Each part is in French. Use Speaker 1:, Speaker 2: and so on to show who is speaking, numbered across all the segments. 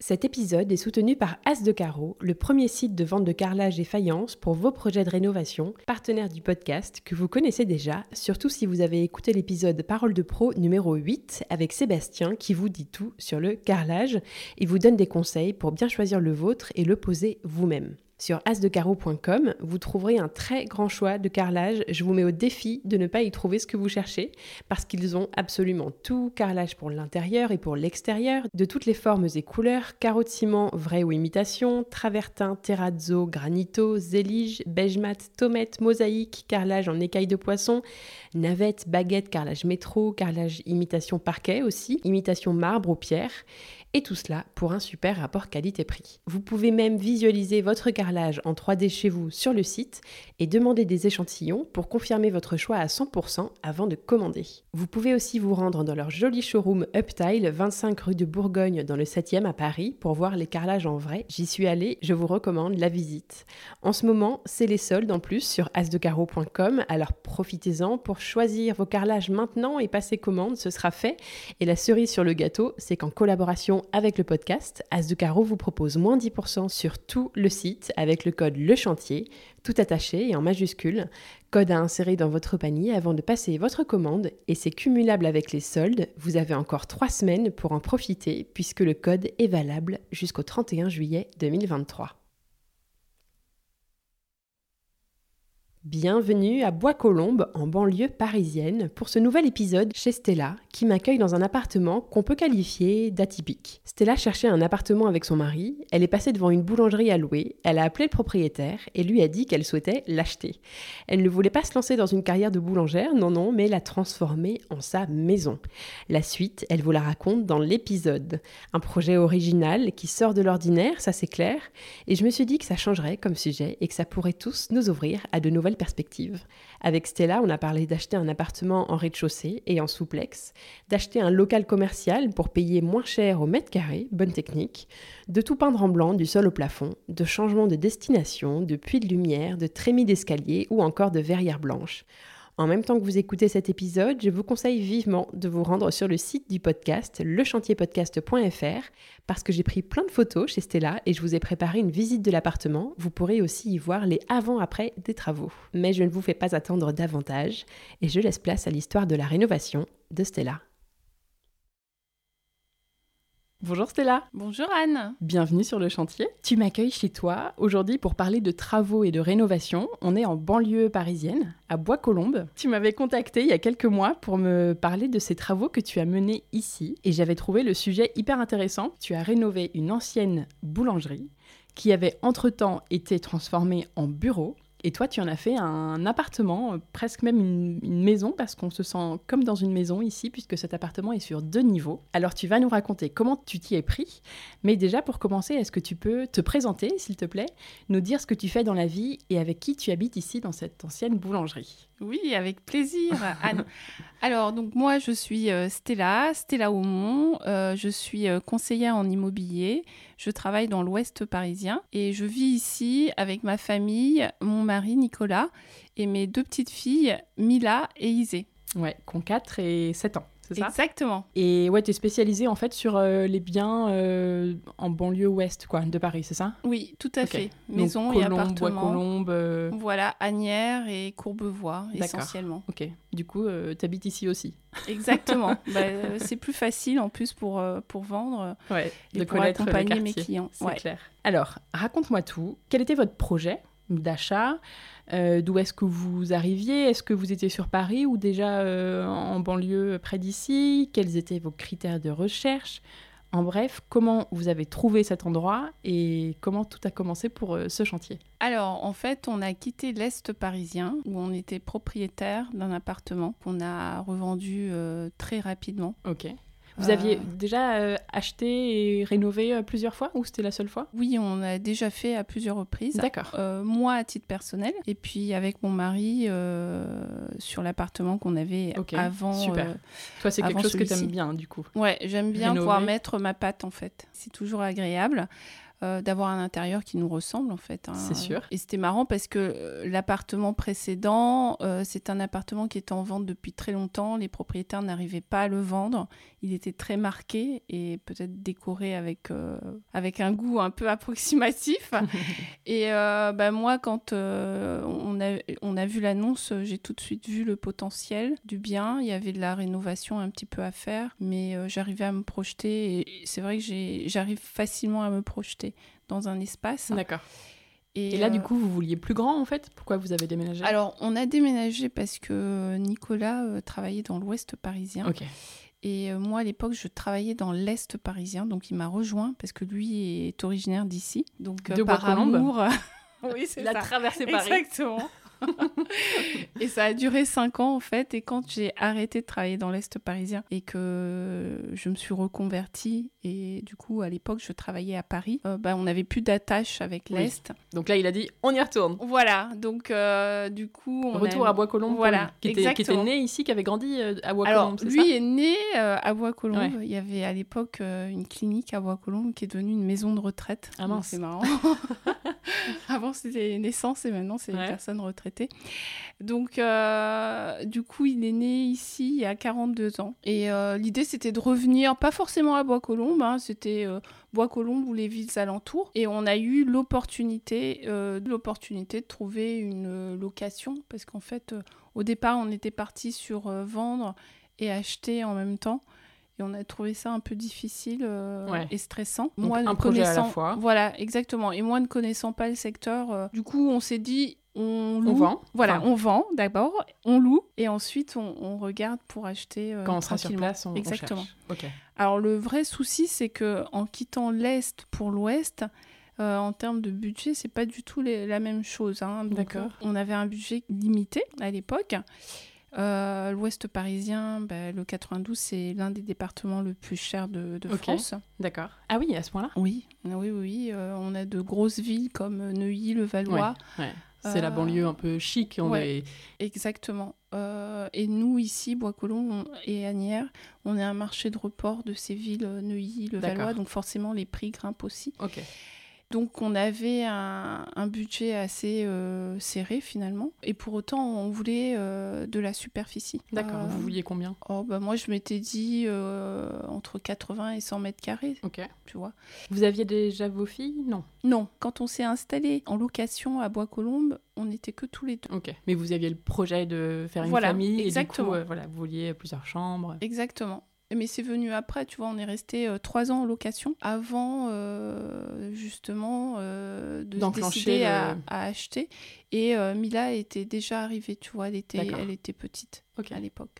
Speaker 1: Cet épisode est soutenu par As de Carreau, le premier site de vente de carrelage et faïence pour vos projets de rénovation, partenaire du podcast que vous connaissez déjà, surtout si vous avez écouté l'épisode Parole de Pro numéro 8 avec Sébastien qui vous dit tout sur le carrelage et vous donne des conseils pour bien choisir le vôtre et le poser vous-même. Sur asdecarreau.com, vous trouverez un très grand choix de carrelage. Je vous mets au défi de ne pas y trouver ce que vous cherchez parce qu'ils ont absolument tout carrelage pour l'intérieur et pour l'extérieur, de toutes les formes et couleurs, carreaux de ciment vrai ou imitation, travertin, terrazzo, granito, zélige, beige mat, tomate, mosaïque, carrelage en écaille de poisson, navette, baguette, carrelage métro, carrelage imitation parquet aussi, imitation marbre ou pierre et tout cela pour un super rapport qualité-prix. Vous pouvez même visualiser votre carrelage en 3D chez vous sur le site et demander des échantillons pour confirmer votre choix à 100% avant de commander. Vous pouvez aussi vous rendre dans leur joli showroom Uptile 25 rue de Bourgogne dans le 7e à Paris pour voir les carrelages en vrai. J'y suis allée, je vous recommande la visite. En ce moment, c'est les soldes en plus sur asdecarreau.com, alors profitez-en pour choisir vos carrelages maintenant et passer commande, ce sera fait. Et la cerise sur le gâteau, c'est qu'en collaboration avec le podcast, As de Carreau vous propose moins 10% sur tout le site avec le code Le Chantier, tout attaché et en majuscule, code à insérer dans votre panier avant de passer votre commande et c'est cumulable avec les soldes. Vous avez encore 3 semaines pour en profiter puisque le code est valable jusqu'au 31 juillet 2023. Bienvenue à Bois-Colombes, en banlieue parisienne, pour ce nouvel épisode chez Stella, qui m'accueille dans un appartement qu'on peut qualifier d'atypique. Stella cherchait un appartement avec son mari, elle est passée devant une boulangerie à louer, elle a appelé le propriétaire et lui a dit qu'elle souhaitait l'acheter. Elle ne voulait pas se lancer dans une carrière de boulangère, non non, mais la transformer en sa maison. La suite, elle vous la raconte dans l'épisode. Un projet original qui sort de l'ordinaire, ça c'est clair, et je me suis dit que ça changerait comme sujet et que ça pourrait tous nous ouvrir à de nouvelles perspective. Avec Stella, on a parlé d'acheter un appartement en rez-de-chaussée et en souplex, d'acheter un local commercial pour payer moins cher au mètre carré, bonne technique, de tout peindre en blanc du sol au plafond, de changement de destination, de puits de lumière, de trémies d'escalier ou encore de verrières blanches. En même temps que vous écoutez cet épisode, je vous conseille vivement de vous rendre sur le site du podcast, lechantierpodcast.fr, parce que j'ai pris plein de photos chez Stella et je vous ai préparé une visite de l'appartement. Vous pourrez aussi y voir les avant-après des travaux. Mais je ne vous fais pas attendre davantage et je laisse place à l'histoire de la rénovation de Stella. Bonjour Stella.
Speaker 2: Bonjour Anne.
Speaker 1: Bienvenue sur le chantier. Tu m'accueilles chez toi aujourd'hui pour parler de travaux et de rénovation. On est en banlieue parisienne, à Bois-Colombes. Tu m'avais contacté il y a quelques mois pour me parler de ces travaux que tu as menés ici et j'avais trouvé le sujet hyper intéressant. Tu as rénové une ancienne boulangerie qui avait entre-temps été transformée en bureau. Et toi, tu en as fait un appartement, presque même une, une maison, parce qu'on se sent comme dans une maison ici, puisque cet appartement est sur deux niveaux. Alors, tu vas nous raconter comment tu t'y es pris. Mais déjà, pour commencer, est-ce que tu peux te présenter, s'il te plaît, nous dire ce que tu fais dans la vie et avec qui tu habites ici, dans cette ancienne boulangerie
Speaker 2: Oui, avec plaisir, Anne. Alors, donc, moi, je suis euh, Stella, Stella Aumont. Euh, je suis conseillère en immobilier. Je travaille dans l'ouest parisien et je vis ici avec ma famille, mon mari Nicolas et mes deux petites filles, Mila et Isée.
Speaker 1: Ouais, qui ont 4 et 7 ans. Ça
Speaker 2: Exactement.
Speaker 1: Et ouais, tu es spécialisée en fait sur euh, les biens euh, en banlieue ouest quoi, de Paris, c'est ça
Speaker 2: Oui, tout à okay. fait. Maison Donc, et
Speaker 1: Colombe,
Speaker 2: appartement.
Speaker 1: Colombe, euh...
Speaker 2: Voilà, Agnières et Courbevoie essentiellement.
Speaker 1: Ok. Du coup, tu habites ici aussi.
Speaker 2: Exactement. bah, c'est plus facile en plus pour, euh, pour vendre
Speaker 1: ouais,
Speaker 2: et
Speaker 1: de
Speaker 2: pour
Speaker 1: connaître
Speaker 2: accompagner
Speaker 1: le
Speaker 2: mes clients.
Speaker 1: C'est ouais. clair. Alors, raconte-moi tout. Quel était votre projet d'achat. Euh, D'où est-ce que vous arriviez Est-ce que vous étiez sur Paris ou déjà euh, en banlieue près d'ici Quels étaient vos critères de recherche En bref, comment vous avez trouvé cet endroit et comment tout a commencé pour euh, ce chantier
Speaker 2: Alors, en fait, on a quitté l'Est parisien où on était propriétaire d'un appartement qu'on a revendu euh, très rapidement.
Speaker 1: Ok. Vous aviez déjà euh, acheté et rénové euh, plusieurs fois ou c'était la seule fois
Speaker 2: Oui, on a déjà fait à plusieurs reprises.
Speaker 1: D'accord.
Speaker 2: Euh, moi à titre personnel et puis avec mon mari euh, sur l'appartement qu'on avait
Speaker 1: Ok,
Speaker 2: avant.
Speaker 1: super. Toi, c'est quelque
Speaker 2: avant
Speaker 1: chose que tu aimes
Speaker 2: celui-ci.
Speaker 1: bien, du coup.
Speaker 2: Ouais, j'aime bien
Speaker 1: Rénover.
Speaker 2: pouvoir mettre ma patte en fait. C'est toujours agréable euh, d'avoir un intérieur qui nous ressemble en fait. hein.
Speaker 1: C'est sûr.
Speaker 2: Et c'était marrant parce que euh, l'appartement précédent, euh, c'est un appartement qui était en vente depuis très longtemps. Les propriétaires n'arrivaient pas à le vendre. Il était très marqué et peut-être décoré avec, euh, avec un goût un peu approximatif. et euh, bah, moi, quand euh, on, a, on a vu l'annonce, j'ai tout de suite vu le potentiel du bien. Il y avait de la rénovation un petit peu à faire, mais euh, j'arrivais à me projeter. Et c'est vrai que j'ai- j'arrive facilement à me projeter dans un espace.
Speaker 1: D'accord. Et là,
Speaker 2: euh,
Speaker 1: du coup, vous vouliez plus grand, en fait Pourquoi vous avez déménagé
Speaker 2: alors, on a déménagé parce que Nicolas euh, travaillait dans l'ouest parisien.
Speaker 1: Ok.
Speaker 2: Et euh, moi, à l'époque, je travaillais dans l'est parisien. Donc, il m'a rejoint parce que lui est originaire d'ici. Donc, euh,
Speaker 1: De
Speaker 2: par
Speaker 1: Bois-Colombes.
Speaker 2: amour. oui, c'est
Speaker 1: La
Speaker 2: ça.
Speaker 1: traversée Paris.
Speaker 2: Exactement. et ça a duré cinq ans en fait. Et quand j'ai arrêté de travailler dans l'Est parisien et que je me suis reconvertie, et du coup à l'époque je travaillais à Paris, euh, bah, on n'avait plus d'attache avec
Speaker 1: Oui.
Speaker 2: l'Est.
Speaker 1: Donc là, il a dit, on y retourne.
Speaker 2: Voilà, donc euh, du coup. On a-
Speaker 1: Retour à Bois-Colombes,
Speaker 2: Voilà,
Speaker 1: Paul, qui, était, qui était
Speaker 2: exactement.
Speaker 1: né ici, qui avait grandi euh, à
Speaker 2: Alors,
Speaker 1: Bois-Colombes, c'est
Speaker 2: lui est né euh, à Bois-Colombes.
Speaker 1: Ouais.
Speaker 2: Il y avait à l'époque euh, une clinique à Bois-Colombes qui est devenue une maison de retraite.
Speaker 1: Ah
Speaker 2: Donc,
Speaker 1: mince.
Speaker 2: C'est marrant. Avant, c'était les naissances et maintenant, c'est les
Speaker 1: Ouais.
Speaker 2: personnes retraitées. Donc, euh, du coup, il est né ici il y a 42 ans. Et euh, l'idée, c'était de revenir, pas forcément à Bois-Colombes, hein, c'était euh, Bois-Colombes ou les villes alentours. Et on a eu l'opportunité euh, l'opportunité de trouver une euh, location parce qu'en fait, euh, au départ, on était parti sur euh, vendre et acheter en même temps. Et on a trouvé ça un peu difficile euh,
Speaker 1: Ouais.
Speaker 2: et stressant.
Speaker 1: Donc,
Speaker 2: ne
Speaker 1: un projet à la
Speaker 2: connaissant-
Speaker 1: fois.
Speaker 2: Voilà, exactement. Et moi, ne connaissant pas le secteur, euh, du coup, on s'est dit, on
Speaker 1: ça
Speaker 2: loue.
Speaker 1: On vend.
Speaker 2: Voilà,
Speaker 1: Enfin,
Speaker 2: on vend d'abord, on loue, et ensuite, on, on regarde pour acheter euh,
Speaker 1: quand on sera sur
Speaker 2: tranquillement.
Speaker 1: place, on, on
Speaker 2: Exactement.
Speaker 1: cherche. Ok.
Speaker 2: Alors le vrai souci, c'est que en quittant l'est pour l'ouest, euh, en termes de budget, c'est pas du tout les- la même chose. hein. Donc,
Speaker 1: D'accord.
Speaker 2: euh, On avait un budget limité à l'époque. Euh, L'Ouest parisien, bah, le 92, c'est l'un des départements le plus cher de, de
Speaker 1: Ok.
Speaker 2: France.
Speaker 1: D'accord. Ah oui, à ce point-là
Speaker 2: Oui. Oui, oui, oui. euh, on a de grosses villes comme Neuilly, Levallois.
Speaker 1: Ouais. C'est la
Speaker 2: Euh,
Speaker 1: banlieue un peu chic. On
Speaker 2: ouais.
Speaker 1: est...
Speaker 2: Exactement. Euh, et nous, ici, Bois-Colombes on- et Agnières, on est un marché de report de ces villes, euh, Neuilly, Levallois.
Speaker 1: D'accord.
Speaker 2: Donc forcément, les prix grimpent aussi.
Speaker 1: Ok.
Speaker 2: Donc on avait un, un budget assez euh, serré finalement. Et pour autant, on voulait euh, de la superficie.
Speaker 1: D'accord.
Speaker 2: Euh,
Speaker 1: Vous vouliez combien
Speaker 2: oh, bah, Moi, je m'étais dit euh, entre 80 et 100 mètres carrés,
Speaker 1: Ok.
Speaker 2: tu vois.
Speaker 1: Vous aviez déjà vos filles Non.
Speaker 2: Non, quand on s'est installé en location à Bois-Colombes, on n'était que tous les deux.
Speaker 1: Ok. Mais vous aviez le projet de faire une
Speaker 2: Voilà,
Speaker 1: famille et
Speaker 2: exactement.
Speaker 1: du coup, euh, voilà, vous vouliez plusieurs chambres.
Speaker 2: Exactement. Mais c'est venu après, tu vois, on est resté euh, trois ans en location avant euh, justement euh, de se
Speaker 1: D'enclencher
Speaker 2: décider
Speaker 1: le-
Speaker 2: à, à acheter. Et euh, Mila était déjà arrivée, tu vois, elle était,
Speaker 1: D'accord.
Speaker 2: elle était petite
Speaker 1: Ok.
Speaker 2: à l'époque.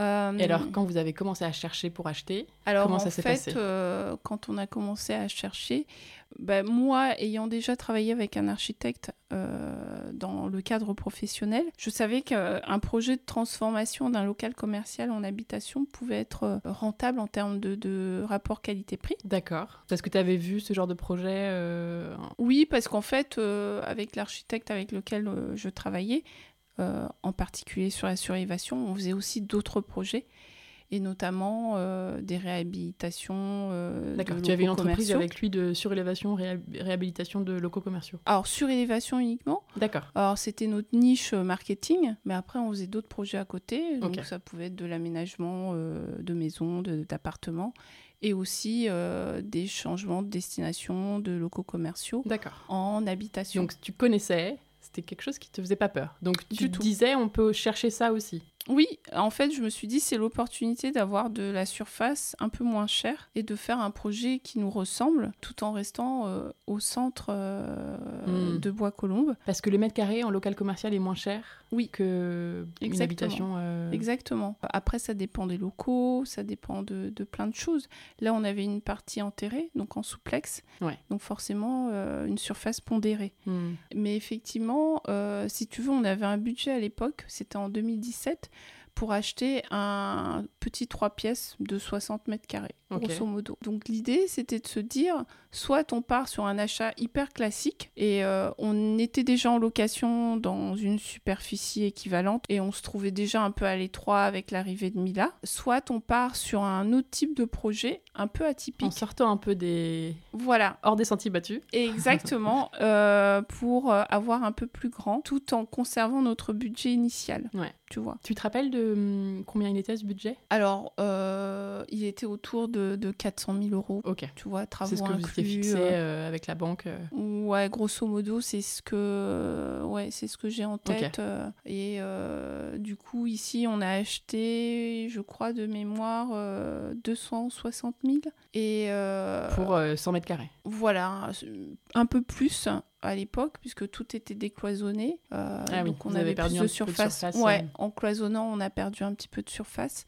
Speaker 2: Euh,
Speaker 1: Et alors, quand vous avez commencé à chercher pour acheter,
Speaker 2: alors,
Speaker 1: comment ça
Speaker 2: en
Speaker 1: s'est
Speaker 2: fait,
Speaker 1: passé
Speaker 2: euh, quand on a commencé à chercher, ben, moi, ayant déjà travaillé avec un architecte euh, dans le cadre professionnel, je savais qu'un projet de transformation d'un local commercial en habitation pouvait être euh, rentable en termes de, de rapport qualité-prix.
Speaker 1: D'accord. Parce que tu avais vu ce genre de projet euh,
Speaker 2: Oui, parce qu'en fait, euh, avec l'architecte avec lequel euh, je travaillais, euh, en particulier sur la surélévation, on faisait aussi d'autres projets, et notamment euh, des réhabilitations. euh,
Speaker 1: D'accord,
Speaker 2: de
Speaker 1: tu avais une
Speaker 2: locaux
Speaker 1: entreprise
Speaker 2: commerciaux.
Speaker 1: avec lui de surélévation, réhab- réhabilitation de locaux commerciaux.
Speaker 2: Alors, surélévation uniquement.
Speaker 1: D'accord.
Speaker 2: Alors, c'était notre niche euh, marketing, mais après, on faisait d'autres projets à côté. Donc,
Speaker 1: Ok.
Speaker 2: ça pouvait être de l'aménagement euh, de maisons, de- d'appartements, et aussi euh, des changements de destination de locaux commerciaux
Speaker 1: D'accord.
Speaker 2: en habitation.
Speaker 1: Donc tu connaissais, c'était quelque chose qui te faisait pas peur. Donc tu
Speaker 2: Du tout.
Speaker 1: disais on peut chercher ça aussi.
Speaker 2: Oui, en fait, je me suis dit, c'est l'opportunité d'avoir de la surface un peu moins chère et de faire un projet qui nous ressemble tout en restant euh, au centre euh,
Speaker 1: Mm.
Speaker 2: de Bois-Colombes.
Speaker 1: Parce que le mètre carré en local commercial est moins cher
Speaker 2: Oui.
Speaker 1: que une
Speaker 2: Exactement.
Speaker 1: habitation. euh,
Speaker 2: Exactement. Après, ça dépend des locaux, ça dépend de, de plein de choses. Là, on avait une partie enterrée, donc en souplex.
Speaker 1: Ouais.
Speaker 2: Donc forcément, euh, une surface pondérée.
Speaker 1: hmm.
Speaker 2: Mais effectivement, euh, si tu veux, on avait un budget à l'époque, c'était en 2017, pour acheter un petit 3 pièces de 60 mètres carrés,
Speaker 1: Ok.
Speaker 2: grosso modo. Donc l'idée, c'était de se dire, soit on part sur un achat hyper classique, et euh, on était déjà en location dans une superficie équivalente, et on se trouvait déjà un peu à l'étroit avec l'arrivée de Mila, soit on part sur un autre type de projet, un peu
Speaker 1: En
Speaker 2: atypique.
Speaker 1: sortant un peu des
Speaker 2: Voilà,
Speaker 1: hors des sentiers battus.
Speaker 2: Exactement, euh, pour euh, avoir un peu plus grand, tout en conservant notre budget initial.
Speaker 1: Ouais.
Speaker 2: Tu vois.
Speaker 1: Tu te rappelles de hum, combien il était ce budget
Speaker 2: Alors, euh, il était autour de, de 400 000 euros.
Speaker 1: Ok.
Speaker 2: Tu vois,
Speaker 1: C'est ce
Speaker 2: travaux
Speaker 1: que vous étiez
Speaker 2: inclus.
Speaker 1: fixé
Speaker 2: euh,
Speaker 1: euh, avec la banque. euh.
Speaker 2: Ouais, grosso modo, c'est ce que, euh, ouais, c'est ce que j'ai en tête. euh, et euh, du coup, ici, on a acheté, je crois, de mémoire, euh, 260 000. Et euh,
Speaker 1: pour euh, 100 mètres carrés.
Speaker 2: Voilà, un peu plus à l'époque, puisque tout était décloisonné. euh,
Speaker 1: Ah oui,
Speaker 2: donc on
Speaker 1: vous avez
Speaker 2: avait
Speaker 1: perdu
Speaker 2: plus
Speaker 1: un
Speaker 2: de
Speaker 1: petit peu de
Speaker 2: surface.
Speaker 1: surface,
Speaker 2: ouais,
Speaker 1: euh.
Speaker 2: En cloisonnant, on a perdu un petit peu de surface.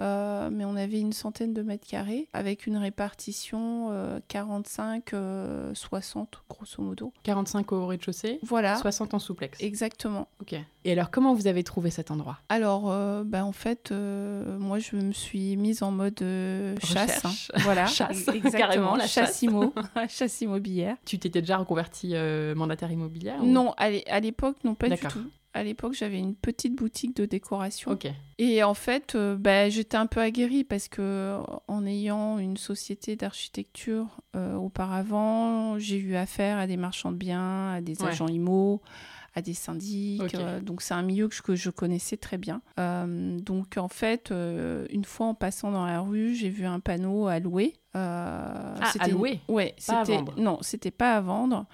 Speaker 2: Euh, mais on avait une centaine de mètres carrés, avec une répartition euh, 45-60, grosso modo.
Speaker 1: 45 au rez-de-chaussée,
Speaker 2: Voilà,
Speaker 1: 60 en souplex.
Speaker 2: exactement.
Speaker 1: Ok. Et alors, comment vous avez trouvé cet endroit
Speaker 2: Alors, euh, bah, en fait, euh, moi, je me suis mise en mode euh, chasse.
Speaker 1: Recherche.
Speaker 2: hein. Voilà,
Speaker 1: Chasse,
Speaker 2: exactement,
Speaker 1: carrément, la chasse.
Speaker 2: chasse immo- chasse immobilière.
Speaker 1: Tu t'étais déjà reconvertie euh, mandataire immobilière ou-
Speaker 2: Non, à l'é- à l'époque, non, pas du
Speaker 1: D'accord.
Speaker 2: tout. À l'époque, j'avais une petite boutique de décoration.
Speaker 1: Ok.
Speaker 2: Et en fait, euh, bah, j'étais un peu aguerrie parce que euh, en ayant une société d'architecture euh, auparavant, j'ai eu affaire à des marchands de biens, à des
Speaker 1: Ouais.
Speaker 2: agents IMO, à des syndics.
Speaker 1: Ok.
Speaker 2: euh, donc c'est un milieu que je, que je connaissais très bien. Euh, donc en fait, euh, une fois en passant dans la rue, j'ai vu un panneau à louer. Euh,
Speaker 1: Ah, à
Speaker 2: c'était-
Speaker 1: louer
Speaker 2: Ouais,
Speaker 1: Pas à
Speaker 2: c'était
Speaker 1: vendre.
Speaker 2: non, c'était pas à vendre.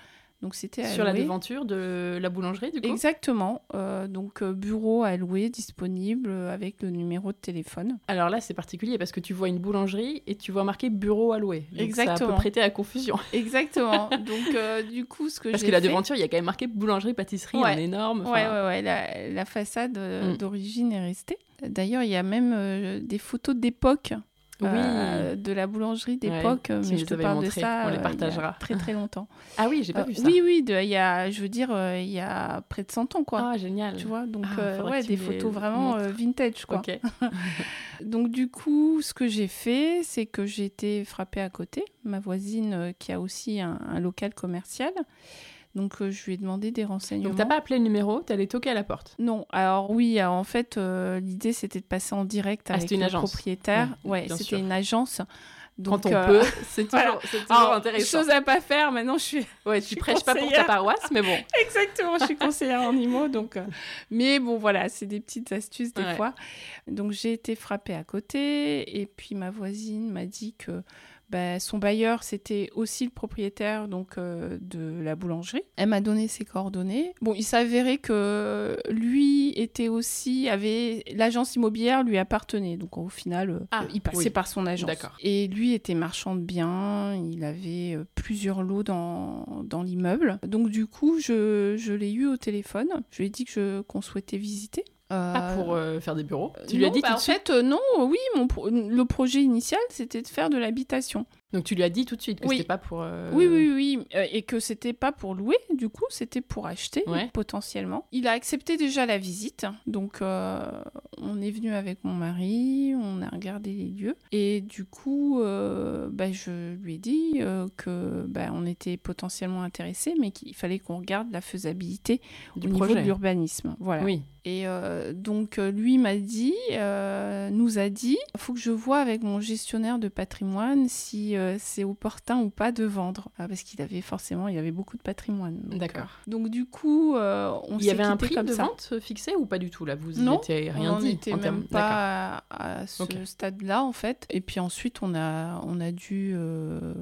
Speaker 2: Donc c'était à
Speaker 1: Sur la
Speaker 2: louer.
Speaker 1: devanture de la boulangerie, du coup
Speaker 2: Exactement. Euh, donc, euh, bureau à louer disponible euh, avec le numéro de téléphone.
Speaker 1: Alors là, c'est particulier parce que tu vois une boulangerie et tu vois marqué bureau à louer. Donc Ça peut
Speaker 2: Exactement.
Speaker 1: prêter à confusion.
Speaker 2: Exactement. donc, euh, du coup, ce que j'ai.
Speaker 1: Parce que la
Speaker 2: fait-
Speaker 1: devanture, il y a quand même marqué boulangerie-pâtisserie
Speaker 2: Ouais.
Speaker 1: en énorme. enfin,
Speaker 2: Ouais, ouais, ouais. La, la façade euh,
Speaker 1: Mm.
Speaker 2: d'origine est restée. D'ailleurs, il y a même euh, des photos d'époque.
Speaker 1: Oui.
Speaker 2: euh, de la boulangerie d'époque.
Speaker 1: Ouais,
Speaker 2: euh,
Speaker 1: tu
Speaker 2: mais
Speaker 1: nous
Speaker 2: je te
Speaker 1: avais
Speaker 2: parle de
Speaker 1: montré,
Speaker 2: ça.
Speaker 1: on les
Speaker 2: euh, il y a
Speaker 1: partagera.
Speaker 2: Très, très longtemps.
Speaker 1: Ah oui, j'ai pas
Speaker 2: Euh,
Speaker 1: vu ça.
Speaker 2: Oui, oui. de- Il y a, je veux dire, euh, il y a près de 100 ans, quoi.
Speaker 1: Ah, génial.
Speaker 2: Tu vois, donc,
Speaker 1: Ah,
Speaker 2: euh,
Speaker 1: faudra
Speaker 2: ouais,
Speaker 1: que tu
Speaker 2: des
Speaker 1: me les
Speaker 2: photos vraiment
Speaker 1: montres.
Speaker 2: euh, vintage, quoi.
Speaker 1: Ok.
Speaker 2: Donc du coup, ce que j'ai fait, c'est que j'ai été frappée à côté, ma voisine euh, qui a aussi un, un local commercial. Donc euh, je lui ai demandé des renseignements.
Speaker 1: Donc t'as pas appelé le numéro, t'es allé toquer à la porte.
Speaker 2: Non, alors oui, alors, en fait, euh, l'idée c'était de passer en direct
Speaker 1: Ah,
Speaker 2: avec
Speaker 1: c'était une
Speaker 2: le
Speaker 1: agence.
Speaker 2: propriétaire.
Speaker 1: Oui,
Speaker 2: ouais,
Speaker 1: bien sûr.
Speaker 2: c'était une agence. Donc,
Speaker 1: Quand on
Speaker 2: euh,
Speaker 1: peut, c'est toujours,
Speaker 2: voilà.
Speaker 1: c'est toujours
Speaker 2: alors,
Speaker 1: intéressant.
Speaker 2: chose à pas faire, maintenant je suis
Speaker 1: Ouais, tu
Speaker 2: suis
Speaker 1: prêches pas pour ta
Speaker 2: conseillère.
Speaker 1: paroisse, mais bon.
Speaker 2: Exactement, je suis conseillère en IMO, donc. euh, Mais bon, voilà, c'est des petites astuces des
Speaker 1: Ouais.
Speaker 2: fois. Donc j'ai été frappée à côté, et puis ma voisine m'a dit que bah, son bailleur c'était aussi le propriétaire donc euh, de la boulangerie. Elle m'a donné ses coordonnées. Bon, il s'avérait que lui était aussi avait l'agence immobilière lui appartenait, donc au final euh,
Speaker 1: Ah,
Speaker 2: il passait
Speaker 1: oui.
Speaker 2: par son agence.
Speaker 1: D'accord.
Speaker 2: Et lui était marchand de biens, il avait euh, plusieurs lots dans, dans l'immeuble. Donc du coup, je, je l'ai eu au téléphone. Je lui ai dit que je- qu'on souhaitait visiter. Euh,
Speaker 1: Pas pour euh, faire des bureaux. Tu lui
Speaker 2: non,
Speaker 1: as dit
Speaker 2: bah,
Speaker 1: tout
Speaker 2: en
Speaker 1: de suite.
Speaker 2: fait, euh, non, oui, mon pro- le projet initial, c'était de faire de l'habitation.
Speaker 1: Donc tu lui as dit tout de suite que
Speaker 2: Oui.
Speaker 1: c'était pas pour. euh,
Speaker 2: Oui, oui, oui, euh, et que c'était pas pour louer, du coup, c'était pour acheter
Speaker 1: Ouais.
Speaker 2: potentiellement. Il a accepté déjà la visite, donc euh, on est venu avec mon mari, on a regardé les lieux, et du coup, euh, bah, je lui ai dit euh, que bah, on était potentiellement intéressés, mais qu'il fallait qu'on regarde la faisabilité
Speaker 1: Du
Speaker 2: au niveau
Speaker 1: projet.
Speaker 2: de l'urbanisme. Voilà.
Speaker 1: Oui.
Speaker 2: Et euh, donc euh, lui m'a dit, euh, nous a dit, faut que je vois avec mon gestionnaire de patrimoine si euh, c'est opportun ou pas de vendre, Ah, parce qu'il avait forcément, il avait beaucoup de patrimoine. Donc,
Speaker 1: D'accord.
Speaker 2: euh, donc du coup, euh, on
Speaker 1: Il y
Speaker 2: s'est
Speaker 1: avait un
Speaker 2: quitté
Speaker 1: prix
Speaker 2: comme
Speaker 1: de
Speaker 2: ça.
Speaker 1: vente euh, fixé ou pas du tout là Vous
Speaker 2: Non,
Speaker 1: n'étiez
Speaker 2: on
Speaker 1: rien
Speaker 2: n'en
Speaker 1: dit
Speaker 2: était
Speaker 1: en
Speaker 2: même
Speaker 1: termes. D'accord.
Speaker 2: pas à, à ce
Speaker 1: Ok.
Speaker 2: stade-là en fait. Et puis ensuite, on a on a dû euh,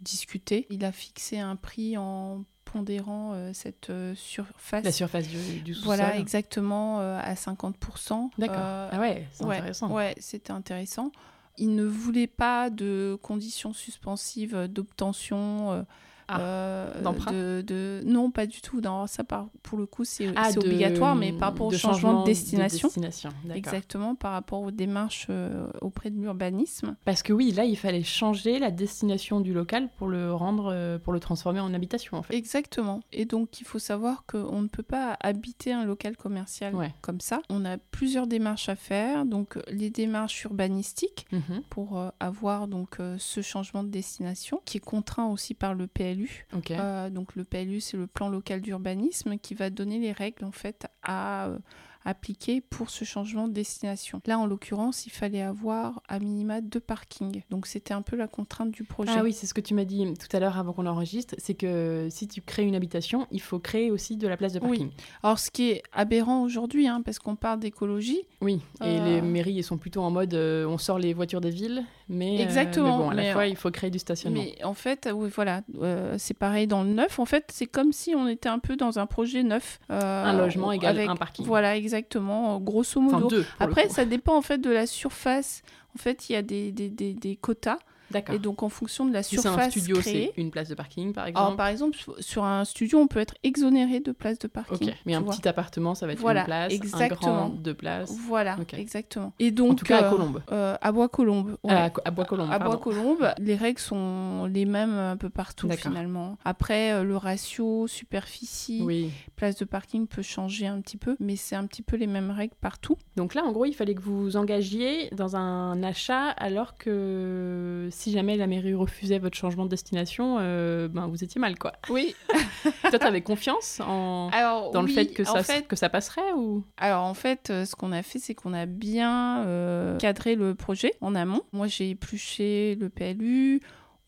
Speaker 2: discuter. Il a fixé un prix en pondérant euh, cette euh, surface.
Speaker 1: La surface du, du sous-sol.
Speaker 2: voilà, exactement euh, à 50%.
Speaker 1: D'accord.
Speaker 2: Euh,
Speaker 1: ah ouais, c'est
Speaker 2: ouais,
Speaker 1: intéressant.
Speaker 2: Ouais, c'était intéressant. Il ne voulait pas de conditions suspensives euh, d'obtention. euh,
Speaker 1: Ah,
Speaker 2: euh,
Speaker 1: d'emprunt
Speaker 2: de, de- Non, pas du tout. Non, ça, par- pour le coup, c'est
Speaker 1: Ah,
Speaker 2: c'est
Speaker 1: de-
Speaker 2: obligatoire, mais par rapport au changement de destination.
Speaker 1: destination, d'accord.
Speaker 2: Exactement, par rapport aux démarches euh, auprès de l'urbanisme.
Speaker 1: Parce que oui, là, il fallait changer la destination du local pour le rendre, euh, pour le transformer en habitation, en fait.
Speaker 2: Exactement. Et donc, il faut savoir qu'on ne peut pas habiter un local commercial
Speaker 1: Ouais.
Speaker 2: comme ça. On a plusieurs démarches à faire. Donc, les démarches urbanistiques
Speaker 1: Mhm,
Speaker 2: pour euh, avoir donc euh, ce changement de destination qui est contraint aussi par le PLU.
Speaker 1: Ok.
Speaker 2: Euh, donc, le PLU, c'est le plan local d'urbanisme qui va donner les règles en fait à euh, appliquer pour ce changement de destination. Là, en l'occurrence, il fallait avoir à minima deux parkings. Donc, c'était un peu la contrainte du projet.
Speaker 1: ah oui, c'est ce que tu m'as dit tout à l'heure avant qu'on enregistre, c'est que si tu crées une habitation, il faut créer aussi de la place de
Speaker 2: Oui.
Speaker 1: parking.
Speaker 2: Alors, ce qui est aberrant aujourd'hui, hein, parce qu'on parle d'écologie,
Speaker 1: Oui, et
Speaker 2: Euh.
Speaker 1: les mairies elles sont plutôt en mode euh, on sort les voitures des villes, mais, euh,
Speaker 2: Exactement,
Speaker 1: mais bon, à
Speaker 2: mais-
Speaker 1: la fois il faut créer du stationnement.
Speaker 2: mais en fait, euh, oui, voilà, euh, c'est pareil dans le neuf. En fait, c'est comme si on était un peu dans un projet neuf. euh,
Speaker 1: Un logement égale
Speaker 2: avec-
Speaker 1: un parking.
Speaker 2: Voilà, exactement, euh, grosso
Speaker 1: Enfin
Speaker 2: modo.
Speaker 1: deux. pour le
Speaker 2: Après,
Speaker 1: coup.
Speaker 2: ça dépend en fait de la surface. En fait, il y a des, des, des- des quotas.
Speaker 1: d'accord.
Speaker 2: Et donc, en fonction de la
Speaker 1: Si c'est un
Speaker 2: surface
Speaker 1: studio,
Speaker 2: créée...
Speaker 1: c'est une place de parking par exemple.
Speaker 2: Alors, par exemple, sur- sur un studio, on peut être exonéré de place de
Speaker 1: Ok,
Speaker 2: parking.
Speaker 1: mais
Speaker 2: tu
Speaker 1: un
Speaker 2: vois.
Speaker 1: petit appartement, ça va être
Speaker 2: Voilà,
Speaker 1: une place, un
Speaker 2: exactement.
Speaker 1: grand, deux places.
Speaker 2: Voilà,
Speaker 1: Ok.
Speaker 2: exactement. Et
Speaker 1: en
Speaker 2: donc,
Speaker 1: tout cas à
Speaker 2: euh,
Speaker 1: Colombes.
Speaker 2: euh, à Bois-Colombes. ouais.
Speaker 1: À, à Bois-Colombes,
Speaker 2: À
Speaker 1: pardon.
Speaker 2: Bois-Colombes, les règles sont les mêmes un peu partout
Speaker 1: D'accord.
Speaker 2: finalement. Après, euh, le ratio, superficie,
Speaker 1: Oui.
Speaker 2: place de parking peut changer un petit peu, mais c'est un petit peu les mêmes règles partout.
Speaker 1: Donc là, en gros, il fallait que vous vous engagiez dans un achat alors que si jamais la mairie refusait votre changement de destination, euh, ben vous étiez mal, quoi.
Speaker 2: Oui.
Speaker 1: Toi, t'avais confiance en...
Speaker 2: Alors,
Speaker 1: dans
Speaker 2: oui,
Speaker 1: le fait que ça,
Speaker 2: en fait,
Speaker 1: que ça passerait ou
Speaker 2: alors en fait, euh, ce qu'on a fait, c'est qu'on a bien euh, cadré le projet en amont. Moi, j'ai épluché le PLU.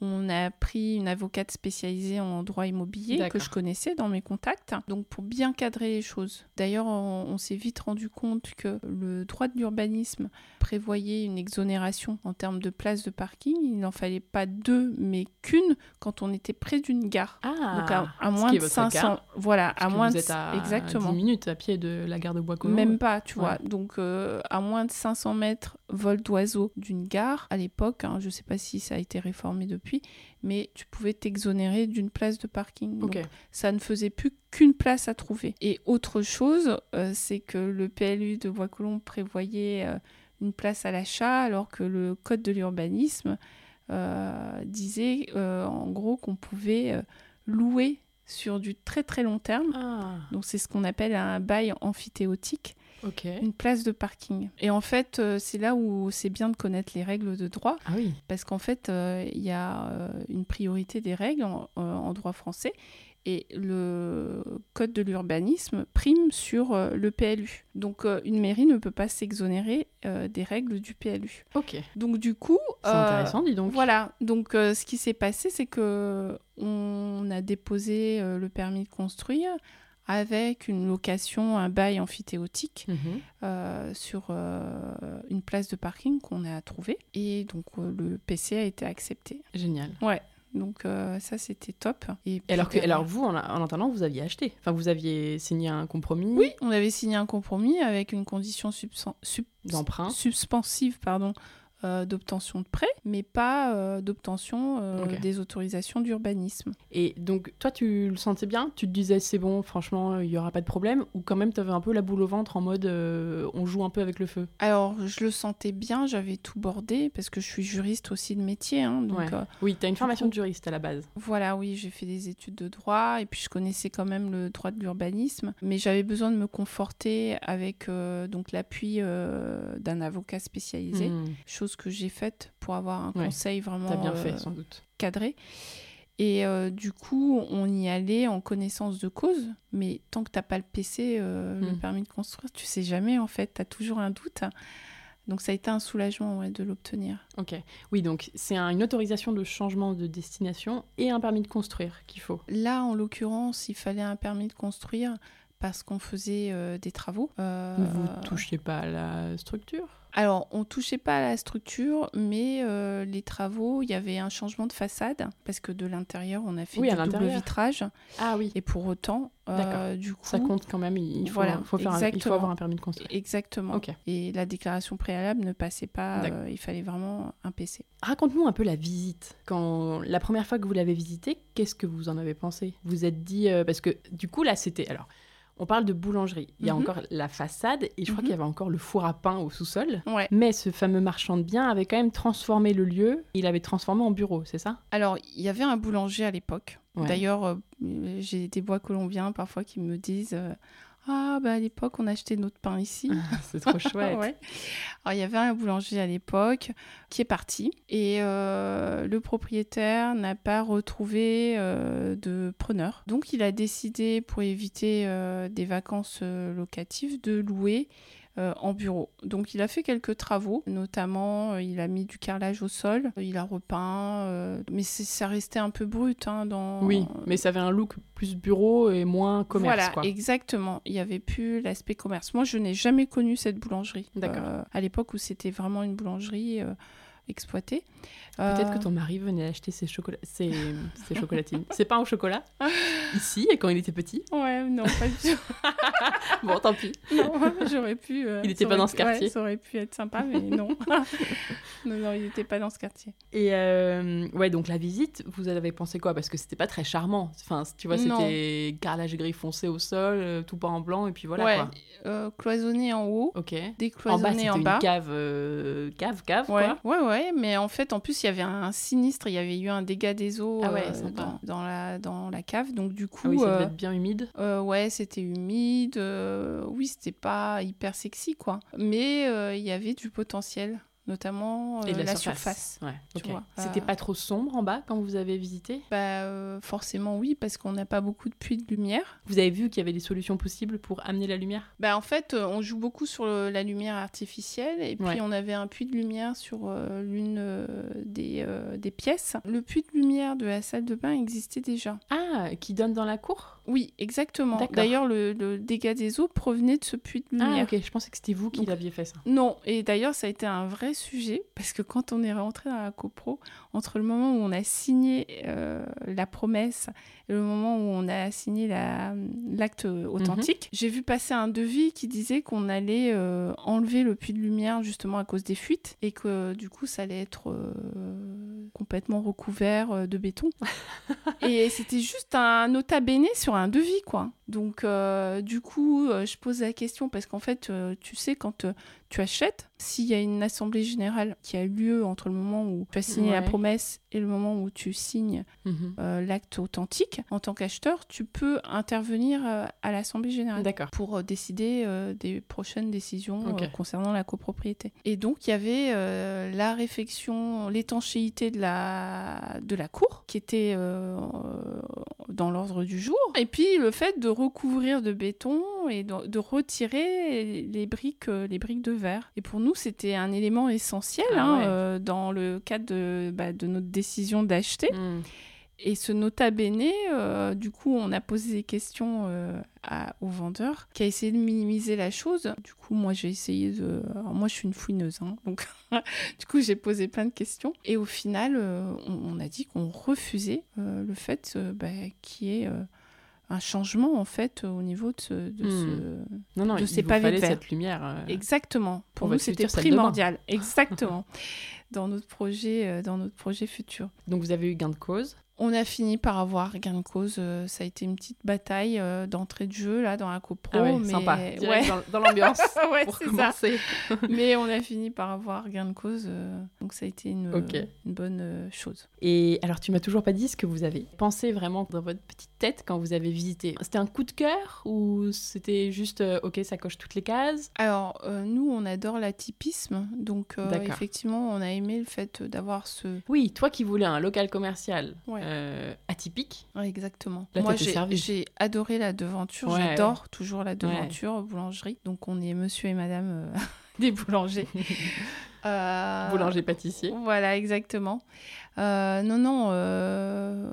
Speaker 2: On a pris une avocate spécialisée en droit immobilier que
Speaker 1: D'accord.
Speaker 2: je connaissais dans mes contacts, donc pour bien cadrer les choses. D'ailleurs, on, on s'est vite rendu compte que le droit de l'urbanisme prévoyait une exonération en termes de places de parking. Il n'en fallait pas deux, mais qu'une quand on était près d'une gare.
Speaker 1: Ah,
Speaker 2: Donc à, à
Speaker 1: ce
Speaker 2: moins
Speaker 1: qui est
Speaker 2: de
Speaker 1: votre
Speaker 2: 500,
Speaker 1: cas,
Speaker 2: voilà, à
Speaker 1: puisque
Speaker 2: moins
Speaker 1: vous
Speaker 2: de
Speaker 1: êtes à
Speaker 2: exactement.
Speaker 1: 10 minutes à pied de la gare de bois
Speaker 2: Même pas, tu
Speaker 1: Ouais.
Speaker 2: vois. Donc, euh, à moins de 500 mètres vol d'oiseau d'une gare, à l'époque, hein, je sais pas si ça a été réformé depuis, mais tu pouvais t'exonérer d'une place de parking.
Speaker 1: Ok.
Speaker 2: Donc, ça ne faisait plus qu'une place à trouver. Et autre chose, euh, c'est que le PLU de Bois-Colombes prévoyait euh, une place à l'achat, alors que le Code de l'urbanisme euh, disait, euh, en gros, qu'on pouvait euh, louer sur du très très long terme.
Speaker 1: Ah,
Speaker 2: Donc, c'est ce qu'on appelle un bail amphithéotique
Speaker 1: ok.
Speaker 2: une place de parking. Et en fait, euh, c'est là où c'est bien de connaître les règles de droit,
Speaker 1: Ah oui.
Speaker 2: parce qu'en fait, euh, il y a euh, une priorité des règles en, euh, en droit français, et le code de l'urbanisme prime sur euh, le PLU. Donc, euh, une mairie ne peut pas s'exonérer euh, des règles du PLU.
Speaker 1: Ok. C'est
Speaker 2: Donc, du coup, euh,
Speaker 1: intéressant, dis donc.
Speaker 2: voilà, donc euh, ce qui s'est passé, c'est que on a déposé euh, le permis de construire avec une location, un bail amphithéotique
Speaker 1: Mhm.
Speaker 2: euh, sur euh, une place de parking qu'on a trouvée. Et donc, euh, le PC a été accepté.
Speaker 1: Génial.
Speaker 2: Donc, euh, ça, c'était top. Et
Speaker 1: Et
Speaker 2: puis
Speaker 1: alors, que,
Speaker 2: derrière-
Speaker 1: alors vous, en, en attendant, vous aviez acheté. Enfin, vous aviez signé un compromis
Speaker 2: Oui, on avait signé un compromis avec une condition subsan- sub-
Speaker 1: d'emprunt.
Speaker 2: suspensive pardon, euh, d'obtention de prêt, mais pas euh, d'obtention euh,
Speaker 1: Ok.
Speaker 2: des autorisations d'urbanisme.
Speaker 1: Et donc, toi, tu le sentais bien Tu te disais, c'est bon, franchement, il n'y aura pas de problème Ou quand même, tu avais un peu la boule au ventre en mode, euh, on joue un peu avec le feu
Speaker 2: Alors, je le sentais bien, j'avais tout bordé, parce que je suis juriste aussi de métier. hein, donc,
Speaker 1: Ouais.
Speaker 2: euh,
Speaker 1: Oui, tu as une formation
Speaker 2: coup-
Speaker 1: de juriste à la base.
Speaker 2: Voilà, oui, j'ai fait des études de droit et puis je connaissais quand même le droit de l'urbanisme, mais j'avais besoin de me conforter avec euh, donc l'appui euh, d'un avocat spécialisé,
Speaker 1: Mhm.
Speaker 2: chose que j'ai faite pour avoir un
Speaker 1: Ouais,
Speaker 2: conseil vraiment
Speaker 1: T'as bien
Speaker 2: euh,
Speaker 1: fait, sans doute.
Speaker 2: cadré. Et euh, du coup, on y allait en connaissance de cause, mais tant que t'as pas le PC, euh, le
Speaker 1: Mm.
Speaker 2: permis de construire, tu sais jamais en fait, tu as toujours un doute. Donc ça a été un soulagement ouais, de l'obtenir.
Speaker 1: Ok. Oui, donc c'est un- une autorisation de changement de destination et un permis de construire qu'il faut.
Speaker 2: Là, en l'occurrence, il fallait un permis de construire parce qu'on faisait euh, des travaux. Euh,
Speaker 1: Vous touchiez pas à la structure
Speaker 2: Alors, on touchait pas à la structure, mais euh, les travaux, il y avait un changement de façade parce que de l'intérieur, on a fait
Speaker 1: Oui, à
Speaker 2: des doubles
Speaker 1: l'intérieur.
Speaker 2: vitrages.
Speaker 1: Ah oui,
Speaker 2: Et pour autant, euh,
Speaker 1: D'accord.
Speaker 2: du coup,
Speaker 1: ça compte quand même. Il faut,
Speaker 2: Voilà,
Speaker 1: faut faire un- il faut
Speaker 2: exactement.
Speaker 1: avoir un permis de construire.
Speaker 2: exactement.
Speaker 1: Ok.
Speaker 2: Et la déclaration préalable ne passait pas.
Speaker 1: D'accord.
Speaker 2: euh, il fallait vraiment un PC.
Speaker 1: Raconte-nous un peu la visite. Quand la première fois que vous l'avez visité, qu'est-ce que vous en avez pensé Vous êtes dit euh, parce que du coup là c'était alors on parle de boulangerie. Il y a
Speaker 2: Mhm.
Speaker 1: encore la façade et je crois
Speaker 2: Mhm.
Speaker 1: qu'il y avait encore le four à pain au sous-sol.
Speaker 2: Ouais.
Speaker 1: Mais ce fameux marchand de biens avait quand même transformé le lieu. Il avait transformé en bureau, c'est ça
Speaker 2: Alors, il y avait un boulanger à l'époque.
Speaker 1: Ouais.
Speaker 2: D'ailleurs, euh, j'ai des bois colombiens parfois qui me disent euh, Ah, bah à l'époque, on achetait notre pain ici.
Speaker 1: C'est trop
Speaker 2: Ah
Speaker 1: chouette.
Speaker 2: ouais. Alors, il y avait un boulanger à l'époque qui est parti et euh, le propriétaire n'a pas retrouvé euh, de preneur. Donc, il a décidé, pour éviter euh, des vacances euh, locatives, de louer euh, en bureau. Donc, il a fait quelques travaux, notamment euh, il a mis du carrelage au sol, il a repeint, euh, mais c'est- ça restait un peu brut hein, dans.
Speaker 1: Oui, mais ça avait un look plus bureau et moins commerce
Speaker 2: Voilà,
Speaker 1: quoi.
Speaker 2: exactement. Il n'y avait plus l'aspect commerce. Moi, je n'ai jamais connu cette boulangerie.
Speaker 1: D'accord.
Speaker 2: Euh, à l'époque où c'était vraiment une boulangerie euh, exploitée.
Speaker 1: Peut-être
Speaker 2: Euh,
Speaker 1: que ton mari venait acheter ses, chocolats, ses, ses chocolatines, ses pains au chocolat ici et quand il était petit.
Speaker 2: Ouais, non, pas du tout.
Speaker 1: Bon, tant pis.
Speaker 2: Non, j'aurais pu. euh,
Speaker 1: Il était
Speaker 2: ça
Speaker 1: pas
Speaker 2: aurait
Speaker 1: dans
Speaker 2: pu-
Speaker 1: ce quartier.
Speaker 2: ouais, ça aurait pu être sympa, mais non. non, non, il n'était pas dans ce quartier.
Speaker 1: Et euh, ouais, donc la visite, vous en avez pensé quoi Parce que c'était pas très charmant. Enfin, tu vois,
Speaker 2: Non.
Speaker 1: c'était carrelage gris foncé au sol, euh, tout pas en blanc, et puis voilà
Speaker 2: ouais,
Speaker 1: quoi.
Speaker 2: euh, cloisonné en haut,
Speaker 1: Ok. En bas,
Speaker 2: décloisonné
Speaker 1: c'était
Speaker 2: en
Speaker 1: une
Speaker 2: bas.
Speaker 1: cave, euh, cave, cave
Speaker 2: Ouais,
Speaker 1: quoi.
Speaker 2: ouais, ouais, mais en fait, en plus, il y avait un sinistre, il y avait eu un dégât des eaux
Speaker 1: Ah ouais,
Speaker 2: euh,
Speaker 1: sympa.
Speaker 2: dans, dans la, dans la cave, donc du coup,
Speaker 1: Ah oui, ça devait
Speaker 2: euh,
Speaker 1: être bien humide.
Speaker 2: Euh, ouais, c'était humide. euh, oui, c'était pas hyper sexy, quoi. Mais euh, il y avait du potentiel, notamment euh,
Speaker 1: et de la,
Speaker 2: surface.
Speaker 1: Ouais,
Speaker 2: tu
Speaker 1: ok.
Speaker 2: vois.
Speaker 1: C'était
Speaker 2: Euh,
Speaker 1: pas trop sombre en bas quand vous avez visité
Speaker 2: Bah, euh, forcément, oui, parce qu'on n'a pas beaucoup de puits de lumière.
Speaker 1: Vous avez vu qu'il y avait des solutions possibles pour amener la lumière
Speaker 2: Bah, en fait, euh, on joue beaucoup sur le- la lumière artificielle. Et puis,
Speaker 1: Ouais.
Speaker 2: on avait un puits de lumière sur euh, l'une euh, des, euh, des pièces. Le puits de lumière de la salle de bain existait déjà.
Speaker 1: Ah, qui donne dans la cour
Speaker 2: Oui, exactement.
Speaker 1: D'accord.
Speaker 2: D'ailleurs, le, le dégât des eaux provenait de ce puits de
Speaker 1: Ah,
Speaker 2: lumière.
Speaker 1: ok, je pensais que c'était vous qui
Speaker 2: Donc-
Speaker 1: l'aviez fait ça.
Speaker 2: Non, et d'ailleurs, ça a été un vrai sujet parce que quand on est rentré dans la copro, entre le moment où on a signé euh, la promesse et le moment où on a signé la- l'acte authentique, j'ai vu passer un devis qui disait qu'on allait euh, enlever le puits de lumière justement à cause des fuites et que du coup, ça allait être euh, complètement recouvert euh, de béton. Et c'était juste un nota bene sur un devis, quoi. Donc, euh, du coup, euh, je pose la question parce qu'en fait, euh, tu sais, quand euh, tu achètes, s'il y a une assemblée générale qui a eu lieu entre le moment où tu as signé la
Speaker 1: Ouais.
Speaker 2: promesse et le moment où tu signes
Speaker 1: Mhm.
Speaker 2: euh, l'acte authentique, en tant qu'acheteur, tu peux intervenir euh, à l'assemblée générale
Speaker 1: D'accord.
Speaker 2: pour euh, décider euh, des prochaines décisions euh,
Speaker 1: Ok.
Speaker 2: concernant la copropriété. Et donc, il y avait euh, la réfection, l'étanchéité de la, de la cour, qui était euh, euh, dans l'ordre du jour, et puis le fait de recouvrir de béton et de, de retirer les briques, euh, les briques de verre. Et pour nous, c'était un élément essentiel
Speaker 1: Ah
Speaker 2: hein,
Speaker 1: ouais.
Speaker 2: euh, dans le cadre de, bah, de notre décision d'acheter.
Speaker 1: Hmm.
Speaker 2: Et ce nota bene, euh, du coup, on a posé des questions euh, à- au vendeur qui a essayé de minimiser la chose. Du coup, moi, j'ai essayé de. alors, moi, je suis une fouineuse, hein, donc du coup, j'ai posé plein de questions. Et au final, euh, on, on a dit qu'on refusait euh, le fait euh, bah, qu'il y ait euh, un changement, en fait, au niveau de ce. de
Speaker 1: Hmm.
Speaker 2: ce-
Speaker 1: Non, non,
Speaker 2: De
Speaker 1: il
Speaker 2: ces
Speaker 1: vous
Speaker 2: pavés
Speaker 1: fallait
Speaker 2: de verre.
Speaker 1: cette lumière. euh,
Speaker 2: Exactement. Pour
Speaker 1: Pour
Speaker 2: nous,
Speaker 1: votre
Speaker 2: c'était
Speaker 1: future salle de bain.
Speaker 2: primordial. Exactement. dans, notre projet, euh, dans notre projet futur.
Speaker 1: Donc vous avez eu gain de cause.
Speaker 2: On a fini par avoir gain de cause. euh, ça a été une petite bataille euh, d'entrée de jeu là dans la copro.
Speaker 1: Ah ouais,
Speaker 2: mais...
Speaker 1: sympa. Direct
Speaker 2: Ouais,
Speaker 1: dans, dans l'ambiance.
Speaker 2: ouais,
Speaker 1: pour
Speaker 2: c'est ça.
Speaker 1: commencer.
Speaker 2: mais on a fini par avoir gain de cause. euh, donc ça a été une,
Speaker 1: Ok.
Speaker 2: une bonne euh, chose.
Speaker 1: Et alors tu m'as toujours pas dit ce que vous avez pensé vraiment dans votre petite tête quand vous avez visité. C'était un coup de cœur ou c'était juste euh, ok ça coche toutes les cases
Speaker 2: Alors euh, nous, on adore l'atypisme. Donc euh,
Speaker 1: D'accord.
Speaker 2: effectivement, on a aimé le fait d'avoir ce.
Speaker 1: Oui, toi qui voulais un local commercial
Speaker 2: Ouais.
Speaker 1: euh, atypique.
Speaker 2: Ouais, exactement.
Speaker 1: Là,
Speaker 2: Moi,
Speaker 1: t'as tes
Speaker 2: j'ai
Speaker 1: services.
Speaker 2: j'ai adoré la devanture.
Speaker 1: Ouais.
Speaker 2: J'adore toujours la devanture, boulangerie. Donc on est monsieur et madame euh, des boulangers. Euh,
Speaker 1: Boulanger pâtissier.
Speaker 2: Voilà, exactement. Euh, non, non, euh,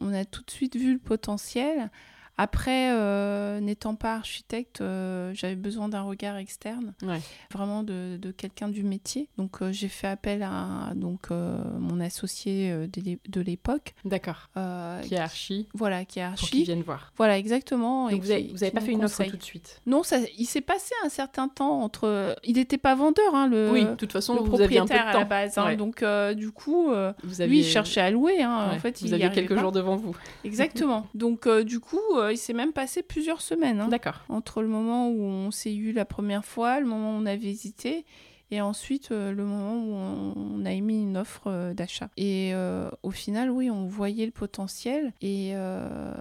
Speaker 2: on a tout de suite vu le potentiel. Après, euh, n'étant pas architecte, euh, j'avais besoin d'un regard externe,
Speaker 1: Ouais.
Speaker 2: vraiment de, de quelqu'un du métier. Donc euh, j'ai fait appel à donc euh, mon associé euh, de l'é- de l'époque,
Speaker 1: D'accord.
Speaker 2: euh,
Speaker 1: Qui est archi
Speaker 2: voilà, qui est
Speaker 1: pour qu'ils
Speaker 2: archi.
Speaker 1: viennent voir.
Speaker 2: Voilà, exactement. et
Speaker 1: Donc vous avez,
Speaker 2: qui-
Speaker 1: vous avez
Speaker 2: qui
Speaker 1: pas
Speaker 2: nous
Speaker 1: fait une offre
Speaker 2: conseille.
Speaker 1: tout de suite.
Speaker 2: Non, ça, il s'est passé un certain temps entre. Il n'était pas vendeur, hein, le,
Speaker 1: oui, de toute façon,
Speaker 2: le
Speaker 1: vous aviez un peu
Speaker 2: propriétaire
Speaker 1: de temps.
Speaker 2: à la base. hein.
Speaker 1: Ouais.
Speaker 2: donc euh, du coup, euh,
Speaker 1: Vous
Speaker 2: lui,
Speaker 1: aviez- euh,
Speaker 2: il cherchait à louer. hein.
Speaker 1: Ouais.
Speaker 2: En fait, il
Speaker 1: vous
Speaker 2: y
Speaker 1: aviez
Speaker 2: arrivait
Speaker 1: quelques
Speaker 2: pas.
Speaker 1: jours devant vous.
Speaker 2: Exactement. Donc euh, du coup, euh, il s'est même passé plusieurs semaines. hein
Speaker 1: D'accord.
Speaker 2: entre le moment où on s'est eu la première fois, le moment où on a visité, et ensuite euh, le moment où on, on a émis une offre euh, d'achat. Et euh, au final, oui, on voyait le potentiel, et euh,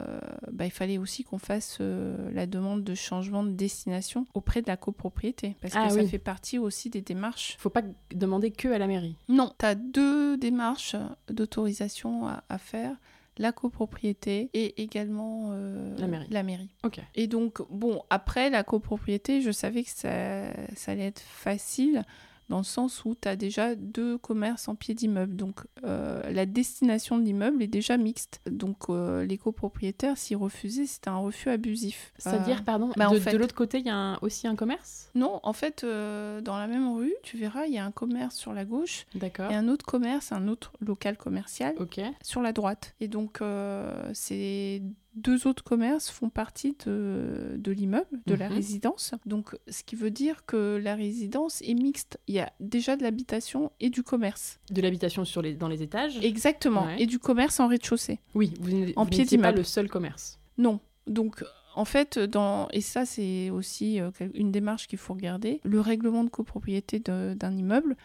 Speaker 2: bah, il fallait aussi qu'on fasse euh, la demande de changement de destination auprès de la copropriété, parce
Speaker 1: Ah
Speaker 2: que
Speaker 1: oui.
Speaker 2: ça fait partie aussi des démarches.
Speaker 1: Faut pas demander que à la mairie.
Speaker 2: Non, tu as deux démarches euh, d'autorisation à, à faire. La copropriété et également euh,
Speaker 1: La mairie.
Speaker 2: La mairie.
Speaker 1: Ok.
Speaker 2: Et donc, bon, après la copropriété, je savais que ça, ça allait être facile dans le sens où tu as déjà deux commerces en pied d'immeuble. Donc, euh, la destination de l'immeuble est déjà mixte. Donc, euh, les copropriétaires, s'y refusaient, c'était un refus abusif.
Speaker 1: C'est-à-dire, pardon,
Speaker 2: bah, en
Speaker 1: de,
Speaker 2: fait-
Speaker 1: de l'autre côté, il y a un- aussi un commerce
Speaker 2: Euh, Non, en fait, euh, dans la même rue, tu verras, il y a un commerce sur la gauche
Speaker 1: D'accord.
Speaker 2: et un autre commerce, un autre local commercial
Speaker 1: Ok.
Speaker 2: sur la droite. Et donc, euh, ces deux autres commerces font partie de, de l'immeuble, de la
Speaker 1: Mhm.
Speaker 2: résidence. Donc, ce qui veut dire que la résidence est mixte. Il y a déjà de l'habitation et du commerce.
Speaker 1: De l'habitation sur les, dans les étages
Speaker 2: Exactement.
Speaker 1: Ouais.
Speaker 2: Et du commerce en rez-de-chaussée.
Speaker 1: Oui, vous n'é-
Speaker 2: En
Speaker 1: vous
Speaker 2: pied
Speaker 1: n'étiez pas
Speaker 2: d'immeuble.
Speaker 1: le seul commerce.
Speaker 2: Non. Donc, en fait, dans... et ça, c'est aussi euh, quel- une démarche qu'il faut regarder. Le règlement de copropriété de- d'un immeuble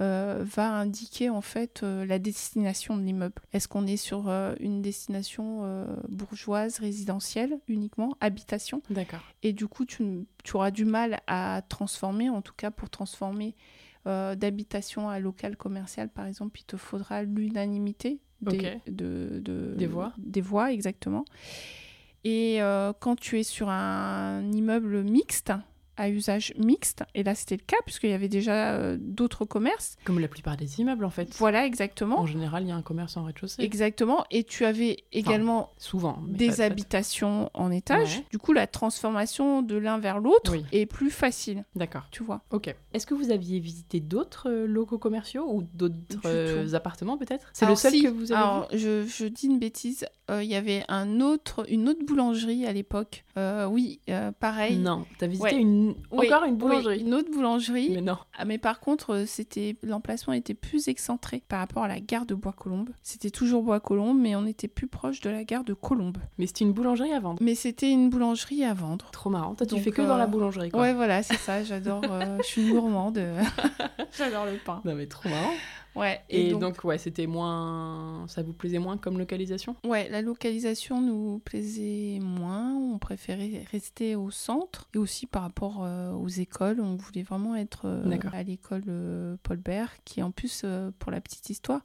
Speaker 2: euh, va indiquer en fait euh, la destination de l'immeuble. Est-ce qu'on est sur euh, une destination euh, bourgeoise, résidentielle, uniquement, habitation
Speaker 1: D'accord.
Speaker 2: Et du coup, tu, n- tu auras du mal à transformer, en tout cas pour transformer euh, d'habitation à local commercial, par exemple, il te faudra l'unanimité des, de- de-
Speaker 1: Des voix.
Speaker 2: Des voix, exactement. Et euh, quand tu es sur un immeuble mixte, à usage mixte, et là c'était le cas, puisqu'il y avait déjà euh, d'autres commerces.
Speaker 1: Comme la plupart des immeubles, en fait.
Speaker 2: Voilà, exactement.
Speaker 1: En général, il y a un commerce en rez-de-chaussée.
Speaker 2: Exactement. Et tu avais également
Speaker 1: Souvent. mais pas-
Speaker 2: des
Speaker 1: pas-
Speaker 2: habitations en étage.
Speaker 1: Ouais.
Speaker 2: Du coup, la transformation de l'un vers l'autre
Speaker 1: Oui.
Speaker 2: est plus facile,
Speaker 1: D'accord.
Speaker 2: tu vois.
Speaker 1: Ok. Est-ce que vous aviez visité d'autres euh, locaux commerciaux ou
Speaker 2: Du
Speaker 1: d'autres
Speaker 2: tout.
Speaker 1: euh, appartements peut-être C'est le
Speaker 2: Alors,
Speaker 1: seul
Speaker 2: si, Ah,
Speaker 1: que vous avez
Speaker 2: alors, je, je dis une bêtise. euh, Il y avait un autre, une autre boulangerie à l'époque. Euh, oui, euh,
Speaker 1: vu
Speaker 2: pareil.
Speaker 1: Non, t'as visité
Speaker 2: Ouais.
Speaker 1: une...
Speaker 2: Oui,
Speaker 1: encore une
Speaker 2: oui,
Speaker 1: boulangerie.
Speaker 2: une autre boulangerie.
Speaker 1: Mais non.
Speaker 2: Ah, Mais par contre, euh, c'était l'emplacement était plus excentré par rapport à la gare de Bois-Colombes. C'était toujours Bois-Colombes, mais on était plus proche de la gare de Colombes.
Speaker 1: Mais c'était une boulangerie à vendre.
Speaker 2: Mais c'était une boulangerie à vendre.
Speaker 1: Trop marrant. Toi, tu
Speaker 2: Donc,
Speaker 1: fais que dans
Speaker 2: euh,
Speaker 1: la boulangerie. Quoi.
Speaker 2: Ouais, voilà, c'est ça. J'adore. euh, je suis une gourmande. J'adore le pain.
Speaker 1: Non mais trop marrant.
Speaker 2: Ouais.
Speaker 1: Et,
Speaker 2: Et, donc,
Speaker 1: donc, ouais, c'était moins. Ça vous plaisait moins comme localisation
Speaker 2: ouais, la localisation nous plaisait moins. On préférait rester au centre et aussi par rapport euh, aux écoles. On voulait vraiment être euh,
Speaker 1: D'accord.
Speaker 2: à l'école euh, Paul Bert, qui en plus, euh, pour la petite histoire,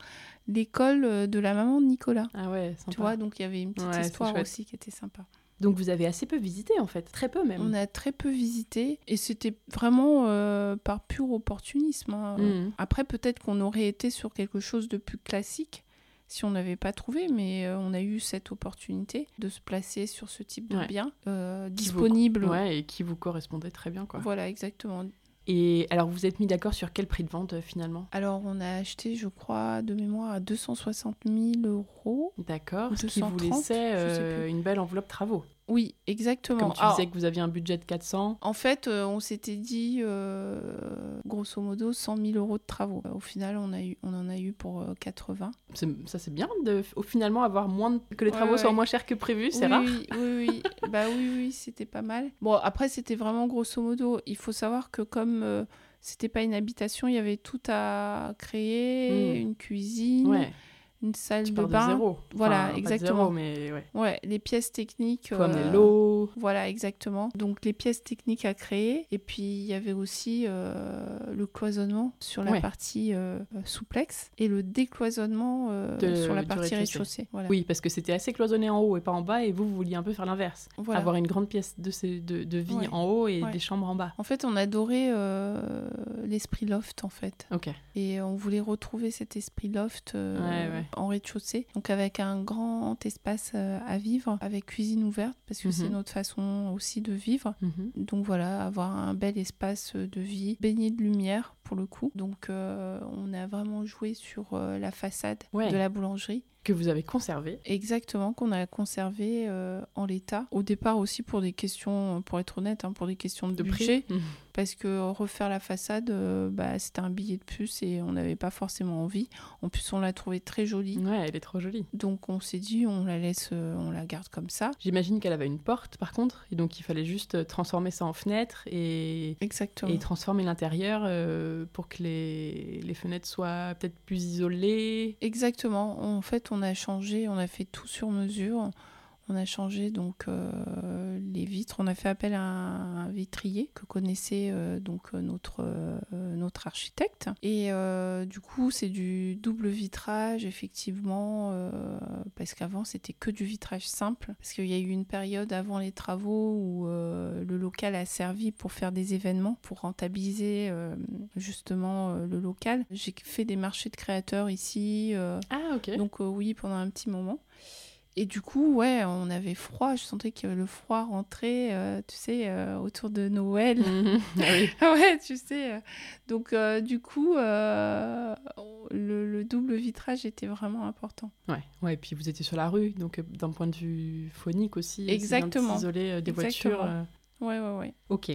Speaker 2: l'école euh, de la maman de Nicolas.
Speaker 1: Ah ouais, sympa.
Speaker 2: Tu vois, donc il y avait une petite
Speaker 1: Ouais, c'est
Speaker 2: histoire
Speaker 1: chouette.
Speaker 2: aussi qui était sympa.
Speaker 1: Donc vous avez assez peu visité en fait, très peu même.
Speaker 2: On a très peu visité et c'était vraiment euh, par pur opportunisme. hein.
Speaker 1: Mhm.
Speaker 2: Après, peut-être qu'on aurait été sur quelque chose de plus classique si on n'avait pas trouvé, mais euh, on a eu cette opportunité de se placer sur ce type de
Speaker 1: Ouais.
Speaker 2: bien euh,
Speaker 1: Qui vous-
Speaker 2: disponible.
Speaker 1: Ouais, et qui vous correspondait très bien quoi.
Speaker 2: Voilà, exactement.
Speaker 1: Et alors vous êtes mis d'accord sur quel prix de vente euh, finalement
Speaker 2: Alors, on a acheté, je crois, de mémoire à 260 000 euros.
Speaker 1: D'accord, ce qui vous
Speaker 2: 230,
Speaker 1: laissait
Speaker 2: je sais
Speaker 1: euh,
Speaker 2: plus. ah.
Speaker 1: une belle enveloppe travaux.
Speaker 2: Oui, exactement.
Speaker 1: Comme tu
Speaker 2: Alors,
Speaker 1: disais que vous aviez un budget de 400.
Speaker 2: En fait, euh, on s'était dit, euh, grosso modo, 100 000 euros de travaux. Euh, Au final, on, a eu, on en a eu pour euh, 80.
Speaker 1: c'est- Ça c'est bien de au- finalement avoir moins de- que les
Speaker 2: Ouais,
Speaker 1: travaux soient
Speaker 2: ouais.
Speaker 1: moins chers que prévu, c'est
Speaker 2: oui,
Speaker 1: rare.
Speaker 2: Oui, oui, oui. bah oui, oui, c'était pas mal. Bon, après, c'était vraiment grosso modo. Il faut savoir que comme euh, c'était pas une habitation, il y avait tout à créer,
Speaker 1: Mm. une
Speaker 2: une cuisine,
Speaker 1: Ouais,
Speaker 2: une salle
Speaker 1: tu
Speaker 2: de
Speaker 1: pars
Speaker 2: bain.
Speaker 1: de zéro.
Speaker 2: Voilà,
Speaker 1: pas de
Speaker 2: exactement.
Speaker 1: zéro, mais ouais.
Speaker 2: Ouais, les pièces techniques.
Speaker 1: Faut amener
Speaker 2: euh,
Speaker 1: l'eau.
Speaker 2: Voilà, exactement. Donc les pièces techniques à créer. Et puis il y avait aussi euh, le cloisonnement sur la
Speaker 1: Ouais.
Speaker 2: partie euh, souplex et le décloisonnement euh,
Speaker 1: De-
Speaker 2: sur la
Speaker 1: du
Speaker 2: partie
Speaker 1: rez-de-chaussée.
Speaker 2: rez-de-chaussée. Voilà.
Speaker 1: Oui, parce que c'était assez cloisonné en haut et pas en bas, et vous, vous vouliez un peu faire l'inverse.
Speaker 2: Voilà.
Speaker 1: Avoir une grande pièce de, ces- de, de vie
Speaker 2: Ouais.
Speaker 1: en haut et
Speaker 2: Ouais.
Speaker 1: des chambres en bas.
Speaker 2: En fait, on adorait euh, l'esprit loft, en fait.
Speaker 1: Ok.
Speaker 2: Et on voulait retrouver cet esprit loft euh,
Speaker 1: Ouais, ouais.
Speaker 2: en rez-de-chaussée, donc avec un grand espace euh, à vivre, avec cuisine ouverte, parce que c'est
Speaker 1: Mhm.
Speaker 2: notre façon aussi de vivre.
Speaker 1: Mhm.
Speaker 2: Donc voilà, avoir un bel espace de vie, baigné de lumière pour le coup. Donc euh, on a vraiment joué sur euh, la façade
Speaker 1: Ouais.
Speaker 2: de la boulangerie.
Speaker 1: Que vous avez conservé.
Speaker 2: Exactement, qu'on a conservé euh, en l'état. Au départ aussi pour des questions, pour être honnête, hein, pour des questions de,
Speaker 1: De prix.
Speaker 2: budget.
Speaker 1: Mhm.
Speaker 2: Parce que refaire la façade, euh, bah, c'était un billet de puce et on n'avait pas forcément envie. En plus, on l'a trouvée très jolie.
Speaker 1: Mhm. Ouais, elle est trop jolie.
Speaker 2: Donc on s'est dit, on la laisse, euh, on la garde comme ça.
Speaker 1: J'imagine qu'elle avait une porte par contre, et donc il fallait juste euh, transformer ça en fenêtre et,
Speaker 2: Exactement.
Speaker 1: et transformer l'intérieur euh, pour que les, les fenêtres soient peut-être plus isolées.
Speaker 2: Exactement. En fait, on a changé, on a fait tout sur mesure. On a changé donc euh, les vitres. On a fait appel à un, un vitrier que connaissait euh, donc euh, notre euh, notre architecte. Et euh, du coup, c'est du double vitrage effectivement, euh, parce qu'avant c'était que du vitrage simple. Parce qu'il y a eu une période avant les travaux où euh, le local a servi pour faire des événements, pour rentabiliser euh, justement euh, le local. J'ai fait des marchés de créateurs ici. euh,
Speaker 1: Ah ok.
Speaker 2: donc euh, oui, pendant un petit moment. Et du coup, ouais, on avait froid. Je sentais que le froid rentrait, euh, tu sais, euh, autour de Noël.
Speaker 1: Mhm. Ah oui.
Speaker 2: ouais, tu sais. euh. Donc euh, du coup, euh, on- le, le double vitrage était vraiment important.
Speaker 1: Ouais. ouais, et puis vous étiez sur la rue, donc euh, d'un point de vue phonique aussi. c'est bien de
Speaker 2: Exactement.
Speaker 1: S'isoler euh, des
Speaker 2: Exactement.
Speaker 1: voitures. euh.
Speaker 2: Ouais, ouais, ouais.
Speaker 1: Ok.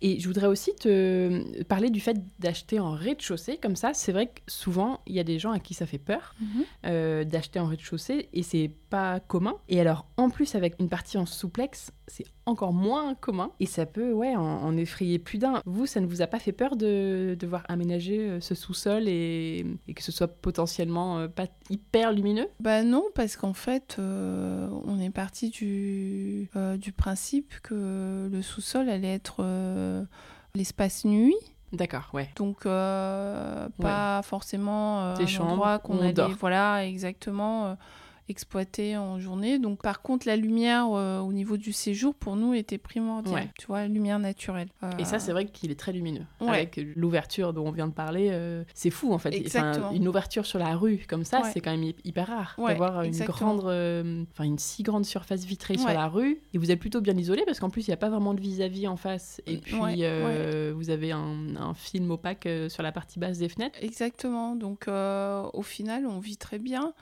Speaker 1: Et je voudrais aussi te parler du fait d'acheter en rez-de-chaussée comme ça. C'est vrai que souvent, il y a des gens à qui ça fait peur euh, d'acheter en rez-de-chaussée et c'est pas commun. Et alors, en plus, avec une partie en souplex, c'est encore moins commun et ça peut, ouais, en, en effrayer plus d'un. Vous, ça ne vous a pas fait peur de devoir aménager euh, ce sous-sol et, et que ce soit potentiellement euh, pas hyper lumineux
Speaker 2: Bah non, parce qu'en fait, euh, on est parti du, euh, du principe que le sous-sol allait être euh, l'espace nuit.
Speaker 1: D'accord, ouais.
Speaker 2: Donc, euh, pas forcément euh,
Speaker 1: Des
Speaker 2: un
Speaker 1: chambres
Speaker 2: endroit
Speaker 1: où
Speaker 2: qu'on
Speaker 1: on
Speaker 2: allait,
Speaker 1: dort.
Speaker 2: voilà, exactement, euh, exploiter en journée. Donc, par contre, la lumière euh, au niveau du séjour, pour nous, était primordiale.
Speaker 1: Ouais.
Speaker 2: Tu vois, lumière naturelle.
Speaker 1: Et ça,
Speaker 2: Euh,
Speaker 1: c'est vrai qu'il est très lumineux.
Speaker 2: Ouais.
Speaker 1: Avec l'ouverture dont on vient de parler, euh, c'est fou en fait. Enfin,
Speaker 2: Exactement.
Speaker 1: une ouverture sur la rue comme ça,
Speaker 2: Ouais.
Speaker 1: c'est quand même hy- hyper rare
Speaker 2: Ouais,
Speaker 1: d'avoir une
Speaker 2: exactement.
Speaker 1: grande, euh, enfin une si grande surface vitrée sur
Speaker 2: Ouais.
Speaker 1: la rue. Et vous êtes plutôt bien isolé parce qu'en plus il n'y a pas vraiment de vis-à-vis en face. Et
Speaker 2: Mm,
Speaker 1: puis
Speaker 2: ouais,
Speaker 1: euh, vous avez un, un film opaque euh, sur la partie basse des fenêtres.
Speaker 2: Exactement. Donc, euh, au final, on vit très bien.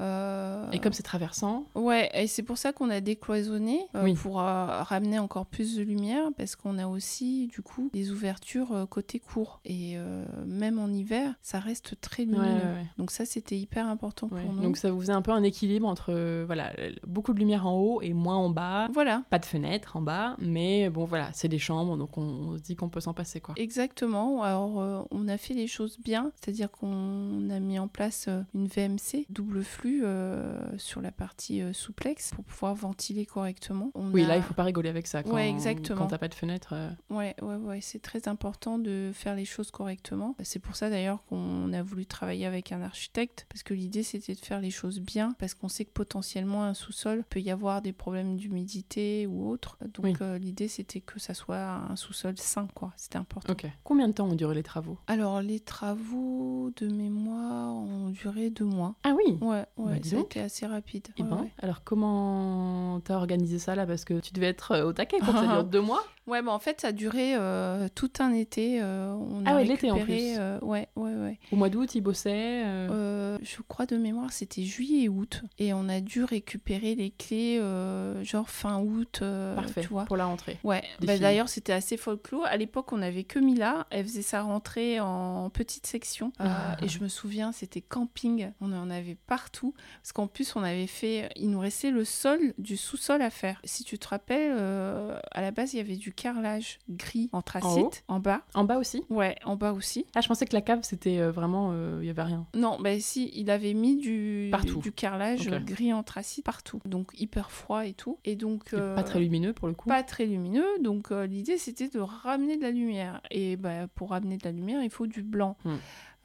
Speaker 2: Euh,
Speaker 1: Et comme c'est traversant,
Speaker 2: Ouais, et c'est pour ça qu'on a décloisonné euh,
Speaker 1: Oui.
Speaker 2: pour euh, ramener encore plus de lumière parce qu'on a aussi du coup des ouvertures euh, côté court et euh, même en hiver, ça reste très
Speaker 1: ouais,
Speaker 2: lumineux.
Speaker 1: ouais, ouais.
Speaker 2: Donc ça c'était hyper important
Speaker 1: Ouais.
Speaker 2: pour nous.
Speaker 1: donc ça vous faisait un peu un équilibre entre euh, voilà beaucoup de lumière en haut et moins en bas.
Speaker 2: voilà,
Speaker 1: Pas de fenêtre en bas, mais bon voilà, c'est des chambres, donc on, on se dit qu'on peut s'en passer quoi.
Speaker 2: exactement. Alors euh, on a fait les choses bien, c'est-à-dire qu'on a mis en place euh, une VMC double flux euh, sur la partie euh, souplex pour pouvoir ventiler correctement. On
Speaker 1: Oui,
Speaker 2: a-
Speaker 1: là, il faut pas rigoler avec ça. Quand,
Speaker 2: Ouais, exactement.
Speaker 1: Quand t'as pas de fenêtre. euh,
Speaker 2: Ouais, ouais, ouais, c'est très important de faire les choses correctement. C'est pour ça d'ailleurs qu'on a voulu travailler avec un architecte, parce que l'idée c'était de faire les choses bien, parce qu'on sait que potentiellement un sous-sol peut y avoir des problèmes d'humidité ou autre. Donc
Speaker 1: Oui.
Speaker 2: euh, l'idée c'était que ça soit un sous-sol sain, quoi. C'était important.
Speaker 1: Ok. Combien de temps ont duré les travaux
Speaker 2: Alors les travaux de mémoire ont duré deux mois.
Speaker 1: Ah oui
Speaker 2: Ouais, ouais,
Speaker 1: dis
Speaker 2: ça a
Speaker 1: donc.
Speaker 2: été assez rapide.
Speaker 1: Et
Speaker 2: Ouais,
Speaker 1: ben,
Speaker 2: ouais.
Speaker 1: alors comment t'as organisé ça là Parce que tu devais être euh, au taquet quand ça dure deux mois.
Speaker 2: Ouais, bah en fait, ça a duré euh, tout un été. euh, on
Speaker 1: Ah
Speaker 2: a
Speaker 1: ouais, l'été, en
Speaker 2: récupéré,
Speaker 1: plus.
Speaker 2: euh, ouais, ouais, ouais.
Speaker 1: Au mois d'août, ils bossaient. euh,
Speaker 2: Euh, je crois de mémoire, c'était juillet et août. Et on a dû récupérer les clés, euh, genre fin août. euh,
Speaker 1: parfait.
Speaker 2: Tu vois.
Speaker 1: Pour la rentrée.
Speaker 2: Ouais,
Speaker 1: Des
Speaker 2: bah,
Speaker 1: filles.
Speaker 2: d'ailleurs c'était assez folklore. À l'époque, on n'avait que Mila. Elle faisait sa rentrée en petite section. Euh,
Speaker 1: Ah.
Speaker 2: et je me souviens, c'était camping. On en avait partout. Parce qu'en plus, on avait fait. Il nous restait le sol du sous-sol à faire. Si tu te rappelles, euh, à la base, il y avait du carrelage gris en tracite, en, bas.
Speaker 1: En bas aussi
Speaker 2: Ouais, en bas aussi.
Speaker 1: Ah, je pensais que la cave, c'était euh, vraiment. euh, Il y avait rien.
Speaker 2: Non, ben si, il avait mis du,
Speaker 1: Partout.
Speaker 2: du carrelage
Speaker 1: Ok.
Speaker 2: gris anthracite partout. Donc hyper froid et tout. Et donc.
Speaker 1: Et
Speaker 2: euh,
Speaker 1: Pas très lumineux pour le coup.
Speaker 2: pas très lumineux, donc euh, l'idée c'était de ramener de la lumière. Et ben, pour ramener de la lumière, il faut du blanc.
Speaker 1: Hmm.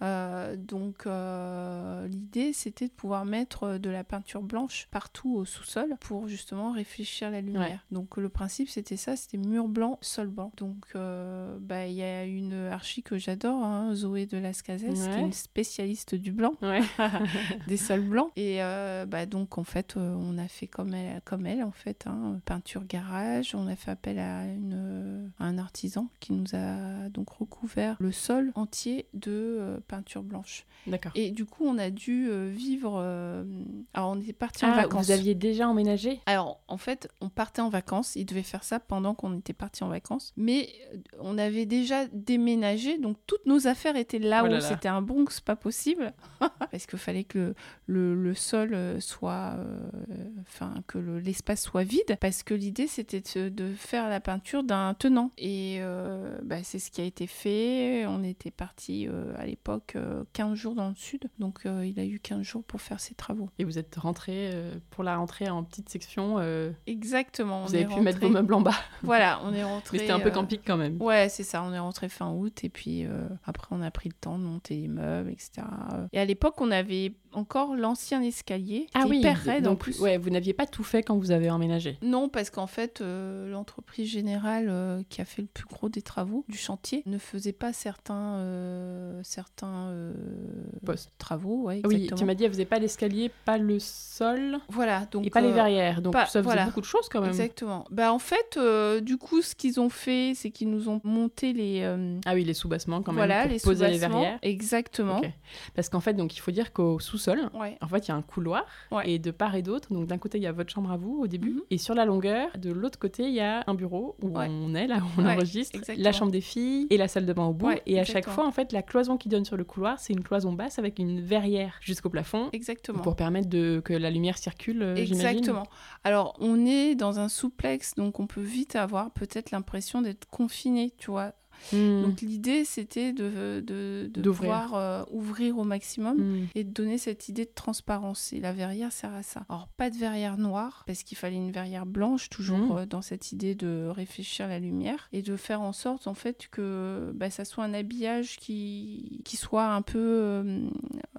Speaker 2: Euh, donc euh, l'idée c'était de pouvoir mettre euh, de la peinture blanche partout au sous-sol pour justement réfléchir la lumière.
Speaker 1: Ouais.
Speaker 2: Donc le principe c'était ça, c'était mur blanc, sol blanc. Donc euh, bah, il y a une archi que j'adore, hein, Zoé de Las Cases, qui est
Speaker 1: Ouais.
Speaker 2: une spécialiste du blanc,
Speaker 1: Ouais.
Speaker 2: des sols blancs. Et euh, bah, donc en fait euh, on a fait comme elle, comme elle en fait, hein, peinture garage. On a fait appel à, une, euh, à un artisan qui nous a donc recouvert le sol entier de euh, peinture blanche.
Speaker 1: D'accord.
Speaker 2: Et du coup, on a dû euh, vivre. euh, Alors, on est parti en
Speaker 1: Ah,
Speaker 2: vacances.
Speaker 1: vous aviez déjà emménagé
Speaker 2: Alors, en fait, on partait en vacances. Il devait faire ça pendant qu'on était parti en vacances. Mais euh, on avait déjà déménagé. Donc, toutes nos affaires étaient là-haut.
Speaker 1: Oh là là.
Speaker 2: C'était un Bronx, pas possible. Parce qu'il fallait que le, le- le sol euh, soit. euh, Enfin, que le- l'espace soit vide. Parce que l'idée, c'était de, se- de faire la peinture d'un tenant. Et euh, bah, c'est ce qui a été fait. On était parti à l'époque euh, 15 jours dans le sud. Donc, euh, il a eu 15 jours pour faire ses travaux.
Speaker 1: Et vous êtes rentré euh, pour la rentrée en petite section. euh,
Speaker 2: Exactement.
Speaker 1: vous
Speaker 2: on est
Speaker 1: avez pu mettre vos
Speaker 2: rentré-
Speaker 1: meubles en bas.
Speaker 2: Voilà, on est rentré.
Speaker 1: Mais c'était un peu
Speaker 2: euh,
Speaker 1: camping quand même.
Speaker 2: Ouais, c'est ça, on est rentré fin août et puis euh, après on a pris le temps de monter les meubles, etc. Et à l'époque, on avait encore l'ancien escalier qui est hyper raide
Speaker 1: Ah
Speaker 2: en
Speaker 1: donc
Speaker 2: plus.
Speaker 1: ouais, vous n'aviez pas tout fait quand vous avez emménagé.
Speaker 2: Non, parce qu'en fait, euh, l'entreprise générale euh, qui a fait le plus gros des travaux du chantier ne faisait pas certains, euh, certains euh,
Speaker 1: Poste.
Speaker 2: travaux. ouais,
Speaker 1: Oui,
Speaker 2: exactement.
Speaker 1: tu m'as dit, elle faisait pas l'escalier, pas le sol
Speaker 2: Voilà, donc.
Speaker 1: et pas les
Speaker 2: euh,
Speaker 1: verrières. Donc
Speaker 2: pas-
Speaker 1: ça faisait
Speaker 2: voilà.
Speaker 1: beaucoup de choses quand même.
Speaker 2: Exactement. Bah, en fait, euh, du coup, ce qu'ils ont fait, c'est qu'ils nous ont monté les. euh,
Speaker 1: Ah oui, les sous-bassements quand même
Speaker 2: voilà,
Speaker 1: pour
Speaker 2: les
Speaker 1: poser les
Speaker 2: sous-bassements.
Speaker 1: verrières.
Speaker 2: Exactement.
Speaker 1: Ok. Parce qu'en fait, donc il faut dire qu'au sous-sol,
Speaker 2: Ouais.
Speaker 1: en fait, il y a un couloir
Speaker 2: Ouais.
Speaker 1: et de part et d'autre. Donc d'un côté, il y a votre chambre à vous au début
Speaker 2: Mhm.
Speaker 1: et sur la longueur, de l'autre côté, il y a un bureau où
Speaker 2: Ouais.
Speaker 1: on est là, où on
Speaker 2: Ouais,
Speaker 1: enregistre,
Speaker 2: exactement.
Speaker 1: la chambre des filles et la salle de bain au bout.
Speaker 2: Ouais,
Speaker 1: et à chaque
Speaker 2: exactement.
Speaker 1: fois, en fait, la cloison qui donne sur le couloir, c'est une cloison basse avec une verrière jusqu'au plafond
Speaker 2: Exactement.
Speaker 1: pour permettre de, que la lumière circule. euh, j'imagine.
Speaker 2: Exactement. Alors, on est dans un souplex, donc on peut vite avoir peut-être l'impression d'être confiné, tu vois.
Speaker 1: Hmm.
Speaker 2: Donc, l'idée, c'était de, de, de
Speaker 1: D'ouvrir.
Speaker 2: pouvoir euh, ouvrir au maximum
Speaker 1: Hmm.
Speaker 2: et de donner cette idée de transparence. Et la verrière sert à ça. Alors, pas de verrière noire, parce qu'il fallait une verrière blanche, toujours
Speaker 1: Mhm.
Speaker 2: euh, dans cette idée de réfléchir la lumière, et de faire en sorte, en fait, que bah, ça soit un habillage qui, qui soit un peu euh,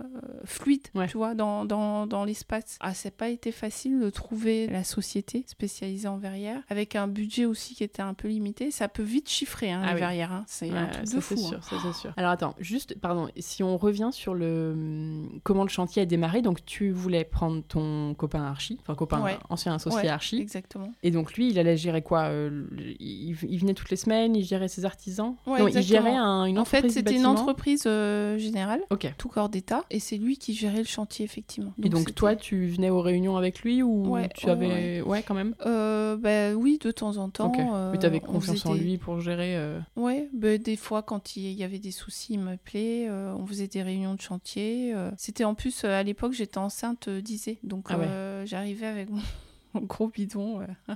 Speaker 2: euh, fluide,
Speaker 1: Ouais.
Speaker 2: tu vois, dans, dans, dans l'espace. Ah, ça n'a pas été facile de trouver la société spécialisée en verrière, avec un budget aussi qui était un peu limité. Ça peut vite chiffrer, hein,
Speaker 1: Ah
Speaker 2: les
Speaker 1: oui.
Speaker 2: verrières. hein. C'est un
Speaker 1: Ouais,
Speaker 2: truc
Speaker 1: ça,
Speaker 2: de
Speaker 1: c'est
Speaker 2: fou. hein.
Speaker 1: sûr, ça, c'est sûr. Alors attends, juste, pardon, si on revient sur le hum, comment le chantier a démarré, donc tu voulais prendre ton copain Archie, enfin copain
Speaker 2: Ouais.
Speaker 1: ancien associé
Speaker 2: Ouais,
Speaker 1: Archie,
Speaker 2: Exactement.
Speaker 1: et donc lui, il allait gérer quoi euh, le- il, il venait toutes les semaines, il gérait ses artisans.
Speaker 2: Ouais,
Speaker 1: non, il
Speaker 2: exactement.
Speaker 1: gérait un- une
Speaker 2: En
Speaker 1: entreprise.
Speaker 2: fait,
Speaker 1: du
Speaker 2: c'était une
Speaker 1: bâtiment.
Speaker 2: entreprise euh, générale.
Speaker 1: Ok.
Speaker 2: tout corps d'État, et c'est lui qui gérait le chantier, effectivement.
Speaker 1: et donc
Speaker 2: c'était-
Speaker 1: toi, tu venais aux réunions avec lui ou
Speaker 2: Ouais,
Speaker 1: tu
Speaker 2: ouais,
Speaker 1: avais, ouais. quand même.
Speaker 2: Euh, bah, Oui, de temps en temps.
Speaker 1: Ok.
Speaker 2: euh,
Speaker 1: Mais tu avais
Speaker 2: on
Speaker 1: confiance
Speaker 2: faisait
Speaker 1: en
Speaker 2: des-
Speaker 1: lui pour gérer. euh,
Speaker 2: Ouais, bah, des fois, quand il y avait des soucis, il m'appelait, euh, on faisait des réunions de chantier. euh. C'était en plus, euh, à l'époque, j'étais enceinte euh, d'Isée, donc
Speaker 1: Ah ouais.
Speaker 2: euh, j'arrivais avec mon... mon gros bidon. euh. ouais.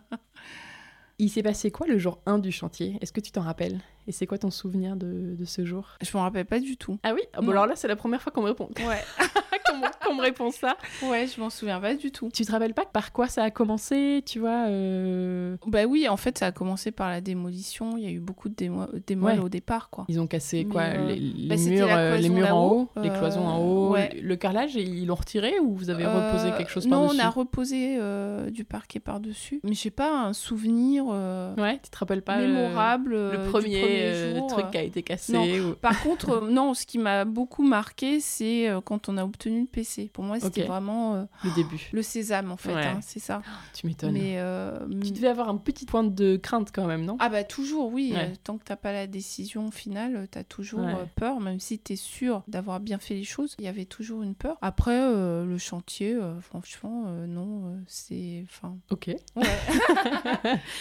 Speaker 1: Il s'est passé quoi le jour 1 du chantier Est-ce que tu t'en rappelles Et c'est quoi ton souvenir de, de ce jour
Speaker 2: Je m'en rappelle pas du tout.
Speaker 1: Ah oui Ah bon,
Speaker 2: Non.
Speaker 1: Alors là, c'est la première fois qu'on me répond.
Speaker 2: Ouais,
Speaker 1: qu'on me- qu'on me répond ça.
Speaker 2: ouais je m'en souviens pas du tout.
Speaker 1: Tu te rappelles pas par quoi ça a commencé, tu vois euh,
Speaker 2: Bah oui, en fait, ça a commencé par la démolition. Il y a eu beaucoup de démo... euh, démol
Speaker 1: Ouais.
Speaker 2: au départ, quoi.
Speaker 1: Ils ont cassé
Speaker 2: Mais,
Speaker 1: quoi
Speaker 2: euh,
Speaker 1: les, les
Speaker 2: bah, c'était
Speaker 1: murs,
Speaker 2: la
Speaker 1: euh, les
Speaker 2: cloison
Speaker 1: murs en
Speaker 2: là-haut,
Speaker 1: haut, les
Speaker 2: euh,
Speaker 1: cloisons en haut,
Speaker 2: ouais.
Speaker 1: le- le carrelage, et ils l'ont retiré ou vous avez reposé
Speaker 2: Euh,
Speaker 1: quelque chose
Speaker 2: Non,
Speaker 1: par-dessus
Speaker 2: on a reposé euh, du parquet par-dessus. Mais j'ai pas un souvenir euh,
Speaker 1: Ouais, tu te rappelles pas le-
Speaker 2: mémorable
Speaker 1: le,
Speaker 2: euh, du
Speaker 1: premier, euh,
Speaker 2: jour,
Speaker 1: truc
Speaker 2: euh.
Speaker 1: qui a été cassé ou-
Speaker 2: Par contre, euh, non, ce qui m'a beaucoup marqué, c'est euh, quand on a obtenu le PC. Pour moi, c'était
Speaker 1: Ok.
Speaker 2: vraiment euh,
Speaker 1: le début.
Speaker 2: le sésame, en fait.
Speaker 1: Ouais.
Speaker 2: hein, c'est ça.
Speaker 1: Tu m'étonnes.
Speaker 2: Mais, euh,
Speaker 1: Tu devais avoir un petit point de crainte quand même, non
Speaker 2: Ah bah toujours, oui.
Speaker 1: Ouais.
Speaker 2: euh, Tant que t'as pas la décision finale, euh, t'as toujours
Speaker 1: Ouais.
Speaker 2: euh, peur, même si t'es sûr d'avoir bien fait les choses. Il y avait toujours une peur. Après, euh, le chantier, euh, franchement, euh, non, euh, c'est... Enfin,
Speaker 1: Ah, OK.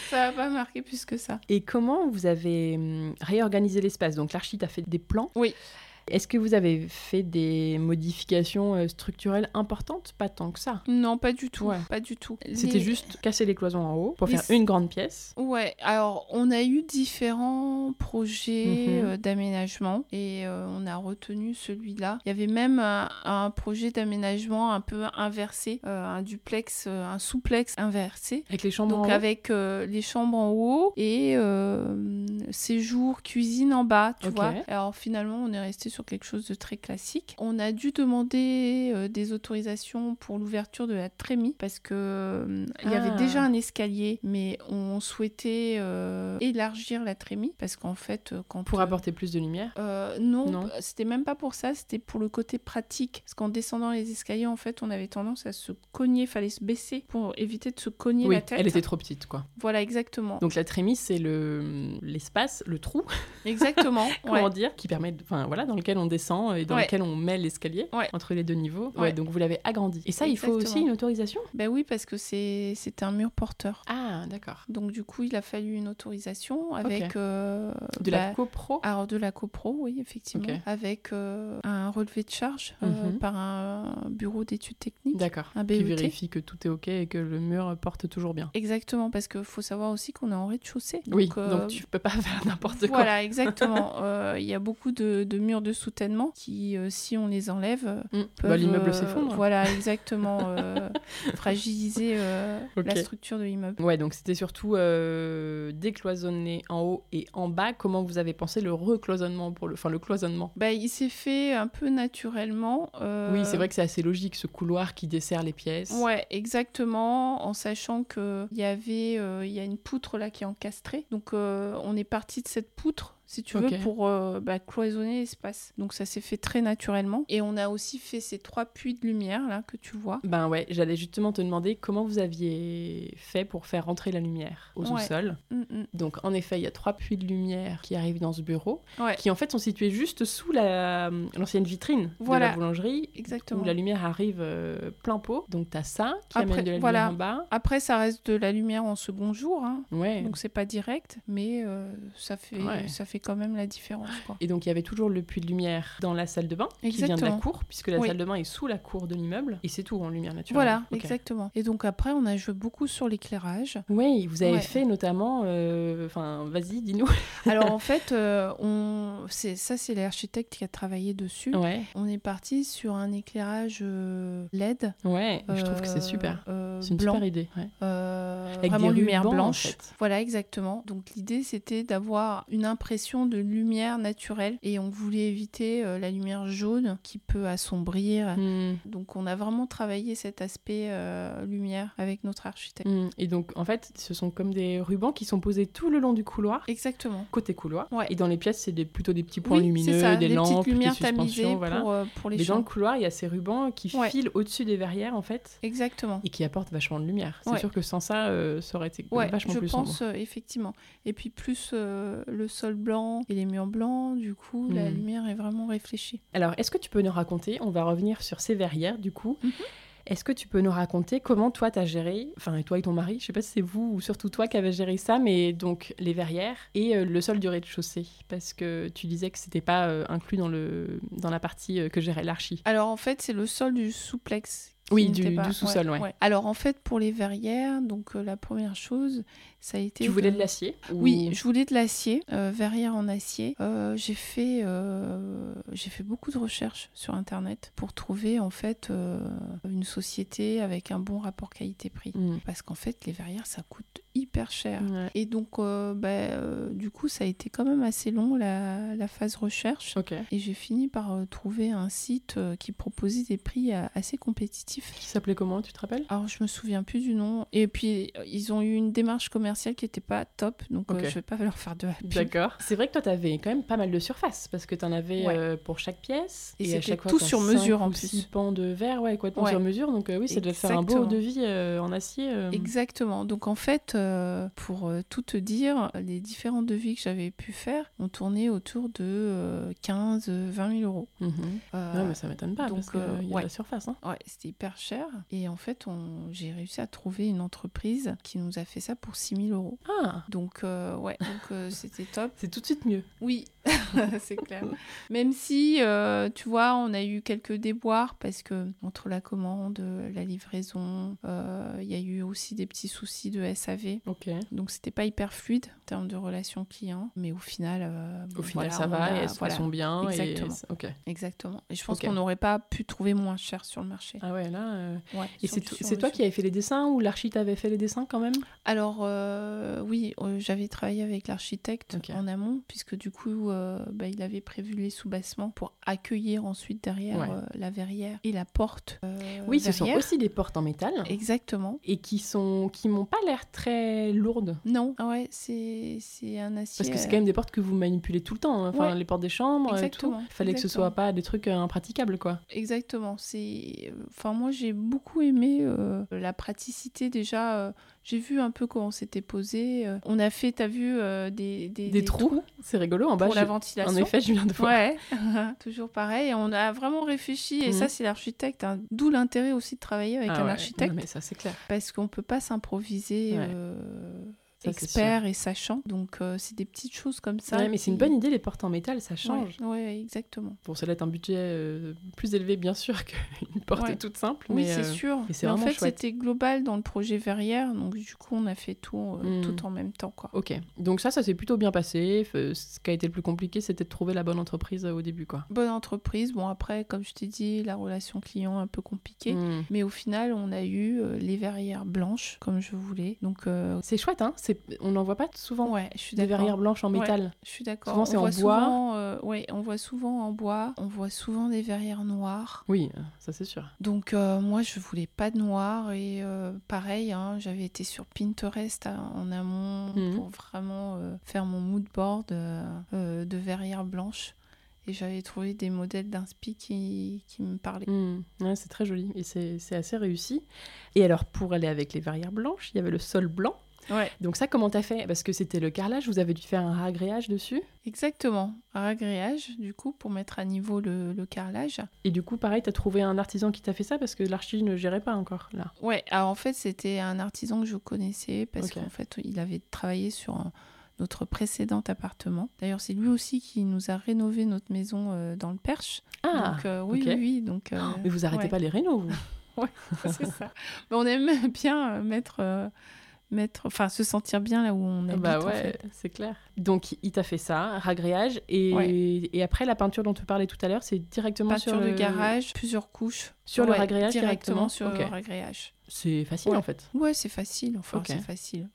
Speaker 2: ça m'a pas marqué plus que ça.
Speaker 1: Et comment vous avez hum, réorganisé l'espace Donc l'architecte a fait des plans.
Speaker 2: Oui.
Speaker 1: Est-ce que vous avez fait des modifications euh, structurelles importantes Pas tant que ça.
Speaker 2: Non, pas du tout.
Speaker 1: Ouais.
Speaker 2: Pas du tout.
Speaker 1: C'était
Speaker 2: Les-
Speaker 1: juste casser les cloisons en haut pour
Speaker 2: Les-
Speaker 1: faire une grande pièce.
Speaker 2: Ouais, alors on a eu différents projets
Speaker 1: Mhm.
Speaker 2: euh, d'aménagement et euh, on a retenu celui-là. Il y avait même un, un projet d'aménagement un peu inversé, euh, un duplex, euh, un souplex inversé.
Speaker 1: Avec les chambres
Speaker 2: Donc
Speaker 1: en haut.
Speaker 2: avec euh, les chambres en haut et euh, séjour cuisine en bas, tu
Speaker 1: Ok.
Speaker 2: vois. Alors finalement on est resté sur quelque chose de très classique. On a dû demander euh, des autorisations pour l'ouverture de la trémie parce que euh, il y
Speaker 1: Ah.
Speaker 2: avait déjà un escalier, mais on souhaitait euh, élargir la trémie parce qu'en fait, euh, quand
Speaker 1: Pour
Speaker 2: euh,
Speaker 1: apporter plus de lumière.
Speaker 2: euh, non,
Speaker 1: Non.
Speaker 2: bah, c'était même pas pour ça, c'était pour le côté pratique. Parce qu'en descendant les escaliers, en fait, on avait tendance à se cogner, fallait se baisser pour éviter de se cogner
Speaker 1: Oui,
Speaker 2: la tête.
Speaker 1: elle était trop petite, quoi.
Speaker 2: Voilà, exactement.
Speaker 1: Donc la trémie, c'est le hum, l'espace, le trou,
Speaker 2: Exactement.
Speaker 1: comment
Speaker 2: ouais.
Speaker 1: dire, qui permet, de- enfin voilà, dans lequel on descend et dans
Speaker 2: Ouais.
Speaker 1: lequel on met l'escalier
Speaker 2: Ouais.
Speaker 1: entre les deux niveaux. Ouais,
Speaker 2: Ouais.
Speaker 1: donc vous l'avez agrandi. Et ça, il faut aussi
Speaker 2: Exactement.
Speaker 1: une autorisation.
Speaker 2: Ben oui, parce que c'est c'est un mur porteur.
Speaker 1: Ah, d'accord.
Speaker 2: Donc du coup, il a fallu une autorisation avec euh,
Speaker 1: De la
Speaker 2: bah,
Speaker 1: copro.
Speaker 2: alors de la copro, oui, effectivement,
Speaker 1: Ok.
Speaker 2: avec euh, un relevé de charge euh,
Speaker 1: Mhm.
Speaker 2: par un bureau d'études techniques.
Speaker 1: D'accord.
Speaker 2: Un
Speaker 1: Qui
Speaker 2: BUT.
Speaker 1: vérifie que tout est ok et que le mur porte toujours bien.
Speaker 2: Exactement, parce que faut savoir aussi qu'on est en rez-de-chaussée.
Speaker 1: oui,
Speaker 2: euh,
Speaker 1: donc tu peux pas faire n'importe quoi.
Speaker 2: Voilà, exactement. Euh, Il y a beaucoup de, de murs de soutènement qui, euh, si on les enlève, euh,
Speaker 1: Mm.
Speaker 2: peuvent,
Speaker 1: Bah, l'immeuble
Speaker 2: euh,
Speaker 1: s'effondre.
Speaker 2: Voilà, exactement. euh, fragiliser euh,
Speaker 1: Ok.
Speaker 2: la structure de l'immeuble.
Speaker 1: Ouais, donc c'était surtout euh, décloisonner en haut et en bas. Comment vous avez pensé le recloisonnement pour le, enfin le cloisonnement
Speaker 2: Bah, il s'est fait un peu naturellement. euh,
Speaker 1: Oui, c'est vrai que c'est assez logique ce couloir qui dessert les pièces.
Speaker 2: Ouais, exactement, en sachant que il y avait, euh, il y a une poutre là qui est encastrée, donc euh, on est parti de cette poutre, si tu veux,
Speaker 1: Ok.
Speaker 2: pour euh, bah, cloisonner l'espace. Donc ça s'est fait très naturellement, et on a aussi fait ces trois puits de lumière là que tu vois.
Speaker 1: Ben ouais, j'allais justement te demander comment vous aviez fait pour faire rentrer la lumière au
Speaker 2: Ouais.
Speaker 1: sous-sol.
Speaker 2: Mm, mm.
Speaker 1: Donc en effet, il y a trois puits de lumière qui arrivent dans ce bureau,
Speaker 2: Ouais.
Speaker 1: qui en fait sont situés juste sous la euh, l'ancienne vitrine de
Speaker 2: Voilà.
Speaker 1: la boulangerie,
Speaker 2: Exactement.
Speaker 1: où la lumière arrive euh, plein pot. Donc t'as ça qui
Speaker 2: Après,
Speaker 1: amène de la
Speaker 2: voilà.
Speaker 1: lumière en bas.
Speaker 2: Après, ça reste de la lumière en second jour, hein,
Speaker 1: Ouais.
Speaker 2: donc c'est pas direct, mais euh, ça fait,
Speaker 1: Ouais.
Speaker 2: ça fait quand même la différence, quoi.
Speaker 1: Et donc il y avait toujours le puits de lumière dans la salle de bain qui vient de la
Speaker 2: Exactement.
Speaker 1: cour, puisque la
Speaker 2: Oui.
Speaker 1: salle de bain est sous la cour de l'immeuble. Et c'est tout en lumière naturelle.
Speaker 2: Voilà,
Speaker 1: Ok.
Speaker 2: exactement. Et donc après, on a joué beaucoup sur l'éclairage.
Speaker 1: Oui, vous avez
Speaker 2: Ouais.
Speaker 1: fait notamment. euh, Enfin, vas-y, dis-nous.
Speaker 2: Alors en fait, euh, on... c'est... ça c'est l'architecte qui a travaillé dessus.
Speaker 1: Ouais,
Speaker 2: On est parti sur un éclairage euh, LED.
Speaker 1: ouais, je trouve que
Speaker 2: euh,
Speaker 1: c'est super.
Speaker 2: euh,
Speaker 1: C'est une
Speaker 2: blanc.
Speaker 1: super idée. ouais.
Speaker 2: euh,
Speaker 1: Avec
Speaker 2: vraiment
Speaker 1: des
Speaker 2: lumière
Speaker 1: rubans, en
Speaker 2: blanche.
Speaker 1: fait.
Speaker 2: Voilà, exactement. Donc l'idée c'était d'avoir une impression de lumière naturelle et on voulait éviter euh, la lumière jaune qui peut assombrir.
Speaker 1: Hmm,
Speaker 2: Donc on a vraiment travaillé cet aspect euh, lumière avec notre architecte.
Speaker 1: hmm. Et donc, en fait, ce sont comme des rubans qui sont posés tout le long du couloir,
Speaker 2: Exactement.
Speaker 1: côté couloir.
Speaker 2: Ouais.
Speaker 1: Et dans les pièces, c'est des- plutôt des petits points
Speaker 2: oui,
Speaker 1: lumineux,
Speaker 2: c'est ça,
Speaker 1: des
Speaker 2: les
Speaker 1: lampes,
Speaker 2: petites lumières
Speaker 1: des
Speaker 2: tamisées
Speaker 1: suspensions, voilà.
Speaker 2: pour, euh, pour les
Speaker 1: Mais dans le
Speaker 2: gens.
Speaker 1: couloir, il y a ces rubans qui
Speaker 2: Ouais.
Speaker 1: filent au-dessus des verrières, en fait,
Speaker 2: Exactement.
Speaker 1: et qui apportent vachement de lumière. C'est
Speaker 2: Ouais.
Speaker 1: sûr que sans ça, euh, ça aurait été
Speaker 2: Ouais,
Speaker 1: vachement
Speaker 2: je
Speaker 1: plus sombre.
Speaker 2: pense euh, effectivement. Et puis plus euh, le sol blanc et les murs blancs, du coup, la
Speaker 1: Hmm.
Speaker 2: lumière est vraiment réfléchie.
Speaker 1: Alors, est-ce que tu peux nous raconter On va revenir sur ces verrières, du coup.
Speaker 2: Mhm.
Speaker 1: Est-ce que tu peux nous raconter comment toi t'as géré, enfin toi et ton mari, je sais pas si c'est vous ou surtout toi qui avez géré ça, mais donc les verrières et euh, le sol du rez-de-chaussée, parce que tu disais que c'était pas euh, inclus dans le dans la partie euh, que gérait l'archi.
Speaker 2: Alors en fait, c'est le sol du souplex. qui
Speaker 1: Oui, du-
Speaker 2: n'était pas-
Speaker 1: du sous-sol, ouais.
Speaker 2: Alors en fait, pour les verrières, donc euh, la première chose, ça a été.
Speaker 1: Tu voulais de l'acier
Speaker 2: Oui,
Speaker 1: ou-
Speaker 2: je voulais de l'acier, euh, verrière en acier. Euh, j'ai fait, euh, j'ai fait beaucoup de recherches sur internet pour trouver en fait euh, une société avec un bon rapport qualité-prix.
Speaker 1: Mm.
Speaker 2: Parce qu'en fait, les verrières, ça coûte hyper cher.
Speaker 1: Ouais.
Speaker 2: Et donc, euh, bah, euh, du coup, ça a été quand même assez long la, la phase recherche.
Speaker 1: Ok.
Speaker 2: Et j'ai fini par euh, trouver un site euh, qui proposait des prix euh, assez compétitifs.
Speaker 1: Qui s'appelait comment Tu te rappelles
Speaker 2: Alors, je me souviens plus du nom. Et puis, euh, ils ont eu une démarche commerciale qui n'était pas top. Donc, euh,
Speaker 1: Ok.
Speaker 2: je vais pas leur faire de la pub.
Speaker 1: D'accord. C'est vrai que toi t'avais quand même pas mal de surface parce que t'en avais
Speaker 2: Ouais.
Speaker 1: euh, pour chaque pièce
Speaker 2: Et
Speaker 1: à
Speaker 2: c'était
Speaker 1: chaque fois,
Speaker 2: tout
Speaker 1: t'as
Speaker 2: sur
Speaker 1: cinq
Speaker 2: mesure, en
Speaker 1: ou
Speaker 2: plus.
Speaker 1: Six pans de verre, ouais, complètement
Speaker 2: Ouais.
Speaker 1: sur mesure. Donc euh, oui, ça devait faire un beau
Speaker 2: Exactement.
Speaker 1: devis euh, en acier. euh.
Speaker 2: Exactement. Donc en fait, euh, pour euh, tout te dire, les différents devis que j'avais pu faire ont tourné autour de euh, 15-20 000 euros.
Speaker 1: Mhm.
Speaker 2: Euh,
Speaker 1: Non, mais ça m'étonne pas,
Speaker 2: donc,
Speaker 1: parce qu'il
Speaker 2: euh,
Speaker 1: y a
Speaker 2: ouais.
Speaker 1: de la surface. hein.
Speaker 2: Ouais, c'était hyper cher. Et en fait, on... j'ai réussi à trouver une entreprise qui nous a fait ça pour 6 000 euros.
Speaker 1: Ah,
Speaker 2: Donc, euh, ouais, donc euh, c'était top.
Speaker 1: c'est tout de suite mieux.
Speaker 2: Oui, c'est clair. Même si, euh, tu vois, on a eu quelques déboires parce que entre la commande, la livraison, euh, il y a eu aussi des petits soucis de SAV.
Speaker 1: Ok.
Speaker 2: Donc, c'était pas hyper fluide en termes de relation client. Mais au final, euh,
Speaker 1: Au
Speaker 2: bon,
Speaker 1: final,
Speaker 2: voilà,
Speaker 1: ça
Speaker 2: on
Speaker 1: va,
Speaker 2: a-
Speaker 1: et elles elles
Speaker 2: voilà,
Speaker 1: sont bien. et-
Speaker 2: Exactement.
Speaker 1: Ok.
Speaker 2: Exactement. Et je pense
Speaker 1: Ok.
Speaker 2: qu'on n'aurait pas pu trouver moins cher sur le marché.
Speaker 1: Ah ouais, là. euh,
Speaker 2: Ouais,
Speaker 1: Et
Speaker 2: sur
Speaker 1: c'est
Speaker 2: du-
Speaker 1: to-
Speaker 2: sur
Speaker 1: c'est
Speaker 2: le
Speaker 1: toi
Speaker 2: sur-
Speaker 1: qui avais fait les dessins ou l'archi t'avait fait les dessins quand même
Speaker 2: Alors euh, oui, euh, j'avais travaillé avec l'architecte
Speaker 1: Ok.
Speaker 2: en amont, puisque du coup, euh, bah, il avait prévu les sous-bassements pour accueillir ensuite derrière
Speaker 1: Ouais.
Speaker 2: euh, la verrière et la porte. euh,
Speaker 1: Oui, ce sont
Speaker 2: derrière.
Speaker 1: aussi des portes en métal
Speaker 2: Exactement.
Speaker 1: et qui sont qui m'ont pas l'air très lourdes.
Speaker 2: Non, Ah ouais, c'est c'est un acier.
Speaker 1: Parce que c'est quand même des portes que vous manipulez tout le temps, hein. enfin
Speaker 2: euh, Ouais.
Speaker 1: les portes des chambres et tout.
Speaker 2: Exactement,
Speaker 1: Fallait que ce
Speaker 2: exactement.
Speaker 1: soit pas des trucs euh, impraticables quoi.
Speaker 2: Exactement. C'est, euh, enfin moi j'ai beaucoup aimé euh, la praticité déjà. euh, j'ai vu un peu comment c'était posé. euh. on a fait, t'as vu euh, des, des,
Speaker 1: Des, trous, c'est rigolo en bas.
Speaker 2: pour la
Speaker 1: je-
Speaker 2: ventilation.
Speaker 1: En effet, je viens de voir.
Speaker 2: Ouais, toujours pareil. Et On a vraiment réfléchi et
Speaker 1: Mhm.
Speaker 2: ça c'est l'architecte. hein. D'où l'intérêt aussi de travailler avec
Speaker 1: Ah
Speaker 2: un
Speaker 1: ouais.
Speaker 2: architecte
Speaker 1: Non, mais ça c'est clair.
Speaker 2: parce qu'on peut pas s'improviser.
Speaker 1: Ouais.
Speaker 2: euh,
Speaker 1: Ça, c'est
Speaker 2: expert et sachant. Donc euh, c'est des petites choses comme ça.
Speaker 1: Ouais, mais c'est une
Speaker 2: qui-
Speaker 1: bonne idée les portes en métal, ça change.
Speaker 2: Ouais, ouais, ouais, exactement.
Speaker 1: Bon, ça doit être un budget euh, plus élevé, bien sûr, qu'une porte
Speaker 2: Ouais.
Speaker 1: toute simple.
Speaker 2: Oui,
Speaker 1: mais,
Speaker 2: c'est
Speaker 1: euh,
Speaker 2: sûr.
Speaker 1: mais c'est
Speaker 2: en
Speaker 1: vraiment
Speaker 2: fait,
Speaker 1: chouette.
Speaker 2: c'était global dans le projet Verrières, donc du coup, on a fait tout, euh,
Speaker 1: Mm.
Speaker 2: tout en même temps, quoi.
Speaker 1: Ok, donc ça, ça s'est plutôt bien passé. F- euh, Ce qui a été le plus compliqué, c'était de trouver la bonne entreprise euh, au début, quoi.
Speaker 2: Bonne entreprise. Bon, après, comme je t'ai dit, la relation client un peu compliquée.
Speaker 1: Hmm.
Speaker 2: Mais au final, on a eu euh, les verrières blanches, comme je voulais. Donc, euh,
Speaker 1: C'est chouette, hein c'est- On n'en voit pas souvent.
Speaker 2: ouais, je suis
Speaker 1: Des verrières
Speaker 2: d'accord.
Speaker 1: blanches en
Speaker 2: Ouais.
Speaker 1: métal.
Speaker 2: Je suis d'accord.
Speaker 1: Souvent,
Speaker 2: On
Speaker 1: c'est en
Speaker 2: voit
Speaker 1: bois.
Speaker 2: souvent, euh, ouais, on voit souvent en bois. On voit souvent des verrières noires.
Speaker 1: Oui, euh, ça c'est sûr.
Speaker 2: Donc euh, moi je voulais pas de noir et euh, pareil hein, j'avais été sur Pinterest hein, en amont
Speaker 1: Mhm.
Speaker 2: pour vraiment euh, faire mon mood board euh, euh, de verrière blanche et j'avais trouvé des modèles d'inspi qui, qui me parlaient.
Speaker 1: Hmm. Ouais, c'est très joli et c'est c'est assez réussi. Et alors, pour aller avec les verrières blanches, il y avait le sol blanc.
Speaker 2: Ouais.
Speaker 1: Donc ça, comment t'as fait Parce que c'était le carrelage, vous avez dû faire un ragréage dessus.
Speaker 2: Exactement, un agréage du coup pour mettre à niveau le, le carrelage.
Speaker 1: Et du coup, pareil, t'as trouvé un artisan qui t'a fait ça parce que l'archi ne gérait pas encore, là.
Speaker 2: Ouais, alors en fait c'était un artisan que je connaissais parce
Speaker 1: Ok.
Speaker 2: qu'en fait il avait travaillé sur un- notre précédent appartement. D'ailleurs c'est lui aussi qui nous a rénové notre maison euh, dans le Perche. donc, euh, oui,
Speaker 1: Ah, ok. Oh,
Speaker 2: oui, oui, donc. euh,
Speaker 1: Mais vous arrêtez
Speaker 2: ouais,
Speaker 1: pas les rénaux, vous
Speaker 2: c'est ça. Mais on aime bien euh, mettre, euh, mettre, enfin, se sentir bien là où on habite.
Speaker 1: Bah
Speaker 2: en
Speaker 1: ouais,
Speaker 2: fait.
Speaker 1: c'est clair. Donc il t'a fait ça, ragréage, et,
Speaker 2: Ouais.
Speaker 1: et après la peinture dont tu parlais tout à l'heure, c'est directement
Speaker 2: Peinture
Speaker 1: sur
Speaker 2: de
Speaker 1: le
Speaker 2: garage, plusieurs couches.
Speaker 1: Sur le
Speaker 2: Ouais,
Speaker 1: ragréage
Speaker 2: directement,
Speaker 1: directement,
Speaker 2: sur
Speaker 1: Ok.
Speaker 2: le ragréage.
Speaker 1: C'est facile
Speaker 2: Ouais.
Speaker 1: en fait.
Speaker 2: Ouais, c'est facile. Enfin,
Speaker 1: Ok.
Speaker 2: c'est facile.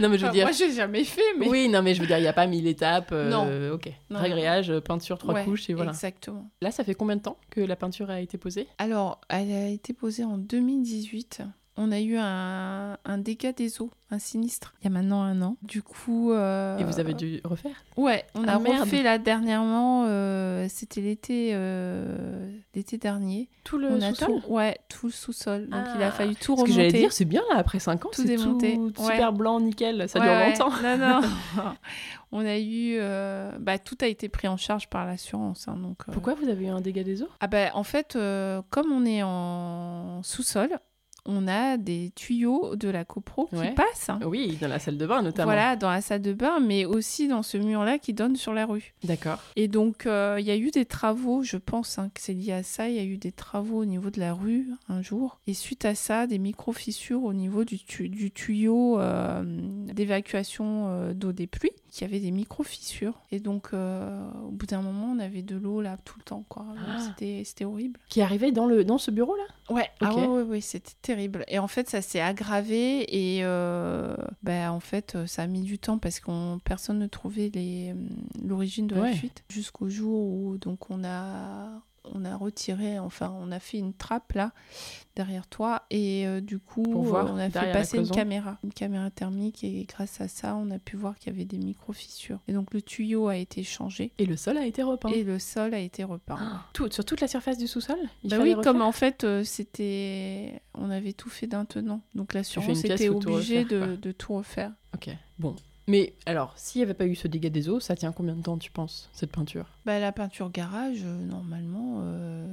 Speaker 1: Non mais je veux
Speaker 2: Enfin,
Speaker 1: dire.
Speaker 2: Moi, j'ai jamais fait, mais.
Speaker 1: Oui, non mais je veux dire, il n'y a pas mille étapes. euh,
Speaker 2: Non.
Speaker 1: Ok.
Speaker 2: Non.
Speaker 1: Ragréage, peinture, trois
Speaker 2: Ouais,
Speaker 1: couches et voilà.
Speaker 2: Exactement.
Speaker 1: Là, ça fait combien de temps que la peinture a été posée
Speaker 2: Alors, elle a été posée en 2018. On a eu un, un dégât des eaux, un sinistre, il y a maintenant un an. Du coup. euh,
Speaker 1: Et vous avez dû refaire
Speaker 2: Ouais, on
Speaker 1: Ah,
Speaker 2: a
Speaker 1: merde.
Speaker 2: refait là dernièrement. euh, C'était l'été, euh, l'été dernier.
Speaker 1: tout le
Speaker 2: on a
Speaker 1: sous-sol
Speaker 2: tout, ouais, tout le sous-sol. Donc il
Speaker 1: Ah,
Speaker 2: a fallu tout
Speaker 1: Ce que
Speaker 2: remonter.
Speaker 1: j'allais dire, c'est bien là, après 5 ans,
Speaker 2: Tout
Speaker 1: c'est
Speaker 2: démonter,
Speaker 1: tout
Speaker 2: ouais.
Speaker 1: super blanc, nickel, ça
Speaker 2: Ouais,
Speaker 1: dure
Speaker 2: ouais.
Speaker 1: longtemps.
Speaker 2: Non, non. on a eu, euh, bah, tout a été pris en charge par l'assurance. hein, donc. euh,
Speaker 1: Pourquoi vous avez eu un dégât des eaux
Speaker 2: Ah bah, en fait, euh, comme on est en sous-sol, on a des tuyaux de la copro
Speaker 1: Ouais.
Speaker 2: qui passent. hein.
Speaker 1: Oui, dans la salle de bain notamment.
Speaker 2: Voilà, dans la salle de bain, mais aussi dans ce mur-là qui donne sur la rue.
Speaker 1: D'accord.
Speaker 2: Et donc, euh, il y a eu des travaux, je pense hein, que c'est lié à ça, il y a eu des travaux au niveau de la rue un jour. Et suite à ça, des micro-fissures au niveau du, tu- du tuyau euh, d'évacuation euh, d'eau des pluies, qui avait des micro-fissures. Et donc, euh, au bout d'un moment, on avait de l'eau là tout le temps, quoi. Donc,
Speaker 1: Ah.
Speaker 2: c'était- C'était horrible.
Speaker 1: Qui est arrivé dans, le, dans ce bureau là
Speaker 2: Ouais, ah
Speaker 1: Ok.
Speaker 2: ouais, ouais, ouais, c'était terrible. Et en fait, ça s'est aggravé et euh, bah, en fait, euh, ça a mis du temps parce qu'on personne ne trouvait les hum, l'origine de la
Speaker 1: Ouais.
Speaker 2: fuite jusqu'au jour où donc on a on a retiré, enfin, on a fait une trappe là derrière toi et euh, du coup,
Speaker 1: Pour
Speaker 2: euh,
Speaker 1: voir
Speaker 2: on a fait
Speaker 1: derrière la
Speaker 2: passer une
Speaker 1: cloison.
Speaker 2: caméra, une caméra thermique et grâce à ça, on a pu voir qu'il y avait des micro fissures. Et donc le tuyau a été changé
Speaker 1: Et le sol a été repeint.
Speaker 2: et le sol a été repeint.
Speaker 1: Ah, tout- sur toute la surface du sous-sol Il
Speaker 2: Bah
Speaker 1: fallait
Speaker 2: oui,
Speaker 1: refaire
Speaker 2: comme en fait, euh, c'était, on avait tout fait d'un tenant. Donc
Speaker 1: Tu fais
Speaker 2: l'assurance
Speaker 1: une pièce,
Speaker 2: était
Speaker 1: faut tout
Speaker 2: obligée
Speaker 1: refaire,
Speaker 2: de,
Speaker 1: quoi.
Speaker 2: de tout refaire.
Speaker 1: Ok, bon. Mais alors, s'il n'y avait pas eu ce dégât des eaux, ça tient combien de temps, tu penses, cette peinture
Speaker 2: Bah, la peinture garage, euh, normalement, euh,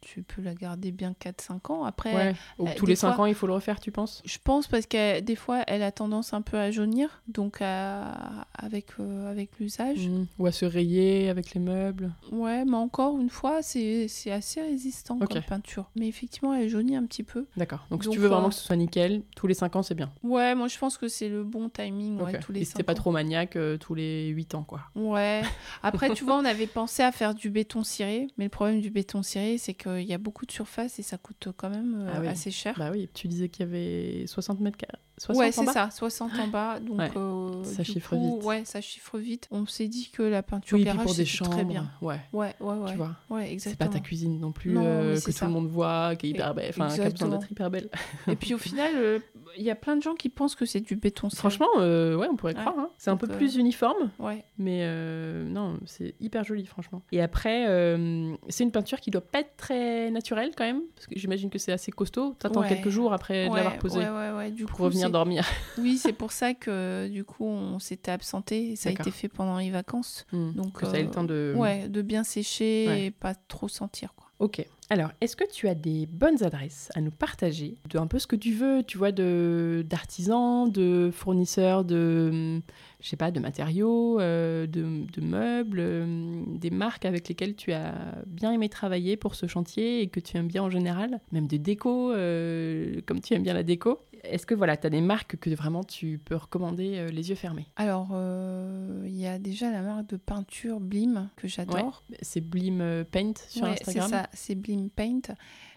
Speaker 2: tu peux la garder bien 4-5 ans. Après,
Speaker 1: Ou
Speaker 2: euh,
Speaker 1: tous
Speaker 2: des
Speaker 1: les 5
Speaker 2: fois-
Speaker 1: ans, il faut le refaire, tu penses
Speaker 2: je pense parce que des fois, elle a tendance un peu à jaunir, donc à- avec, euh, avec l'usage.
Speaker 1: Mm. Ou à se rayer avec les meubles
Speaker 2: Ouais, mais encore une fois, c'est c'est assez résistant
Speaker 1: Mm. Ok.
Speaker 2: comme peinture. Mais effectivement, elle jaunit un petit peu.
Speaker 1: D'accord. Donc, si
Speaker 2: Donc,
Speaker 1: tu veux
Speaker 2: euh,
Speaker 1: vraiment que ce soit nickel, tous les 5 ans, c'est bien.
Speaker 2: Ouais, moi je pense que c'est le bon timing, ouais,
Speaker 1: Ok.
Speaker 2: tous les
Speaker 1: Et si t'es
Speaker 2: cinq
Speaker 1: pas
Speaker 2: ans.
Speaker 1: trop maniaque, euh, tous les 8 ans, quoi.
Speaker 2: Ouais. Après, tu vois, on avait pensé à faire du béton ciré, mais le problème du béton ciré, c'est que euh, il y a beaucoup de surface et ça coûte quand même euh,
Speaker 1: Ah oui.
Speaker 2: assez cher.
Speaker 1: Bah oui, tu disais qu'il y avait 60 mètres carrés. 60
Speaker 2: Ouais,
Speaker 1: en
Speaker 2: c'est
Speaker 1: bas
Speaker 2: ça, 60 en bas. Donc,
Speaker 1: Ouais,
Speaker 2: euh,
Speaker 1: ça
Speaker 2: du
Speaker 1: chiffre
Speaker 2: coup,
Speaker 1: vite.
Speaker 2: Ouais, ça chiffre vite. On s'est dit que la peinture
Speaker 1: Oui, puis
Speaker 2: garage,
Speaker 1: pour des
Speaker 2: c'était
Speaker 1: chambres.
Speaker 2: très bien.
Speaker 1: Ouais,
Speaker 2: Ouais, ouais, ouais.
Speaker 1: tu vois.
Speaker 2: ouais
Speaker 1: C'est pas
Speaker 2: exactement.
Speaker 1: ta cuisine non plus
Speaker 2: Non,
Speaker 1: euh,
Speaker 2: mais
Speaker 1: que
Speaker 2: c'est
Speaker 1: tout
Speaker 2: ça.
Speaker 1: le monde voit, qui est hyper belle, enfin qui a besoin
Speaker 2: Exactement.
Speaker 1: d'être hyper belle.
Speaker 2: et puis au final, euh, il y a plein de gens qui pensent que c'est du béton. sale.
Speaker 1: Franchement, euh, ouais, on pourrait
Speaker 2: Ouais.
Speaker 1: croire. hein. C'est un peu
Speaker 2: Donc, euh,
Speaker 1: plus uniforme,
Speaker 2: Ouais.
Speaker 1: mais euh, non, c'est hyper joli, franchement. Et après, euh, c'est une peinture qui doit pas être très naturelle quand même, parce que j'imagine que c'est assez costaud. T'attends
Speaker 2: Ouais.
Speaker 1: quelques jours après de
Speaker 2: ouais,
Speaker 1: l'avoir posée
Speaker 2: ouais, ouais, ouais. Du
Speaker 1: pour
Speaker 2: coup,
Speaker 1: revenir
Speaker 2: c'est-
Speaker 1: dormir.
Speaker 2: Oui, c'est pour ça que euh, du coup, on s'était absenté et ça a été
Speaker 1: D'accord.
Speaker 2: fait pendant les vacances.
Speaker 1: Donc,
Speaker 2: Donc,
Speaker 1: que ça ait le
Speaker 2: euh,
Speaker 1: temps de.
Speaker 2: Ouais, de bien sécher
Speaker 1: Ouais.
Speaker 2: et pas trop sentir, quoi.
Speaker 1: Ok. Alors, est-ce que tu as des bonnes adresses à nous partager de un peu ce que tu veux, tu vois, de d'artisans, de fournisseurs, de hum, je sais pas, de matériaux, euh, de, de meubles, hum, des marques avec lesquelles tu as bien aimé travailler pour ce chantier et que tu aimes bien en général, même de déco, euh, comme tu aimes bien la déco. Est-ce que voilà, tu as des marques que vraiment tu peux recommander euh, les yeux fermés
Speaker 2: Alors, euh, il y a déjà la marque de peinture Blim que j'adore.
Speaker 1: C'est Blim euh, Paint sur
Speaker 2: Ouais, c'est
Speaker 1: Instagram.
Speaker 2: ça, c'est Blim Paint.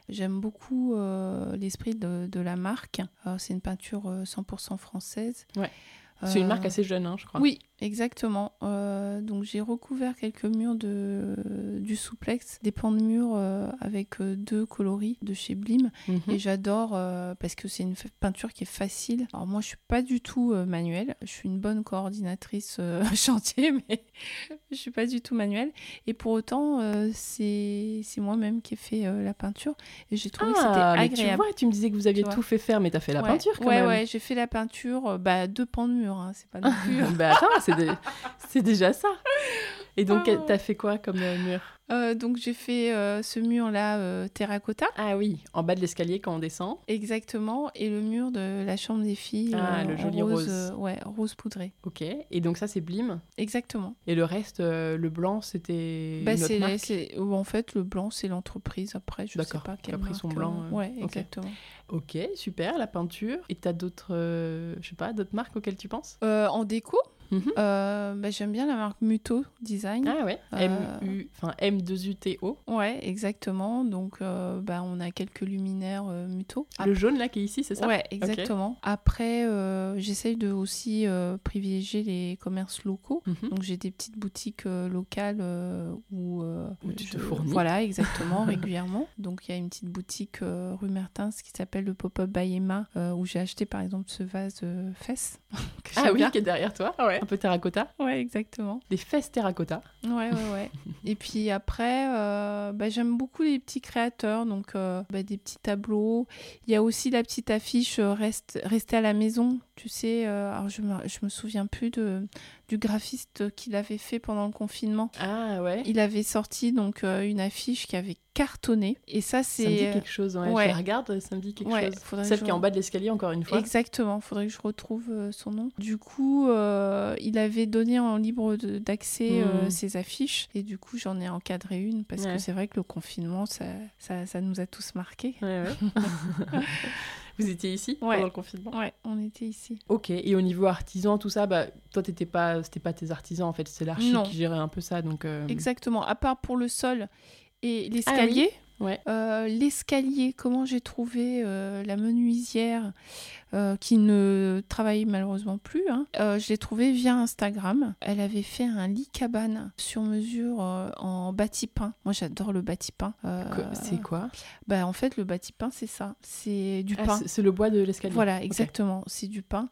Speaker 2: J'aime beaucoup euh, l'esprit de, de la marque. Alors, c'est une peinture euh, 100% française.
Speaker 1: Ouais. C'est une marque
Speaker 2: Euh,
Speaker 1: assez jeune, hein, je crois.
Speaker 2: Oui, exactement. Euh, donc j'ai recouvert quelques murs de, du souplex, des pans de murs euh, avec euh, deux coloris de chez Blim.
Speaker 1: Mhm.
Speaker 2: Et j'adore euh, parce que c'est une fa- peinture qui est facile. Alors moi, je suis pas du tout euh, manuelle. Je suis une bonne coordinatrice euh, chantier, mais je suis pas du tout manuelle. Et pour autant, euh, c'est c'est moi-même qui ai fait euh, la peinture. Et j'ai trouvé que c'était
Speaker 1: Ah, mais
Speaker 2: agréable.
Speaker 1: Tu vois, tu me disais que vous aviez
Speaker 2: Tu vois.
Speaker 1: tout fait faire, mais t'as fait la
Speaker 2: Ouais.
Speaker 1: peinture quand
Speaker 2: ouais,
Speaker 1: même.
Speaker 2: Ouais, j'ai fait la peinture, euh, bah, deux pans de mur, hein, c'est pas non plus.
Speaker 1: bah attends, c'est, dé- c'est déjà ça. Et donc,
Speaker 2: Ah.
Speaker 1: t'as fait quoi comme euh, mur
Speaker 2: Euh, donc j'ai fait euh, ce mur-là euh, terracotta,
Speaker 1: Ah oui, en bas de l'escalier quand on descend.
Speaker 2: exactement, et le mur de la chambre des filles,
Speaker 1: Ah,
Speaker 2: euh,
Speaker 1: le
Speaker 2: en
Speaker 1: joli rose.
Speaker 2: euh, ouais, rose poudré.
Speaker 1: Ok. Et donc ça, c'est Blim.
Speaker 2: Exactement.
Speaker 1: Et le reste, euh, le blanc, c'était
Speaker 2: Bah,
Speaker 1: une autre
Speaker 2: c'est,
Speaker 1: marque.
Speaker 2: c'est- ou en fait, le blanc, c'est l'entreprise. Après, je
Speaker 1: D'accord,
Speaker 2: sais pas
Speaker 1: qui
Speaker 2: quelle
Speaker 1: a pris
Speaker 2: marque,
Speaker 1: son blanc,
Speaker 2: euh,
Speaker 1: euh,
Speaker 2: Ouais,
Speaker 1: ok.
Speaker 2: exactement.
Speaker 1: Ok, super, la peinture. Et t'as d'autres, euh, je sais pas, d'autres marques auxquelles tu penses
Speaker 2: Euh, en déco,
Speaker 1: Mhm.
Speaker 2: euh, bah, j'aime bien la marque Muto Design.
Speaker 1: Ah ouais.
Speaker 2: Euh,
Speaker 1: M U, enfin M 2 U T O.
Speaker 2: Ouais, exactement. Donc, euh, bah, on a quelques luminaires euh, Muto.
Speaker 1: Le jaune là qui est ici, c'est ça
Speaker 2: Ouais, exactement. Après, euh, j'essaye de aussi euh, privilégier les commerces locaux.
Speaker 1: Mhm.
Speaker 2: Donc j'ai des petites boutiques euh, locales euh, où, euh,
Speaker 1: Où tu te fournis.
Speaker 2: Voilà, exactement, régulièrement. Donc il y a une petite boutique euh, rue Mertens qui s'appelle le Pop-up by Emma, euh, où j'ai acheté par exemple ce vase euh, fesse. que
Speaker 1: Ah
Speaker 2: j'aime
Speaker 1: oui,
Speaker 2: bien.
Speaker 1: qui est derrière toi. Ouais. Un peu terracotta.
Speaker 2: Ouais, exactement.
Speaker 1: Des fesses terracotta.
Speaker 2: Ouais, ouais, ouais. Et puis après, euh, bah, j'aime beaucoup les petits créateurs, donc euh, bah, des petits tableaux. Il y a aussi la petite affiche euh, reste, Rester à la maison, tu sais. euh, alors je me, je me souviens plus de, du graphiste qui l'avait fait pendant le confinement.
Speaker 1: Ah ouais.
Speaker 2: Il avait sorti donc euh, une affiche qui avait cartonné. Et ça, c'est. euh,
Speaker 1: Ça me dit quelque chose, ouais.
Speaker 2: ouais.
Speaker 1: Je la regarde, ça me dit quelque
Speaker 2: Ouais,
Speaker 1: chose.
Speaker 2: faudrait
Speaker 1: Celle
Speaker 2: que
Speaker 1: qui est
Speaker 2: je-
Speaker 1: en bas de l'escalier, encore une fois.
Speaker 2: Exactement, faudrait que je retrouve euh, son nom. Du coup, euh, il avait donné en libre de- d'accès euh,
Speaker 1: Mhm.
Speaker 2: ses affiches et du coup, j'en ai encadré une parce
Speaker 1: Ouais.
Speaker 2: que c'est vrai que le confinement, ça, ça, ça nous a tous marqués.
Speaker 1: Ouais, ouais. Vous étiez ici
Speaker 2: Ouais.
Speaker 1: pendant le confinement
Speaker 2: Ouais, on était ici.
Speaker 1: Ok, et au niveau artisan, tout ça, bah, toi, t'étais pas, c'était pas tes artisans, en fait, c'est l'archi
Speaker 2: Non.
Speaker 1: qui gérait un peu ça, donc... euh,
Speaker 2: Exactement, à part pour le sol et l'escalier.
Speaker 1: Ah Ouais.
Speaker 2: Euh, l'escalier, comment j'ai trouvé euh, la menuisière euh, qui ne travaille malheureusement plus. hein. Euh, je l'ai trouvée via Instagram. Elle avait fait un lit cabane sur mesure euh, en bâti peint. Moi j'adore le bâti peint. Euh,
Speaker 1: que- C'est quoi
Speaker 2: bah, en fait le bâti peint c'est ça. C'est du
Speaker 1: Ah,
Speaker 2: pain.
Speaker 1: c'est- C'est le bois de l'escalier.
Speaker 2: Voilà, exactement. C'est du pain.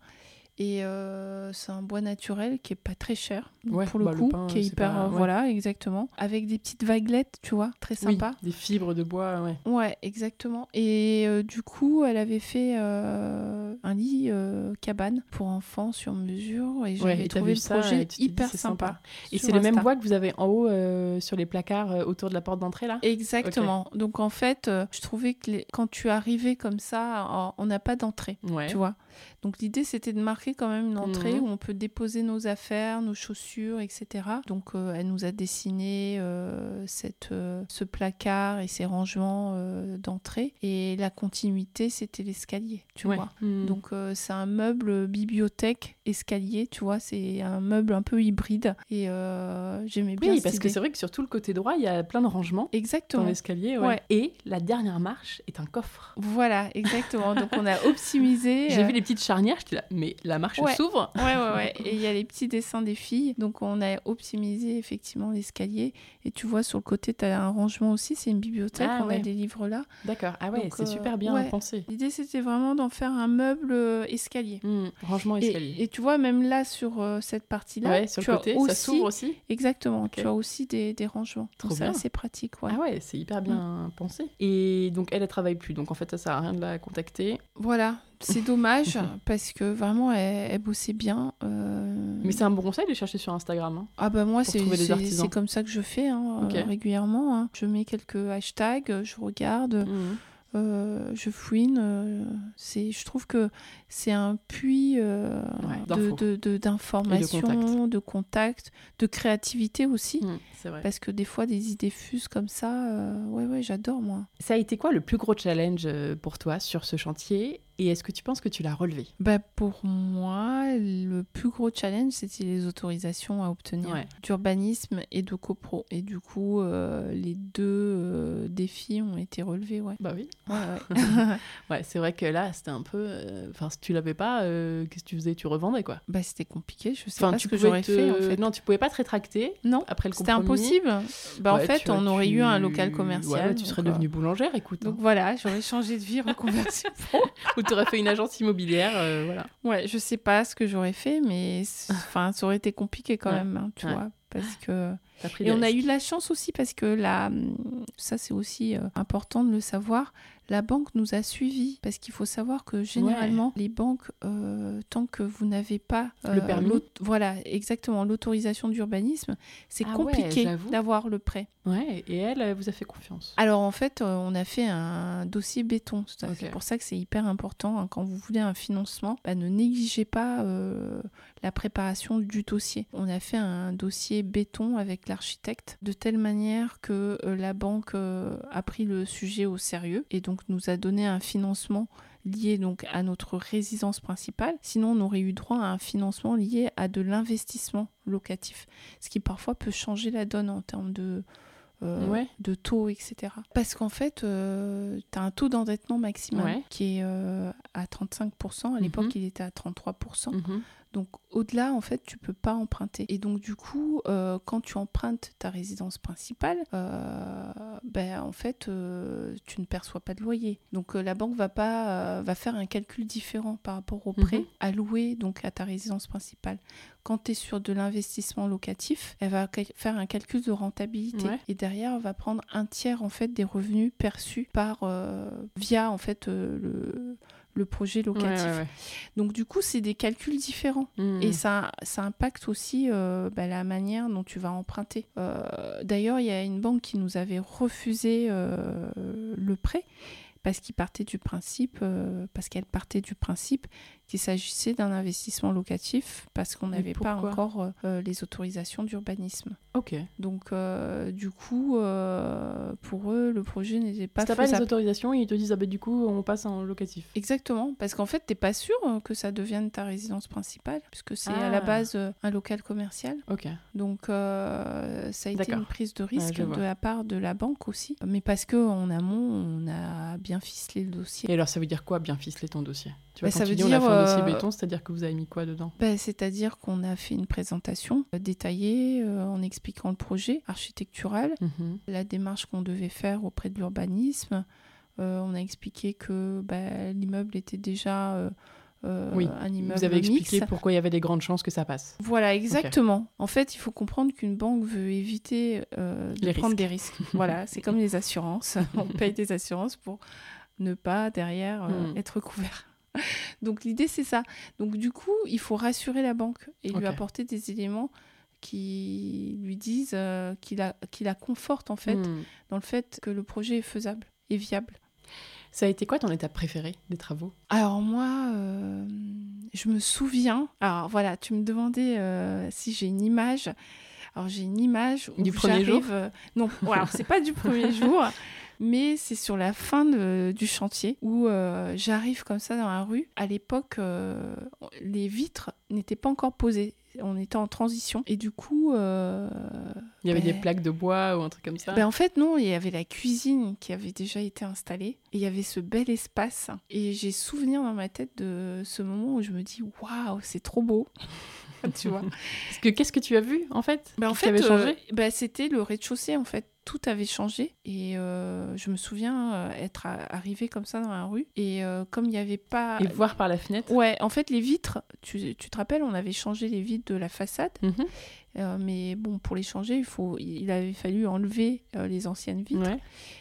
Speaker 2: Et euh, c'est un bois naturel qui est pas très cher
Speaker 1: Ouais,
Speaker 2: pour le
Speaker 1: bah, le
Speaker 2: coup,
Speaker 1: pain,
Speaker 2: qui est
Speaker 1: c'est
Speaker 2: hyper
Speaker 1: pas-
Speaker 2: euh,
Speaker 1: ouais.
Speaker 2: voilà exactement, avec des petites vaguelettes, tu vois, très
Speaker 1: Oui,
Speaker 2: sympa.
Speaker 1: des fibres de bois, ouais.
Speaker 2: Ouais, exactement. Et euh, du coup, elle avait fait euh, un lit euh, cabane pour enfants sur mesure et j'avais
Speaker 1: Ouais, et t'as
Speaker 2: trouvé
Speaker 1: vu
Speaker 2: le
Speaker 1: ça,
Speaker 2: projet
Speaker 1: et tu t'es dit,
Speaker 2: hyper
Speaker 1: c'est
Speaker 2: sympa.
Speaker 1: sympa. Et
Speaker 2: sur
Speaker 1: c'est le même
Speaker 2: Insta.
Speaker 1: bois que vous avez en haut euh, sur les placards euh, autour de la porte d'entrée, là
Speaker 2: Exactement. Donc en fait, euh, je trouvais que les- quand tu arrivais comme ça, en- on n'a pas d'entrée,
Speaker 1: Ouais.
Speaker 2: tu vois. Donc l'idée, c'était de marquer quand même une entrée
Speaker 1: Mhm.
Speaker 2: où on peut déposer nos affaires, nos chaussures, etc. Donc euh, elle nous a dessiné euh, cette, euh, ce placard et ces rangements euh, d'entrée. Et la continuité, c'était l'escalier, tu
Speaker 1: Ouais.
Speaker 2: vois.
Speaker 1: Hmm.
Speaker 2: Donc euh, c'est un meuble bibliothèque escalier, tu vois, c'est un meuble un peu hybride. Et euh, j'aimais bien
Speaker 1: oui,
Speaker 2: cette
Speaker 1: parce que
Speaker 2: idée.
Speaker 1: c'est vrai que sur tout le côté droit, il y a plein de rangements dans
Speaker 2: Exactement.
Speaker 1: l'escalier. ouais.
Speaker 2: Ouais.
Speaker 1: Et la dernière marche est un coffre.
Speaker 2: Voilà, exactement. Donc on a optimisé.
Speaker 1: J'ai
Speaker 2: euh,
Speaker 1: vu les petites charnières, j'étais là, mais la marche
Speaker 2: Ouais.
Speaker 1: s'ouvre.
Speaker 2: Ouais, ouais, ouais. Et il y a les petits dessins des filles. Donc, on a optimisé effectivement l'escalier. Et tu vois, sur le côté, tu as un rangement aussi. C'est une bibliothèque.
Speaker 1: Ah,
Speaker 2: on
Speaker 1: ouais.
Speaker 2: a des livres là.
Speaker 1: D'accord, ah ouais,
Speaker 2: Donc,
Speaker 1: c'est
Speaker 2: euh,
Speaker 1: super bien
Speaker 2: ouais.
Speaker 1: pensé.
Speaker 2: L'idée, c'était vraiment d'en faire un meuble euh, escalier.
Speaker 1: Hmm, Rangement escalier.
Speaker 2: Et, et tu vois, même là, sur euh, cette partie-là,
Speaker 1: ouais, sur
Speaker 2: tu
Speaker 1: le
Speaker 2: as
Speaker 1: côté, ça
Speaker 2: aussi...
Speaker 1: s'ouvre aussi.
Speaker 2: Exactement.
Speaker 1: Ok.
Speaker 2: Tu as aussi des, des rangements.
Speaker 1: Trop
Speaker 2: Donc, c'est
Speaker 1: bien.
Speaker 2: assez pratique. Ouais.
Speaker 1: Ah ouais, c'est hyper bien pensé. Et donc elle, elle travaille plus, donc en fait ça sert à rien de la contacter.
Speaker 2: Voilà. C'est dommage parce que vraiment, elle, elle bossait bien. euh,
Speaker 1: Mais c'est un bon conseil de chercher sur Instagram. hein.
Speaker 2: Ah bah moi
Speaker 1: pour
Speaker 2: c'est
Speaker 1: trouver les
Speaker 2: c'est-
Speaker 1: artisans.
Speaker 2: c'est comme ça que je fais hein, euh,
Speaker 1: Ok.
Speaker 2: régulièrement. hein. Je mets quelques hashtags, euh, je regarde,
Speaker 1: Hmm.
Speaker 2: euh, je fouine. euh, c'est, je trouve que c'est un puits euh,
Speaker 1: Ouais,
Speaker 2: de-
Speaker 1: d'infos.
Speaker 2: de- de- d'informations, de,
Speaker 1: contacts.
Speaker 2: contacts, de créativité aussi.
Speaker 1: Hmm, C'est vrai.
Speaker 2: Parce que des fois des idées fusent comme ça. euh, ouais ouais j'adore moi.
Speaker 1: Ça a été quoi le plus gros challenge euh, pour toi sur ce chantier Et est-ce que tu penses que tu l'as relevé
Speaker 2: Bah pour moi le plus gros challenge c'était les autorisations à obtenir.
Speaker 1: Ouais.
Speaker 2: d'urbanisme et de copro. Et du coup, euh, les deux euh, défis ont été relevés, ouais.
Speaker 1: Bah oui.
Speaker 2: Ouais, ouais.
Speaker 1: Ouais, c'est vrai que là, c'était un peu. euh, Enfin, si tu l'avais pas, euh, qu'est-ce que tu faisais Tu revendais quoi
Speaker 2: bah, c'était compliqué, je sais
Speaker 1: Enfin,
Speaker 2: pas
Speaker 1: tu
Speaker 2: ce que
Speaker 1: pouvais
Speaker 2: j'aurais
Speaker 1: te-
Speaker 2: fait, en fait.
Speaker 1: Non, tu pouvais pas te rétracter
Speaker 2: Non,
Speaker 1: après le
Speaker 2: c'était
Speaker 1: compromis.
Speaker 2: impossible. Bah, en
Speaker 1: Ouais,
Speaker 2: fait,
Speaker 1: tu-
Speaker 2: on aurait
Speaker 1: tu-
Speaker 2: eu un local
Speaker 1: Ouais,
Speaker 2: commercial.
Speaker 1: tu serais
Speaker 2: donc, euh,
Speaker 1: devenue boulangère, écoute.
Speaker 2: Donc voilà, j'aurais changé de vie, reconverti pro.
Speaker 1: hein. Ou tu aurais fait une agence immobilière, euh, voilà.
Speaker 2: Ouais, je sais pas ce que j'aurais fait, mais c'est- enfin, ça aurait été compliqué quand
Speaker 1: Ouais.
Speaker 2: même, hein, tu
Speaker 1: Ouais.
Speaker 2: vois, parce que
Speaker 1: T'as pris
Speaker 2: Et
Speaker 1: des
Speaker 2: on a
Speaker 1: risques.
Speaker 2: eu de la chance aussi parce que la, hum, ça c'est aussi euh, important de le savoir, la banque nous a suivis parce qu'il faut savoir que généralement les banques, euh, tant que vous n'avez pas euh,
Speaker 1: Le permis.
Speaker 2: l'aut- voilà exactement l'autorisation d'urbanisme, c'est
Speaker 1: Ah ouais,
Speaker 2: compliqué
Speaker 1: j'avoue.
Speaker 2: d'avoir le prêt.
Speaker 1: Ouais, et elle, elle vous a fait confiance.
Speaker 2: Alors en fait, euh, on a fait un dossier béton. C'est
Speaker 1: Ok.
Speaker 2: c'est pour ça que c'est hyper important hein, quand vous voulez un financement, bah, ne négligez pas euh, la préparation du dossier. On a fait un dossier béton avec l'architecte de telle manière que euh, la banque euh, a pris le sujet au sérieux et donc nous a donné un financement lié donc à notre résidence principale. Sinon, on aurait eu droit à un financement lié à de l'investissement locatif, ce qui parfois peut changer la donne en termes de euh,
Speaker 1: Ouais.
Speaker 2: de taux, etc. Parce qu'en fait, tu as un taux d'endettement maximal
Speaker 1: Ouais.
Speaker 2: qui est euh, à 35%. À l'époque, il était à 33%.
Speaker 1: Mhm.
Speaker 2: Donc au-delà, en fait, tu peux pas emprunter. Et donc du coup, euh, quand tu empruntes ta résidence principale, euh, ben en fait, euh, tu ne perçois pas de loyer. Donc euh, la banque va pas, euh, va faire un calcul différent par rapport au prêt
Speaker 1: Mhm.
Speaker 2: alloué donc à ta résidence principale. Quand tu es sur de l'investissement locatif, elle va cal- faire un calcul de rentabilité
Speaker 1: Ouais.
Speaker 2: et derrière elle va prendre un tiers en fait des revenus perçus par euh, via en fait euh, le le projet locatif.
Speaker 1: Ouais, ouais, ouais.
Speaker 2: Donc du coup, c'est des calculs différents.
Speaker 1: Hmm.
Speaker 2: Et ça, ça impacte aussi euh, bah, la manière dont tu vas emprunter. Euh, D'ailleurs, il y a une banque qui nous avait refusé euh, le prêt parce qu'il partait du principe, euh, parce qu'elle partait du principe qu'il s'agissait d'un investissement locatif parce qu'on
Speaker 1: Mais
Speaker 2: n'avait pas
Speaker 1: pourquoi
Speaker 2: encore euh, euh, les autorisations d'urbanisme.
Speaker 1: Ok.
Speaker 2: Donc euh, du coup, euh, pour eux, le projet n'était pas
Speaker 1: si t'as pas les
Speaker 2: faisable.
Speaker 1: autorisations, ils te disent, ah bah du coup, on passe en locatif.
Speaker 2: Exactement, parce qu'en fait, t'es pas sûr euh, que ça devienne ta résidence principale, puisque c'est à
Speaker 1: Ah.
Speaker 2: la base euh, un local commercial.
Speaker 1: Ok.
Speaker 2: Donc, euh, ça a été
Speaker 1: D'accord.
Speaker 2: une prise de risque
Speaker 1: je vois.
Speaker 2: de la part de la banque aussi. Mais parce que en amont, on a bien ficelé le dossier.
Speaker 1: Et alors, ça veut dire quoi, bien ficeler ton dossier Tu vois,
Speaker 2: Bah,
Speaker 1: quand
Speaker 2: ça
Speaker 1: tu
Speaker 2: veut
Speaker 1: dis on a
Speaker 2: dire,
Speaker 1: fait un dossier
Speaker 2: euh,
Speaker 1: béton, c'est-à-dire que vous avez mis quoi dedans
Speaker 2: Ben, C'est-à-dire qu'on a fait une présentation euh, détaillée euh, en expliquant le projet architectural,
Speaker 1: Mhm.
Speaker 2: la démarche qu'on devait faire auprès de l'urbanisme. Euh, on a expliqué que ben, l'immeuble était déjà euh, euh,
Speaker 1: Oui,
Speaker 2: un immeuble
Speaker 1: Vous avez
Speaker 2: mixte.
Speaker 1: expliqué pourquoi il y avait des grandes chances que ça passe.
Speaker 2: Voilà, exactement. En fait, il faut comprendre qu'une banque veut éviter euh, de
Speaker 1: Les
Speaker 2: prendre
Speaker 1: risques.
Speaker 2: des risques. Voilà, c'est comme les assurances. On paye des assurances pour ne pas, derrière, euh,
Speaker 1: Mm.
Speaker 2: être couvert. Donc l'idée, c'est ça. Donc du coup, il faut rassurer la banque et
Speaker 1: Ok.
Speaker 2: lui apporter des éléments qui lui disent, euh, qui, la, qui la confortent en fait
Speaker 1: Hmm.
Speaker 2: dans le fait que le projet est faisable et viable.
Speaker 1: Ça a été quoi ton étape préférée des travaux
Speaker 2: Alors moi, euh, je me souviens. Alors voilà, tu me demandais euh, si j'ai une image. Alors j'ai une image où
Speaker 1: Du premier jour
Speaker 2: j'arrive, euh, non, alors c'est pas du premier jour, mais c'est sur la fin de- du chantier où euh, j'arrive comme ça dans la rue. À l'époque, euh, les vitres n'étaient pas encore posées. On était en transition et du coup, euh,
Speaker 1: Il y avait
Speaker 2: Ben-
Speaker 1: des plaques de bois ou un truc comme ça
Speaker 2: ben en fait, non, il y avait la cuisine qui avait déjà été installée. Et il y avait ce bel espace. Et j'ai souvenir dans ma tête de ce moment où je me dis Waouh, c'est trop beau
Speaker 1: bah,
Speaker 2: Tu vois
Speaker 1: Parce que qu'est-ce que tu as vu en fait
Speaker 2: ben En
Speaker 1: Qu'est-ce
Speaker 2: fait,
Speaker 1: qui avait changé
Speaker 2: euh, ben, c'était le rez-de-chaussée, en fait. Tout avait changé. Et euh, je me souviens euh, être a- arrivée comme ça dans la rue. Et euh, comme il n'y avait pas.
Speaker 1: Et voir par la fenêtre
Speaker 2: Ouais, en fait, les vitres, tu, tu te rappelles, on avait changé les vitres de la façade.
Speaker 1: Mhm.
Speaker 2: Euh, mais bon, pour les changer, il, faut, il avait fallu enlever euh, les anciennes vitres.
Speaker 1: Ouais.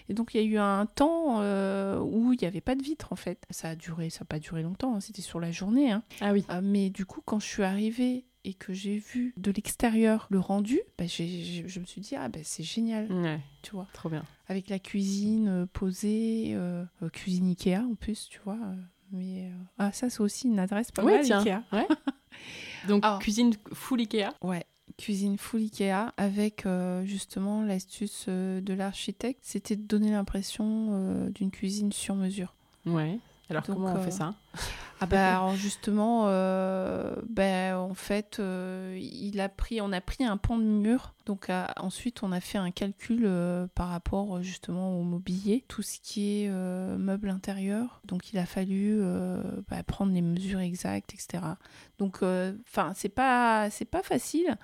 Speaker 2: Et donc il y a eu un temps euh, où il n'y avait pas de vitre en fait. Ça a duré, ça n'a pas duré longtemps, hein, c'était sur la journée. hein.
Speaker 1: Ah oui.
Speaker 2: Euh, mais du coup, quand je suis arrivée et que j'ai vu de l'extérieur le rendu, bah, j'ai- j'ai- je me suis dit, ah bah, c'est génial,
Speaker 1: Ouais,
Speaker 2: tu vois.
Speaker 1: trop bien.
Speaker 2: Avec la cuisine euh, posée, euh, euh, cuisine Ikea en plus, tu vois. euh, mais euh, ah, ça, c'est aussi une adresse pas
Speaker 1: Ouais,
Speaker 2: mal,
Speaker 1: tiens.
Speaker 2: Ikea.
Speaker 1: Donc
Speaker 2: Ah.
Speaker 1: cuisine full Ikea.
Speaker 2: Ouais, cuisine full Ikea avec euh, justement l'astuce euh, de l'architecte, c'était de donner l'impression euh, d'une cuisine sur mesure.
Speaker 1: Ouais. Alors
Speaker 2: Donc,
Speaker 1: comment on
Speaker 2: euh,
Speaker 1: fait ça
Speaker 2: Ah bah alors justement, euh, ben, en fait, euh, il a pris, on a pris un pan de mur. Donc euh, ensuite, on a fait un calcul euh, par rapport euh, justement au mobilier, tout ce qui est euh, meuble intérieur. Donc il a fallu euh, bah, prendre les mesures exactes, etc. Donc, euh, enfin, c'est pas, c'est pas facile.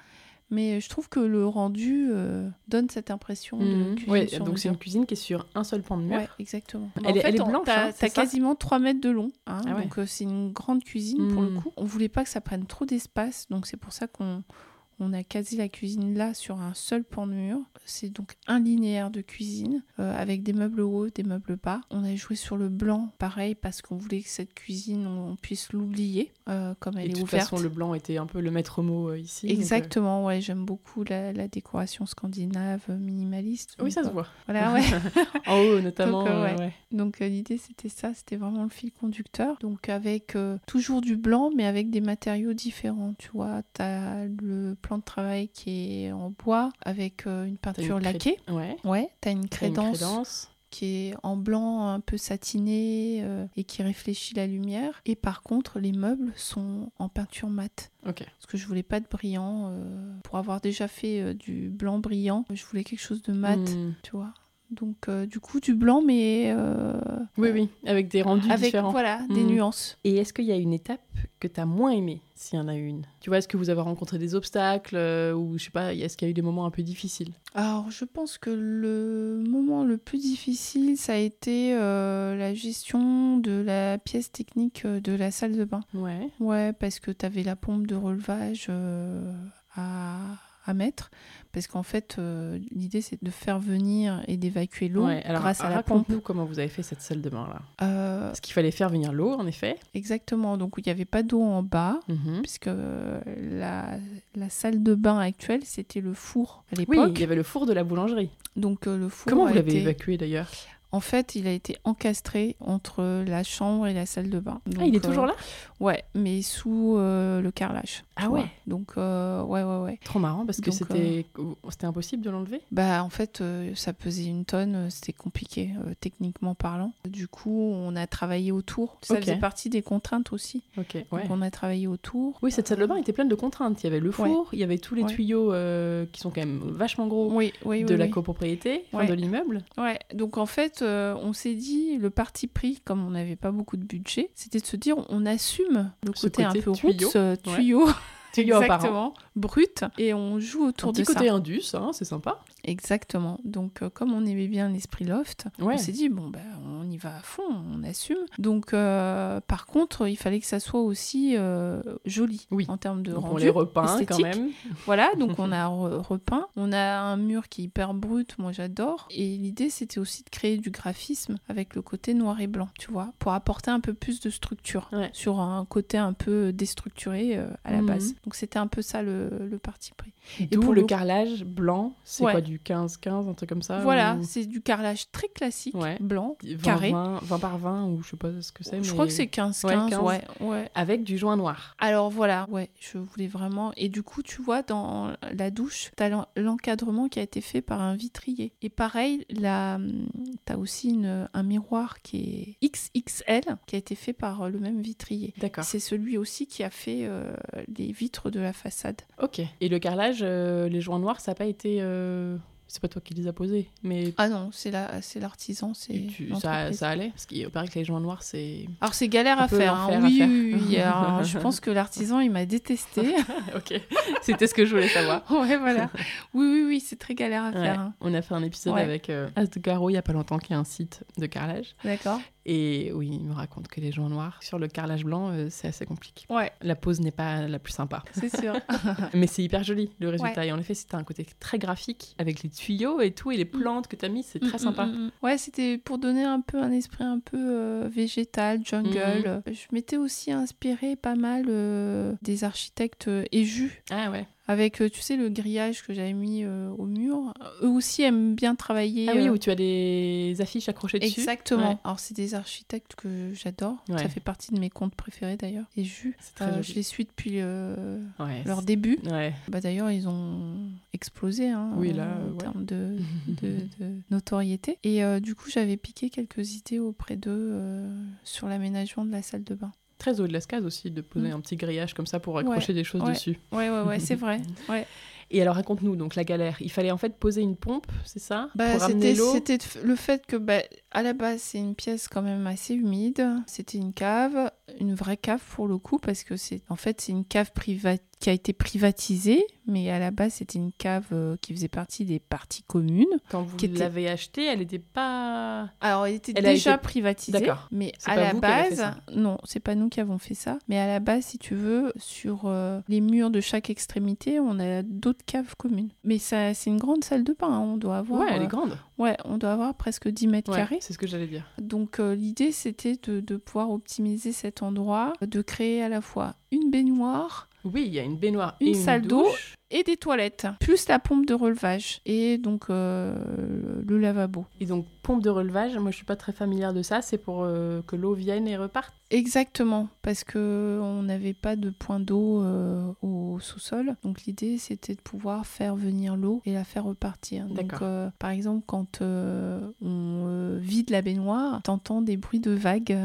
Speaker 2: Mais je trouve que le rendu euh, donne cette impression de
Speaker 1: Mhm.
Speaker 2: cuisine
Speaker 1: Ouais,
Speaker 2: sur
Speaker 1: donc c'est
Speaker 2: mesure.
Speaker 1: une cuisine qui est sur un seul pan de mur.
Speaker 2: Ouais, exactement.
Speaker 1: Elle est- elle est
Speaker 2: on-
Speaker 1: blanche,
Speaker 2: T'as
Speaker 1: hein, c'est
Speaker 2: t'as
Speaker 1: ça
Speaker 2: quasiment 3 mètres de long. hein,
Speaker 1: Ah ouais.
Speaker 2: Donc, euh, c'est une grande cuisine pour le
Speaker 1: Hmm.
Speaker 2: coup. On voulait pas que ça prenne trop d'espace. Donc, c'est pour ça qu'on on a quasi la cuisine là sur un seul pan de mur. C'est donc un linéaire de cuisine euh, avec des meubles hauts, des meubles bas. On a joué sur le blanc, pareil, parce qu'on voulait que cette cuisine, on, on puisse l'oublier euh, comme elle
Speaker 1: Et de
Speaker 2: est
Speaker 1: toute
Speaker 2: ouverte.
Speaker 1: façon, le blanc était un peu le maître mot euh, ici. donc, euh,
Speaker 2: Exactement, ouais, j'aime beaucoup la, la décoration scandinave euh, minimaliste.
Speaker 1: Oui,
Speaker 2: Donc,
Speaker 1: ça se
Speaker 2: euh,
Speaker 1: voit.
Speaker 2: Voilà, ouais.
Speaker 1: En haut, notamment.
Speaker 2: euh,
Speaker 1: euh,
Speaker 2: ouais.
Speaker 1: ouais.
Speaker 2: Donc euh, l'idée c'était ça, c'était vraiment le fil conducteur. Donc avec euh, toujours du blanc mais avec des matériaux différents, tu vois. T'as le plan de travail qui est en bois avec euh, une
Speaker 1: T'as une
Speaker 2: peinture
Speaker 1: cré-
Speaker 2: laquée.
Speaker 1: Ouais.
Speaker 2: Ouais, t'as
Speaker 1: T'as
Speaker 2: une
Speaker 1: une
Speaker 2: crédence
Speaker 1: crédence.
Speaker 2: qui est en blanc un peu satiné euh, et qui réfléchit la lumière. Et par contre les meubles sont en peinture mate.
Speaker 1: Ok.
Speaker 2: Parce que je voulais pas de brillant. euh, pour avoir déjà fait euh, du blanc brillant, je voulais quelque chose de mat,
Speaker 1: Hmm.
Speaker 2: tu vois. Donc euh, du coup du blanc mais... euh,
Speaker 1: Oui, oui, avec des rendus
Speaker 2: avec
Speaker 1: différents.
Speaker 2: voilà des
Speaker 1: Mm.
Speaker 2: nuances.
Speaker 1: Et est-ce qu'il y a une étape que tu as moins aimée, s'il y en a une Tu vois, est-ce que vous avez rencontré des obstacles euh, ou je sais pas, est-ce qu'il y a eu des moments un peu difficiles
Speaker 2: Alors je pense que le moment le plus difficile ça a été euh, la gestion de la pièce technique euh, de la salle de bain.
Speaker 1: Ouais.
Speaker 2: Ouais parce que t'avais la pompe de relevage euh, à à mettre parce qu'en fait euh, l'idée c'est de faire venir et d'évacuer l'eau
Speaker 1: ouais. Alors,
Speaker 2: grâce à la pompe
Speaker 1: raconte-nous comment vous avez fait cette salle de bain là.
Speaker 2: Euh,
Speaker 1: Parce qu'il fallait faire venir l'eau, en effet.
Speaker 2: exactement donc il n'y avait pas d'eau en bas
Speaker 1: Mhm.
Speaker 2: puisque euh, la, la salle de bain actuelle c'était le four à
Speaker 1: Oui,
Speaker 2: l'époque
Speaker 1: il y avait le four de la boulangerie.
Speaker 2: donc euh, le four
Speaker 1: Comment
Speaker 2: a
Speaker 1: vous l'avez
Speaker 2: été-
Speaker 1: évacué d'ailleurs
Speaker 2: En fait, il a été encastré entre la chambre et la salle de bain.
Speaker 1: Ah, il est
Speaker 2: Donc,
Speaker 1: toujours
Speaker 2: euh,
Speaker 1: là
Speaker 2: Ouais, mais sous euh, le carrelage.
Speaker 1: Ah
Speaker 2: tu vois.
Speaker 1: ouais.
Speaker 2: Donc, euh, ouais, ouais, ouais.
Speaker 1: Trop marrant parce que
Speaker 2: donc,
Speaker 1: c'était oh, c'était impossible de l'enlever.
Speaker 2: Bah, en fait, euh, ça pesait une tonne, euh, c'était compliqué, euh, techniquement parlant. Du coup, on a travaillé autour. Ça
Speaker 1: Ok.
Speaker 2: faisait partie des contraintes aussi.
Speaker 1: Ok, ouais.
Speaker 2: Donc, on a travaillé autour.
Speaker 1: Oui, cette salle de bain était pleine de contraintes. Il y avait le four,
Speaker 2: Ouais.
Speaker 1: il y avait tous les
Speaker 2: Ouais.
Speaker 1: tuyaux euh, qui sont quand même vachement gros
Speaker 2: Oui, oui, oui.
Speaker 1: de la
Speaker 2: oui.
Speaker 1: copropriété, enfin,
Speaker 2: Ouais.
Speaker 1: de l'immeuble.
Speaker 2: Ouais, donc en fait, euh, on s'est dit, le parti pris, comme on n'avait pas beaucoup de budget, c'était de se dire, on assume le
Speaker 1: Ce
Speaker 2: côté,
Speaker 1: côté
Speaker 2: un peu
Speaker 1: tuyau.
Speaker 2: roots, euh, tuyau,
Speaker 1: Tuyaux apparents.
Speaker 2: Exactement, brut, et on joue
Speaker 1: Un
Speaker 2: autour
Speaker 1: petit
Speaker 2: de
Speaker 1: côté
Speaker 2: ça.
Speaker 1: indus, hein, c'est sympa.
Speaker 2: Exactement. Donc, euh, comme on aimait bien l'esprit loft,
Speaker 1: Ouais.
Speaker 2: on s'est dit, bon, ben, on y va à fond, on assume. Donc, euh, par contre, il fallait que ça soit aussi euh, joli
Speaker 1: Oui.
Speaker 2: en termes de
Speaker 1: Donc on
Speaker 2: rendu.
Speaker 1: les repeint quand
Speaker 2: esthétique.
Speaker 1: même.
Speaker 2: Voilà, donc on a re- repeint. On a un mur qui est hyper brut, moi j'adore. Et l'idée, c'était aussi de créer du graphisme avec le côté noir et blanc, tu vois, pour apporter un peu plus de structure
Speaker 1: Ouais.
Speaker 2: sur un côté un peu déstructuré euh, à la
Speaker 1: Mhm.
Speaker 2: base. Donc c'était un peu ça le, le parti pris.
Speaker 1: Et
Speaker 2: D'où
Speaker 1: pour le
Speaker 2: l'eau.
Speaker 1: carrelage blanc, c'est
Speaker 2: Ouais.
Speaker 1: quoi du du 15-15, un truc comme ça.
Speaker 2: Voilà,
Speaker 1: ou-
Speaker 2: c'est du carrelage très classique,
Speaker 1: Ouais.
Speaker 2: blanc,
Speaker 1: 20,
Speaker 2: carré.
Speaker 1: 20, 20 par 20 ou je sais pas ce que c'est.
Speaker 2: Je
Speaker 1: mais
Speaker 2: crois que c'est 15-15,
Speaker 1: Ouais, 15.
Speaker 2: ouais, ouais.
Speaker 1: Avec du joint noir.
Speaker 2: Alors voilà, ouais, je voulais vraiment. Et du coup, tu vois, dans la douche, t'as l'en- l'encadrement qui a été fait par un vitrier. Et pareil, là, hum, t'as aussi une- un miroir qui est XXL qui a été fait par euh, le même vitrier.
Speaker 1: D'accord.
Speaker 2: C'est celui aussi qui a fait euh, les vitres de la façade.
Speaker 1: Ok. Et le carrelage, euh, les joints noirs, ça n'a pas été. euh, C'est pas toi qui les as posés, mais
Speaker 2: Ah non, c'est la- c'est l'artisan, c'est.
Speaker 1: tu- ça,
Speaker 2: l'entreprise.
Speaker 1: ça allait Parce qu'il paraît que les joints noirs, c'est.
Speaker 2: Alors c'est galère
Speaker 1: Un
Speaker 2: à
Speaker 1: peu
Speaker 2: faire,
Speaker 1: l'enfer
Speaker 2: hein.
Speaker 1: à
Speaker 2: oui,
Speaker 1: faire.
Speaker 2: oui, oui. Alors, je pense que l'artisan, il m'a détesté.
Speaker 1: Ah, ok. C'était ce que je voulais savoir.
Speaker 2: ouais, voilà. Oui, oui, oui, c'est très galère à
Speaker 1: Ouais.
Speaker 2: faire. hein.
Speaker 1: On a fait un épisode
Speaker 2: Ouais.
Speaker 1: avec euh, As de Garo il y a pas longtemps, qui est un site de carrelage.
Speaker 2: D'accord.
Speaker 1: Et oui, il me raconte que les joints noirs sur le carrelage blanc, euh, c'est assez compliqué.
Speaker 2: Ouais,
Speaker 1: La pose n'est pas la plus sympa.
Speaker 2: c'est sûr.
Speaker 1: Mais c'est hyper joli le résultat. Et en effet, c'était un côté très graphique avec les tuyaux et tout et les plantes que t'as mis, c'est très
Speaker 2: Mm,
Speaker 1: sympa.
Speaker 2: mm, mm. Ouais, c'était pour donner un peu un esprit un peu euh, végétal,
Speaker 1: Mm,
Speaker 2: jungle. Je m'étais aussi inspirée pas mal euh, des architectes euh, Eju.
Speaker 1: Ah ouais.
Speaker 2: Avec, euh, tu sais, le grillage que j'avais mis euh, au mur. Eux aussi aiment bien travailler.
Speaker 1: Ah oui,
Speaker 2: euh,
Speaker 1: où tu as des affiches accrochées dessus.
Speaker 2: Exactement.
Speaker 1: Ouais.
Speaker 2: Alors, c'est des architectes que j'adore.
Speaker 1: Ouais.
Speaker 2: Ça fait partie de mes comptes préférés d'ailleurs. Et Jus,
Speaker 1: C'est très joli.
Speaker 2: je les suis depuis euh,
Speaker 1: Ouais.
Speaker 2: Ah, leur début.
Speaker 1: c'est- ouais.
Speaker 2: Bah, d'ailleurs, ils ont explosé hein,
Speaker 1: Oui, là,
Speaker 2: en
Speaker 1: ouais.
Speaker 2: termes de, de- de notoriété. Et euh, du coup, j'avais piqué quelques idées auprès d'eux euh, sur l'aménagement de la salle de bain.
Speaker 1: Très haut de la scase aussi de poser
Speaker 2: Mm.
Speaker 1: un petit grillage comme ça pour accrocher des choses
Speaker 2: ouais.
Speaker 1: dessus.
Speaker 2: Ouais, ouais, ouais, c'est vrai. Ouais.
Speaker 1: Et alors raconte-nous donc la galère. Il fallait en fait poser une pompe, c'est ça
Speaker 2: Bah,
Speaker 1: Pour
Speaker 2: c'était
Speaker 1: ramener l'eau.
Speaker 2: c'était de f- le fait que bah, à la base c'est une pièce quand même assez humide c'était une cave une vraie cave pour le coup parce que c'est en fait c'est une cave priva- qui a été privatisée mais à la base c'était une cave euh, qui faisait partie des parties communes
Speaker 1: Quand vous
Speaker 2: qui était-
Speaker 1: l'avez achetée, elle n'était pas.
Speaker 2: alors elle était
Speaker 1: Elle a
Speaker 2: déjà
Speaker 1: été-
Speaker 2: privatisée
Speaker 1: D'accord.
Speaker 2: mais
Speaker 1: C'est
Speaker 2: à
Speaker 1: pas
Speaker 2: la
Speaker 1: vous qui avez fait
Speaker 2: base non c'est pas nous qui avons fait ça mais à la base si tu veux sur euh, les murs de chaque extrémité on a d'autres caves communes mais ça c'est une grande salle de bain hein, on doit avoir
Speaker 1: Ouais, elle
Speaker 2: euh,
Speaker 1: est grande.
Speaker 2: ouais on doit avoir presque 10 mètres
Speaker 1: Ouais,
Speaker 2: carrés
Speaker 1: c'est ce que j'allais dire.
Speaker 2: Donc euh, l'idée c'était de, de pouvoir optimiser cet endroit, de créer à la fois une baignoire
Speaker 1: Oui, il y a une baignoire
Speaker 2: Une
Speaker 1: et
Speaker 2: salle d'eau.
Speaker 1: douche.
Speaker 2: et des toilettes, plus la pompe de relevage et donc euh, le lavabo.
Speaker 1: Et donc pompe de relevage. Moi, je suis pas très familière de ça. C'est pour euh, que l'eau vienne et reparte.
Speaker 2: Exactement, parce que on n'avait pas de point d'eau euh, au sous-sol. Donc l'idée c'était de pouvoir faire venir l'eau et la faire repartir. Donc
Speaker 1: D'accord.
Speaker 2: euh, par exemple quand euh, on euh, vide la baignoire, t'entends des bruits de vagues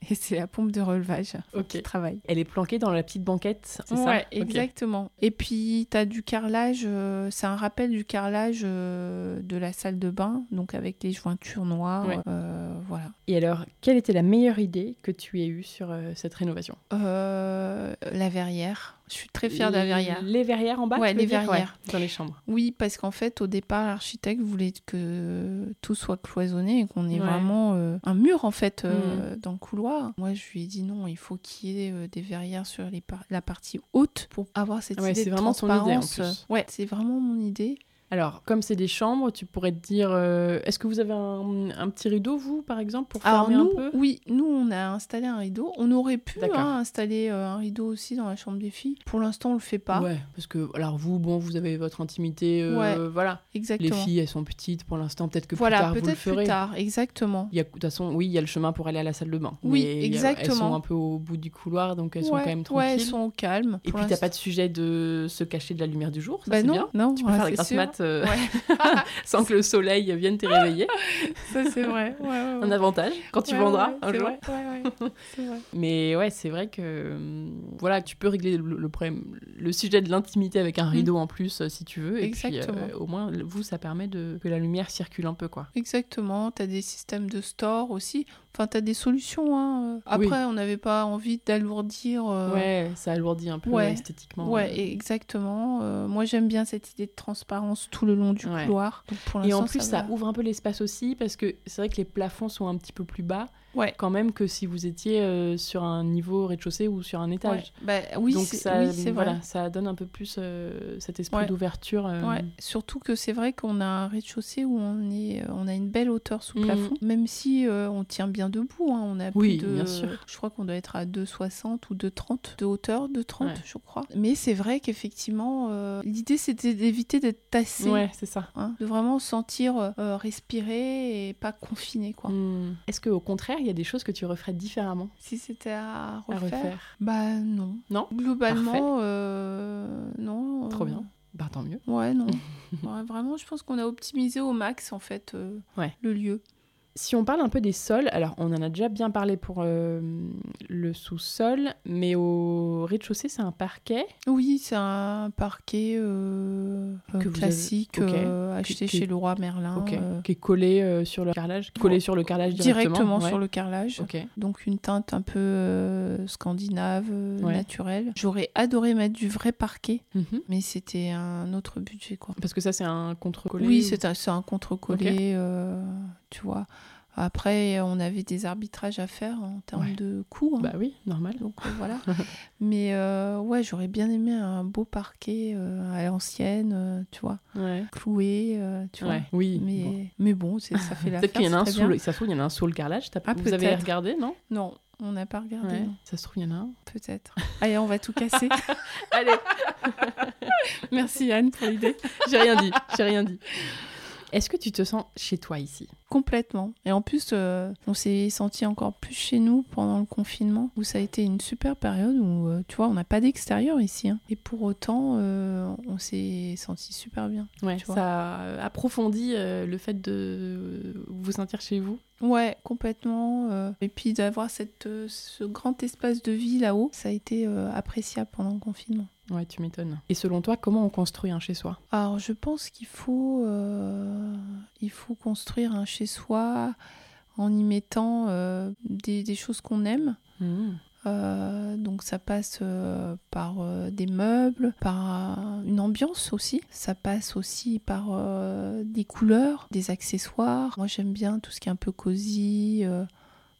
Speaker 2: et c'est la pompe de relevage
Speaker 1: Ok.
Speaker 2: qui travaille.
Speaker 1: Elle est planquée dans la petite banquette, c'est
Speaker 2: ouais,
Speaker 1: ça Ok.
Speaker 2: exactement. Et puis, tu as du carrelage, euh, c'est un rappel du carrelage euh, de la salle de bain, donc avec les jointures noires.
Speaker 1: Ouais.
Speaker 2: euh, voilà.
Speaker 1: Et alors, quelle était la meilleure idée que tu aies eue sur euh, cette rénovation
Speaker 2: Euh, la verrière. Je suis très fière de la verrière.
Speaker 1: Les verrières en bas
Speaker 2: Ouais,
Speaker 1: tu veux
Speaker 2: les
Speaker 1: dire
Speaker 2: verrières.
Speaker 1: Ouais, Dans les chambres.
Speaker 2: Oui, parce qu'en fait, au départ, l'architecte voulait que tout soit cloisonné et qu'on ait
Speaker 1: Ouais. Mm.
Speaker 2: vraiment euh, un mur, en fait, euh, dans le couloir. Moi, je lui ai dit non, il faut qu'il y ait euh, des verrières sur les par- la partie haute pour avoir cette
Speaker 1: Ouais,
Speaker 2: idée
Speaker 1: c'est
Speaker 2: de
Speaker 1: vraiment son idée, en
Speaker 2: transparence.
Speaker 1: plus.
Speaker 2: Ouais, c'est vraiment mon idée.
Speaker 1: Alors, comme c'est des chambres, tu pourrais te dire euh, est-ce que vous avez un, un petit rideau, vous, par exemple, pour
Speaker 2: Alors
Speaker 1: fermer
Speaker 2: nous,
Speaker 1: un peu
Speaker 2: oui, nous on a installé un rideau. On aurait pu
Speaker 1: D'accord.
Speaker 2: hein, installer euh, un rideau aussi dans la chambre des filles. Pour l'instant, on le fait pas.
Speaker 1: Ouais, parce que, alors vous, bon, vous avez votre intimité, euh,
Speaker 2: Ouais,
Speaker 1: voilà.
Speaker 2: Exactement.
Speaker 1: Les filles, elles sont petites pour l'instant, peut-être que plus
Speaker 2: voilà,
Speaker 1: tard, vous le
Speaker 2: peut-être
Speaker 1: ferez.
Speaker 2: plus tard, exactement.
Speaker 1: Il y a- de toute façon, oui, il y a le chemin pour aller à la salle de bain.
Speaker 2: Oui,
Speaker 1: Mais il y a- Elles sont
Speaker 2: exactement.
Speaker 1: un peu au bout du couloir, donc elles sont
Speaker 2: ouais,
Speaker 1: quand même
Speaker 2: ouais,
Speaker 1: tranquilles.
Speaker 2: elles sont au calme.
Speaker 1: Et
Speaker 2: Pour
Speaker 1: puis, t'as
Speaker 2: l'instant-
Speaker 1: pas de sujet de se cacher de la lumière du jour, ça
Speaker 2: Bah
Speaker 1: c'est
Speaker 2: non,
Speaker 1: bien.
Speaker 2: non,
Speaker 1: Tu peux
Speaker 2: ouais,
Speaker 1: faire les
Speaker 2: c'est
Speaker 1: grasses
Speaker 2: sûr.
Speaker 1: mat euh,
Speaker 2: Ouais.
Speaker 1: sans que le soleil vienne te réveiller.
Speaker 2: Ça c'est vrai. Ouais, ouais, ouais.
Speaker 1: Un avantage quand tu
Speaker 2: Ouais,
Speaker 1: vendras
Speaker 2: ouais,
Speaker 1: un
Speaker 2: c'est
Speaker 1: jour.
Speaker 2: vrai, ouais, ouais, c'est vrai.
Speaker 1: Mais ouais, c'est vrai que euh, voilà, tu peux régler le, le problème, le sujet de l'intimité avec un rideau en plus euh, si tu veux. Et
Speaker 2: Mmh. Exactement.
Speaker 1: puis euh, au moins, le- vous, ça permet de, que la lumière circule un peu quoi.
Speaker 2: Exactement, tu as des systèmes de store aussi. Enfin, tu as des solutions. hein. Euh,
Speaker 1: Oui.
Speaker 2: Après, on n'avait pas envie d'alourdir. euh,
Speaker 1: Ouais, ça alourdit un peu
Speaker 2: ouais.
Speaker 1: esthétiquement.
Speaker 2: Ouais,
Speaker 1: euh.
Speaker 2: et- exactement. Euh, moi, j'aime bien cette idée de transparence tout le long du
Speaker 1: Ouais.
Speaker 2: couloir. Donc, pour
Speaker 1: Et en
Speaker 2: l'instant,
Speaker 1: plus, ça,
Speaker 2: va.
Speaker 1: ouvre un peu l'espace aussi parce que c'est vrai que les plafonds sont un petit peu plus bas.
Speaker 2: Ouais.
Speaker 1: quand même que si vous étiez euh, sur un niveau rez-de-chaussée ou sur un
Speaker 2: Ouais.
Speaker 1: étage.
Speaker 2: Bah, oui,
Speaker 1: Donc
Speaker 2: c'est
Speaker 1: ça,
Speaker 2: oui, c'est vrai.
Speaker 1: voilà, ça donne un peu plus euh, cet esprit
Speaker 2: Ouais.
Speaker 1: d'ouverture. euh,
Speaker 2: Ouais, surtout que c'est vrai qu'on a un rez-de-chaussée où on, est, euh, on a une belle hauteur sous
Speaker 1: Mm.
Speaker 2: plafond, même si euh, on tient bien debout. hein, on a
Speaker 1: Oui,
Speaker 2: plus de,
Speaker 1: bien sûr.
Speaker 2: Je crois qu'on doit être à 2,60 ou 2,30 de hauteur, 2,30
Speaker 1: Ouais.
Speaker 2: je crois. Mais c'est vrai qu'effectivement, euh, l'idée c'était d'éviter d'être tassé,
Speaker 1: Ouais, c'est ça.
Speaker 2: hein, de vraiment sentir euh, respirer et pas confiné. quoi.
Speaker 1: Hmm. Est-ce qu'au contraire, il y a des choses que tu referais différemment
Speaker 2: Si c'était à
Speaker 1: à
Speaker 2: refaire,
Speaker 1: refaire
Speaker 2: bah non.
Speaker 1: Non
Speaker 2: Globalement, euh, non.
Speaker 1: Trop
Speaker 2: euh,
Speaker 1: bien. Bah tant mieux.
Speaker 2: Ouais, non. Ouais, vraiment, je pense qu'on a optimisé au max, en fait, euh,
Speaker 1: Ouais.
Speaker 2: le lieu.
Speaker 1: Si on parle un peu des sols, alors on en a déjà bien parlé pour euh, le sous-sol, mais au rez-de-chaussée, c'est un parquet.
Speaker 2: Oui, c'est un parquet euh, euh,
Speaker 1: Que vous
Speaker 2: classique
Speaker 1: avez- ok.
Speaker 2: euh, acheté
Speaker 1: que-
Speaker 2: chez le roi Merlin.
Speaker 1: Ok.
Speaker 2: euh,
Speaker 1: qui est collé euh, sur le carrelage collé sur le carrelage
Speaker 2: directement
Speaker 1: directement,
Speaker 2: sur le carrelage.
Speaker 1: ok
Speaker 2: Donc une teinte un peu euh, scandinave, euh,
Speaker 1: Ouais.
Speaker 2: naturelle. J'aurais adoré mettre du vrai parquet,
Speaker 1: Mhm.
Speaker 2: mais c'était un autre budget, quoi.
Speaker 1: parce que ça c'est un contre-collé
Speaker 2: Oui,
Speaker 1: ou-
Speaker 2: c'est un, c'est un contre-collé, euh, tu vois. Après, on avait des arbitrages à faire en termes
Speaker 1: Ouais.
Speaker 2: de coûts. hein.
Speaker 1: bah oui normal
Speaker 2: Donc euh, voilà. Mais euh, ouais, j'aurais bien aimé un beau parquet euh, à l'ancienne, euh, tu vois,
Speaker 1: ouais,
Speaker 2: cloué, euh, tu vois.
Speaker 1: Ouais. oui
Speaker 2: Mais,
Speaker 1: bon.
Speaker 2: mais bon, c'est- ça fait la
Speaker 1: peut-être qu'il y en a un sous
Speaker 2: bien.
Speaker 1: le... ça se trouve il y en a un sous le carrelage T'as-
Speaker 2: Ah,
Speaker 1: vous avez
Speaker 2: peut-être.
Speaker 1: regardé non
Speaker 2: Non, on n'a pas regardé.
Speaker 1: Ouais.
Speaker 2: non.
Speaker 1: ça se trouve il y en a un
Speaker 2: Peut-être. Allez, on va tout casser.
Speaker 1: allez
Speaker 2: Merci Anne pour l'idée.
Speaker 1: j'ai rien dit j'ai rien dit est-ce que tu te sens chez toi ici
Speaker 2: Complètement. Et en plus, euh, on s'est senti encore plus chez nous pendant le confinement, où ça a été une super période où, euh, tu vois, on n'a pas d'extérieur ici. hein. Et pour autant, euh, on s'est senti super bien.
Speaker 1: ouais
Speaker 2: Tu vois.
Speaker 1: ça euh, approfondit euh, le fait de euh, vous sentir chez vous
Speaker 2: Ouais, complètement. euh, Et puis d'avoir cette, euh, ce grand espace de vie là-haut, ça a été euh, appréciable pendant le confinement.
Speaker 1: ouais tu m'étonnes et selon toi comment on construit un chez soi
Speaker 2: Alors je pense qu'il faut, euh, il faut construire un chez-soi en y mettant euh, des, des choses qu'on aime.
Speaker 1: Hmm.
Speaker 2: Euh, donc ça passe euh, par euh, des meubles, par euh, une ambiance aussi. Ça passe aussi par euh, des couleurs, des accessoires. Moi j'aime bien tout ce qui est un peu cosy. euh,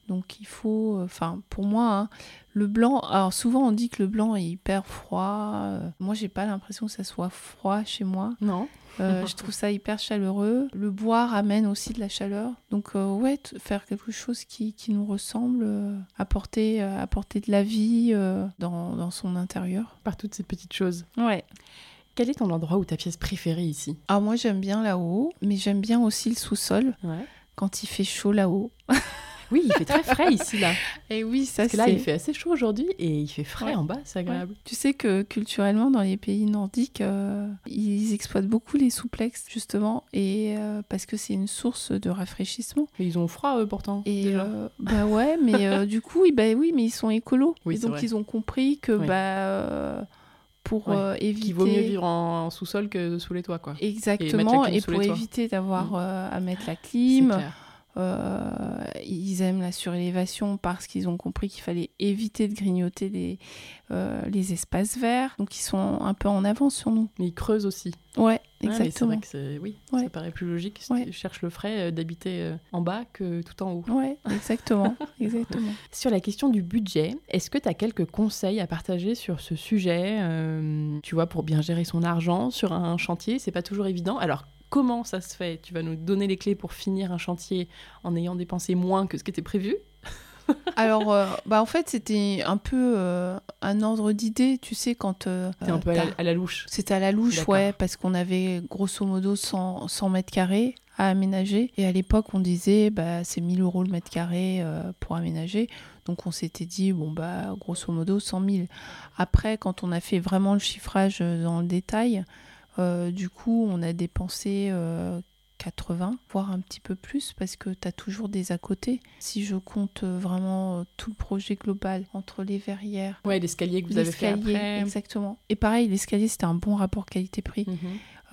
Speaker 2: donc il faut, euh, enfin pour moi, hein, le blanc. Alors souvent on dit que le blanc est hyper froid. euh, moi j'ai pas l'impression que ça soit froid chez moi.
Speaker 1: non
Speaker 2: Euh, je trouve ça hyper chaleureux. Le bois ramène aussi de la chaleur. Donc euh, ouais, t- faire quelque chose qui, qui nous ressemble, euh, apporter, euh, apporter de la vie euh, dans, dans son intérieur.
Speaker 1: par toutes ces petites choses
Speaker 2: Ouais.
Speaker 1: quel est ton endroit ou ta pièce préférée ici
Speaker 2: Alors Ah, moi j'aime bien là-haut, mais j'aime bien aussi le sous-sol
Speaker 1: ouais
Speaker 2: quand il fait chaud là-haut.
Speaker 1: Oui, il fait très frais ici, là.
Speaker 2: Et Eh oui, ça
Speaker 1: Parce que là, il fait assez chaud aujourd'hui et il fait frais
Speaker 2: Ouais.
Speaker 1: en bas, c'est agréable.
Speaker 2: Tu sais que culturellement, dans les pays nordiques, euh, ils exploitent beaucoup les souplexes, justement, et euh, parce que c'est une source de rafraîchissement.
Speaker 1: Mais ils ont froid, eux, pourtant.
Speaker 2: Et
Speaker 1: déjà.
Speaker 2: euh, bah ouais, mais euh, du coup, ils- bah oui, mais ils sont écolos.
Speaker 1: Oui,
Speaker 2: et
Speaker 1: c'est
Speaker 2: donc
Speaker 1: vrai.
Speaker 2: ils ont compris que
Speaker 1: Oui.
Speaker 2: bah euh, pour
Speaker 1: Ouais.
Speaker 2: euh, éviter
Speaker 1: Qu'il vaut mieux vivre en, en sous-sol que sous les toits, quoi.
Speaker 2: exactement
Speaker 1: clim
Speaker 2: et,
Speaker 1: sous
Speaker 2: pour
Speaker 1: les toits. Mm.
Speaker 2: éviter d'avoir euh, à mettre la
Speaker 1: C'est
Speaker 2: clim,
Speaker 1: clair.
Speaker 2: euh, ils aiment la surélévation parce qu'ils ont compris qu'il fallait éviter de grignoter les euh, les espaces verts. Donc ils sont un peu en avance sur nous.
Speaker 1: Mais ils creusent aussi.
Speaker 2: Ouais,
Speaker 1: Ouais, mais Ah c'est
Speaker 2: exactement.
Speaker 1: vrai que c'est... Oui,
Speaker 2: Ouais.
Speaker 1: ça paraît plus logique si
Speaker 2: Ouais.
Speaker 1: tu cherches le frais euh, d'habiter euh, en bas que tout en haut.
Speaker 2: Ouais, exactement, exactement.
Speaker 1: Sur la question du budget, est-ce que tu as quelques conseils à partager sur ce sujet euh, Tu vois, pour bien gérer son argent sur un chantier, c'est pas toujours évident. Alors, comment ça se fait Tu vas nous donner les clés pour finir un chantier en ayant dépensé moins que ce qui était prévu
Speaker 2: Alors, euh, bah en fait, c'était un peu euh, un ordre d'idée, tu sais, quand. euh,
Speaker 1: T'es un peu à la,
Speaker 2: t'as-
Speaker 1: à la louche.
Speaker 2: C'était à la louche,
Speaker 1: D'accord.
Speaker 2: ouais, parce qu'on avait grosso modo 100, 100 mètres carrés à aménager. Et à l'époque, on disait, bah, c'est 1000 euros le mètre carré euh, pour aménager. Donc, on s'était dit, bon, bah, grosso modo, 100 000. Après, quand on a fait vraiment le chiffrage euh, dans le détail, euh, du coup, on a dépensé euh, 80, voire un petit peu plus, parce que tu as toujours des à côté. Si je compte euh, vraiment euh, tout le projet global entre les verrières,
Speaker 1: Ouais, l'escalier que vous avez fait
Speaker 2: L'escalier,
Speaker 1: après.
Speaker 2: exactement. Et pareil, l'escalier, c'était un bon rapport qualité-prix.
Speaker 1: Mhm.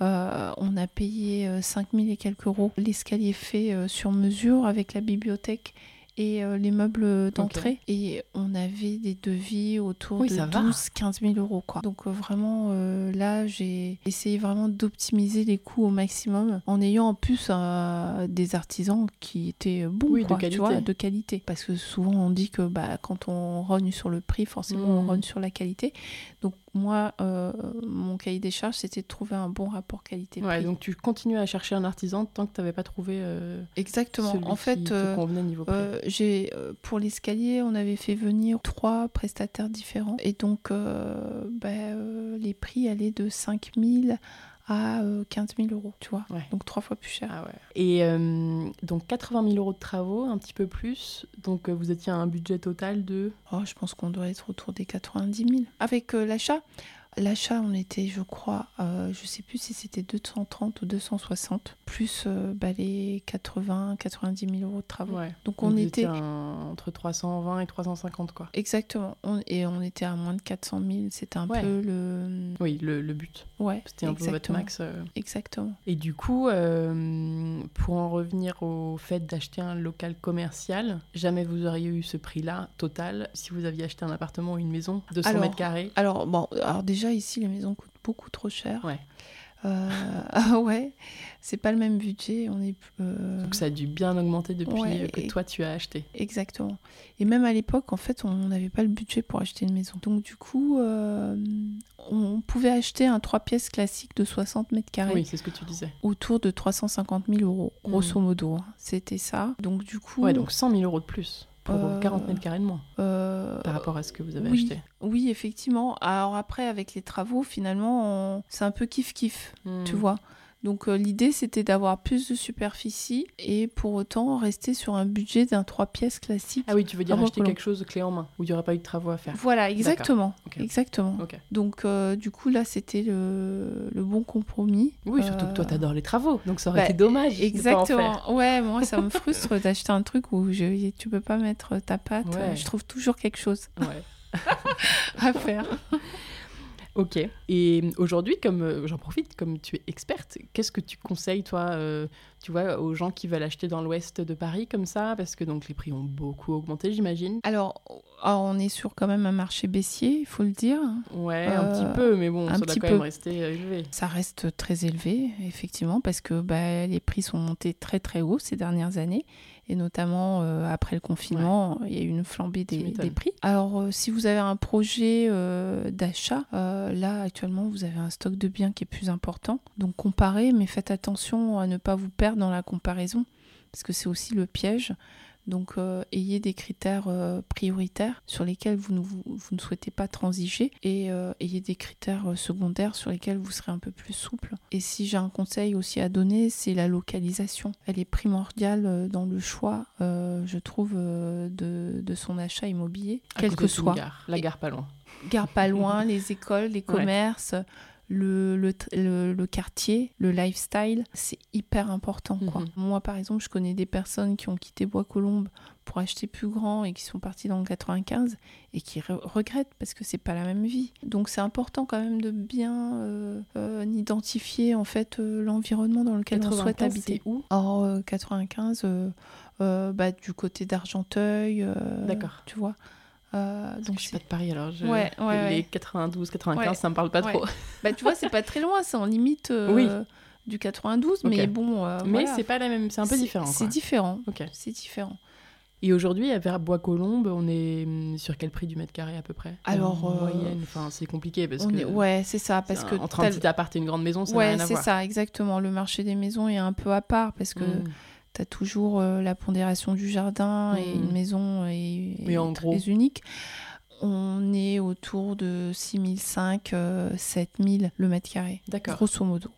Speaker 2: Euh, on a euh, payé 5000 et quelques euros. L'escalier fait euh, sur mesure avec la bibliothèque et euh, les meubles d'entrée. Et on avait des devis autour
Speaker 1: Oui,
Speaker 2: de
Speaker 1: ça va.
Speaker 2: 12-15 000 euros. Quoi. Donc euh, vraiment, euh, là, j'ai essayé vraiment d'optimiser les coûts au maximum en ayant en plus euh, des artisans qui étaient bons,
Speaker 1: Oui, de
Speaker 2: quoi,
Speaker 1: qualité.
Speaker 2: tu vois, de qualité. Parce que souvent, on dit que bah, quand on rogne sur le prix, forcément, on
Speaker 1: Mm.
Speaker 2: rogne sur la qualité. Donc moi, euh, mon cahier des charges, c'était de trouver un bon rapport qualité-prix.
Speaker 1: Ouais, donc tu continues à chercher un artisan tant que tu n'avais pas trouvé euh,
Speaker 2: Exactement.
Speaker 1: celui
Speaker 2: en
Speaker 1: qui
Speaker 2: fait,
Speaker 1: te
Speaker 2: euh,
Speaker 1: convenait niveau prix.
Speaker 2: euh, j'ai euh, pour l'escalier, on avait fait venir trois prestataires différents et donc euh, bah, euh, les prix allaient de 5 000 à euh, 15 000 euros, tu vois.
Speaker 1: Ouais.
Speaker 2: Donc trois fois plus cher.
Speaker 1: Ah ouais. Et euh, donc 80 000 euros de travaux, un petit peu plus. Donc euh, vous étiez à un budget total de...
Speaker 2: Oh, je pense qu'on doit être autour des 90 000. Avec euh, l'achat, l'achat, on était, je crois, euh, je sais plus si c'était 230 ou 260, plus euh, bah, les 80, 90 000 euros de travaux.
Speaker 1: Ah Ouais.
Speaker 2: Donc on
Speaker 1: vous
Speaker 2: était
Speaker 1: étiez à un- entre 320 et 350 quoi.
Speaker 2: Exactement. On- et on était à moins de 400 000. C'était un
Speaker 1: Ouais.
Speaker 2: peu le.
Speaker 1: Oui, le, le but.
Speaker 2: Ouais.
Speaker 1: C'était un peu votre
Speaker 2: exactement.
Speaker 1: max. euh.
Speaker 2: Exactement.
Speaker 1: Et du coup, euh, pour en revenir au fait d'acheter un local commercial, jamais vous auriez eu ce prix-là total si vous aviez acheté un appartement ou une maison de 100
Speaker 2: Alors-
Speaker 1: mètres carrés.
Speaker 2: Alors, bon, alors déjà ici, les maisons coûtent beaucoup trop cher.
Speaker 1: Ouais.
Speaker 2: Euh, ah ouais. C'est pas le même budget. On est. euh,
Speaker 1: Donc ça a dû bien augmenter depuis
Speaker 2: Ouais,
Speaker 1: euh, que
Speaker 2: et-
Speaker 1: toi tu as acheté.
Speaker 2: Exactement. Et même à l'époque, en fait, on n'avait pas le budget pour acheter une maison. Donc, du coup, euh, on pouvait acheter un 3 pièces classique de 60 mètres carrés.
Speaker 1: Oui, c'est ce que tu disais.
Speaker 2: Autour de 350 000 euros, grosso modo. hein. C'était ça. Donc, du coup.
Speaker 1: Ouais, donc 100 000 euros de plus pour
Speaker 2: Euh,
Speaker 1: 40 mètres carrés de moins
Speaker 2: euh,
Speaker 1: par rapport à ce que vous avez
Speaker 2: oui.
Speaker 1: acheté.
Speaker 2: Oui, effectivement. Alors après, avec les travaux, finalement, on- c'est un peu kiff-kiff,
Speaker 1: Hmm.
Speaker 2: tu
Speaker 1: Mmh.
Speaker 2: vois. Donc euh, l'idée, c'était d'avoir plus de superficie et pour autant rester sur un budget d'un trois pièces classique.
Speaker 1: Ah oui, tu veux dire
Speaker 2: Ah,
Speaker 1: acheter
Speaker 2: bon,
Speaker 1: quelque chose clé en main, où il n'y aurait pas eu de travaux à faire.
Speaker 2: Voilà, exactement.
Speaker 1: Ok.
Speaker 2: Exactement.
Speaker 1: Ok.
Speaker 2: Donc euh, du coup, là, c'était le, le bon compromis.
Speaker 1: Oui, surtout
Speaker 2: Euh,
Speaker 1: que toi, t'adores les travaux, donc ça aurait
Speaker 2: bah,
Speaker 1: été dommage. De pas en faire.
Speaker 2: Exactement. Ouais, moi ça me frustre d'acheter un truc où je, tu peux pas mettre ta patte.
Speaker 1: Ouais.
Speaker 2: Je trouve toujours quelque chose
Speaker 1: Ouais.
Speaker 2: à faire.
Speaker 1: Ok. Et aujourd'hui, comme euh, j'en profite, comme tu es experte, qu'est-ce que tu conseilles, toi, euh, tu vois, aux gens qui veulent acheter dans l'ouest de Paris comme ça Parce que donc les prix ont beaucoup augmenté, j'imagine.
Speaker 2: Alors, alors, on est sur quand même un marché baissier, il faut le dire.
Speaker 1: Ouais,
Speaker 2: Euh,
Speaker 1: un petit peu, mais bon,
Speaker 2: un
Speaker 1: ça doit
Speaker 2: petit
Speaker 1: quand même
Speaker 2: peu.
Speaker 1: rester euh, élevé.
Speaker 2: Ça reste très élevé, effectivement, parce que bah, les prix sont montés très très haut ces dernières années, et notamment euh, après le confinement, il y a eu une flambée
Speaker 1: Tu
Speaker 2: des,
Speaker 1: m'étonnes.
Speaker 2: des prix. Alors, euh, si vous avez un projet euh, d'achat, euh, là actuellement, vous avez un stock de biens qui est plus important. Donc comparez, mais faites attention à ne pas vous perdre dans la comparaison, parce que c'est aussi le piège. Donc, euh, ayez des critères euh, prioritaires sur lesquels vous ne, vous, vous ne souhaitez pas transiger et euh, ayez des critères euh, secondaires sur lesquels vous serez un peu plus souple. Et si j'ai un conseil aussi à donner, c'est la localisation. Elle est primordiale euh, dans le choix, euh, je trouve, euh, de, de son achat immobilier,
Speaker 1: À
Speaker 2: quel
Speaker 1: côté
Speaker 2: que
Speaker 1: d'une
Speaker 2: soit.
Speaker 1: gare, la gare pas loin.
Speaker 2: Gare pas loin,
Speaker 1: Mhm.
Speaker 2: les écoles, les commerces. Le, le, t- le- le quartier, le lifestyle, c'est hyper important. Quoi.
Speaker 1: Mhm.
Speaker 2: Moi, par exemple, je connais des personnes qui ont quitté Bois-Colombes pour acheter plus grand et qui sont partis dans le 95 et qui re- regrettent parce que c'est pas la même vie. Donc, c'est important quand même de bien euh, euh, identifier en fait euh, l'environnement dans lequel on souhaite
Speaker 1: 95,
Speaker 2: habiter.
Speaker 1: c'est où
Speaker 2: Or, euh, 95, euh, euh, bah, du côté d'Argenteuil, euh,
Speaker 1: D'accord.
Speaker 2: tu vois. Euh,
Speaker 1: Parce
Speaker 2: donc
Speaker 1: que je suis
Speaker 2: c'est-
Speaker 1: pas de Paris, alors je...
Speaker 2: Ouais, ouais,
Speaker 1: les
Speaker 2: ouais.
Speaker 1: 92, 95,
Speaker 2: Ouais.
Speaker 1: ça me parle pas
Speaker 2: Ouais.
Speaker 1: trop.
Speaker 2: Bah, tu vois, c'est pas très loin, c'est en limite euh,
Speaker 1: Oui.
Speaker 2: du 92, mais
Speaker 1: Ok.
Speaker 2: bon. euh,
Speaker 1: Mais
Speaker 2: voilà.
Speaker 1: c'est pas la même, c'est un peu différent.
Speaker 2: C'est
Speaker 1: quoi.
Speaker 2: différent.
Speaker 1: Ok.
Speaker 2: C'est différent.
Speaker 1: Et aujourd'hui, à vers Bois-Colombes, on est hum, sur quel prix du mètre carré à peu près
Speaker 2: Alors,
Speaker 1: En
Speaker 2: euh,
Speaker 1: moyenne, enfin, c'est compliqué parce
Speaker 2: On
Speaker 1: que
Speaker 2: est- Ouais, c'est ça, parce que.
Speaker 1: entre un
Speaker 2: t'as-
Speaker 1: petit appart et une grande maison, ça n'a
Speaker 2: ouais,
Speaker 1: rien à
Speaker 2: c'est
Speaker 1: voir.
Speaker 2: ça, exactement. Le marché des maisons est un peu à part parce que
Speaker 1: Mm.
Speaker 2: tu as toujours euh, la pondération du jardin et
Speaker 1: Mm.
Speaker 2: une maison est,
Speaker 1: Mais
Speaker 2: est
Speaker 1: en
Speaker 2: très
Speaker 1: gros.
Speaker 2: unique. On est autour de 6005, 7000 euh, le mètre carré,
Speaker 1: D'accord.
Speaker 2: grosso modo.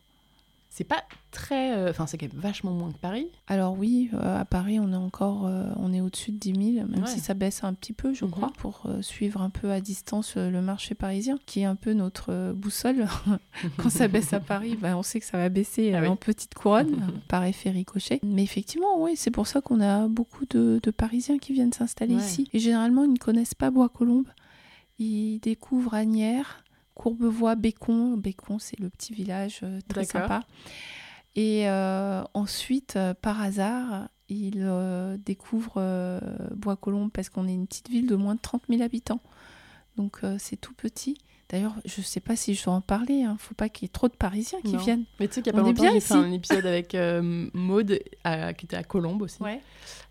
Speaker 1: C'est pas très, euh, enfin, c'est quand même vachement moins que Paris.
Speaker 2: Alors oui, euh, à Paris, on est encore, euh, on est au-dessus de 10 000, même
Speaker 1: Ouais.
Speaker 2: si ça baisse un petit peu, je
Speaker 1: Mhm.
Speaker 2: crois, pour euh, suivre un peu à distance euh, le marché parisien, qui est un peu notre euh, boussole. Quand ça baisse à Paris, ben, on sait que ça va baisser
Speaker 1: Ah
Speaker 2: euh,
Speaker 1: oui.
Speaker 2: en petite couronne, euh, par effet ricochet. Mais effectivement, oui, c'est pour ça qu'on a beaucoup de, de Parisiens qui viennent s'installer
Speaker 1: Ouais.
Speaker 2: ici. Et généralement, ils ne connaissent pas Bois-Colombes. Ils découvrent Agnières, Courbevoie, Bécon. Bécon, c'est le petit village euh, très
Speaker 1: D'accord.
Speaker 2: sympa. Et euh, ensuite, euh, par hasard, ils euh, découvrent euh, Bois-Colombes parce qu'on est une petite ville de moins de 30 000 habitants. Donc euh, c'est tout petit. D'ailleurs, je ne sais pas si je dois en parler. Il ne faut pas qu'il y ait trop de Parisiens qui
Speaker 1: Non.
Speaker 2: viennent.
Speaker 1: Mais tu sais qu'il y a
Speaker 2: On
Speaker 1: pas
Speaker 2: est
Speaker 1: longtemps,
Speaker 2: bien
Speaker 1: j'ai
Speaker 2: ici.
Speaker 1: fait un épisode avec euh, Maude à- qui était à Colombe aussi.
Speaker 2: Ouais,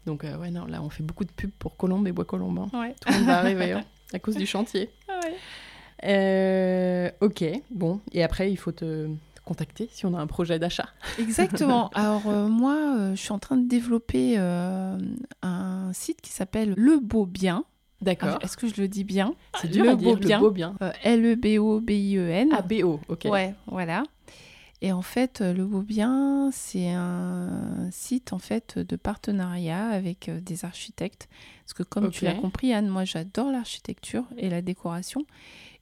Speaker 1: Donc euh, ouais, non, là on fait beaucoup de pubs pour Colombe et Bois-Colombes. hein.
Speaker 2: ouais.
Speaker 1: Tout le monde va arriver hein, à cause du chantier. Euh, ok, bon. Et après, il faut te contacter si on a un projet d'achat.
Speaker 2: Exactement. Alors euh, moi, euh, je suis en train de développer euh, un site qui s'appelle Le Beau Bien.
Speaker 1: D'accord.
Speaker 2: Est-ce que je le dis bien
Speaker 1: C'est dur
Speaker 2: le
Speaker 1: à dire,
Speaker 2: beau bien.
Speaker 1: le beau bien.
Speaker 2: Euh, L-E-B-O-B-I-E-N.
Speaker 1: Ah, BO, ok.
Speaker 2: E Ouais, voilà. Et en fait, euh, le Beaubien, c'est un site en fait de partenariat avec euh, des architectes. Parce que comme tu
Speaker 1: Ok.
Speaker 2: l'as compris, Anne, moi j'adore l'architecture et la décoration.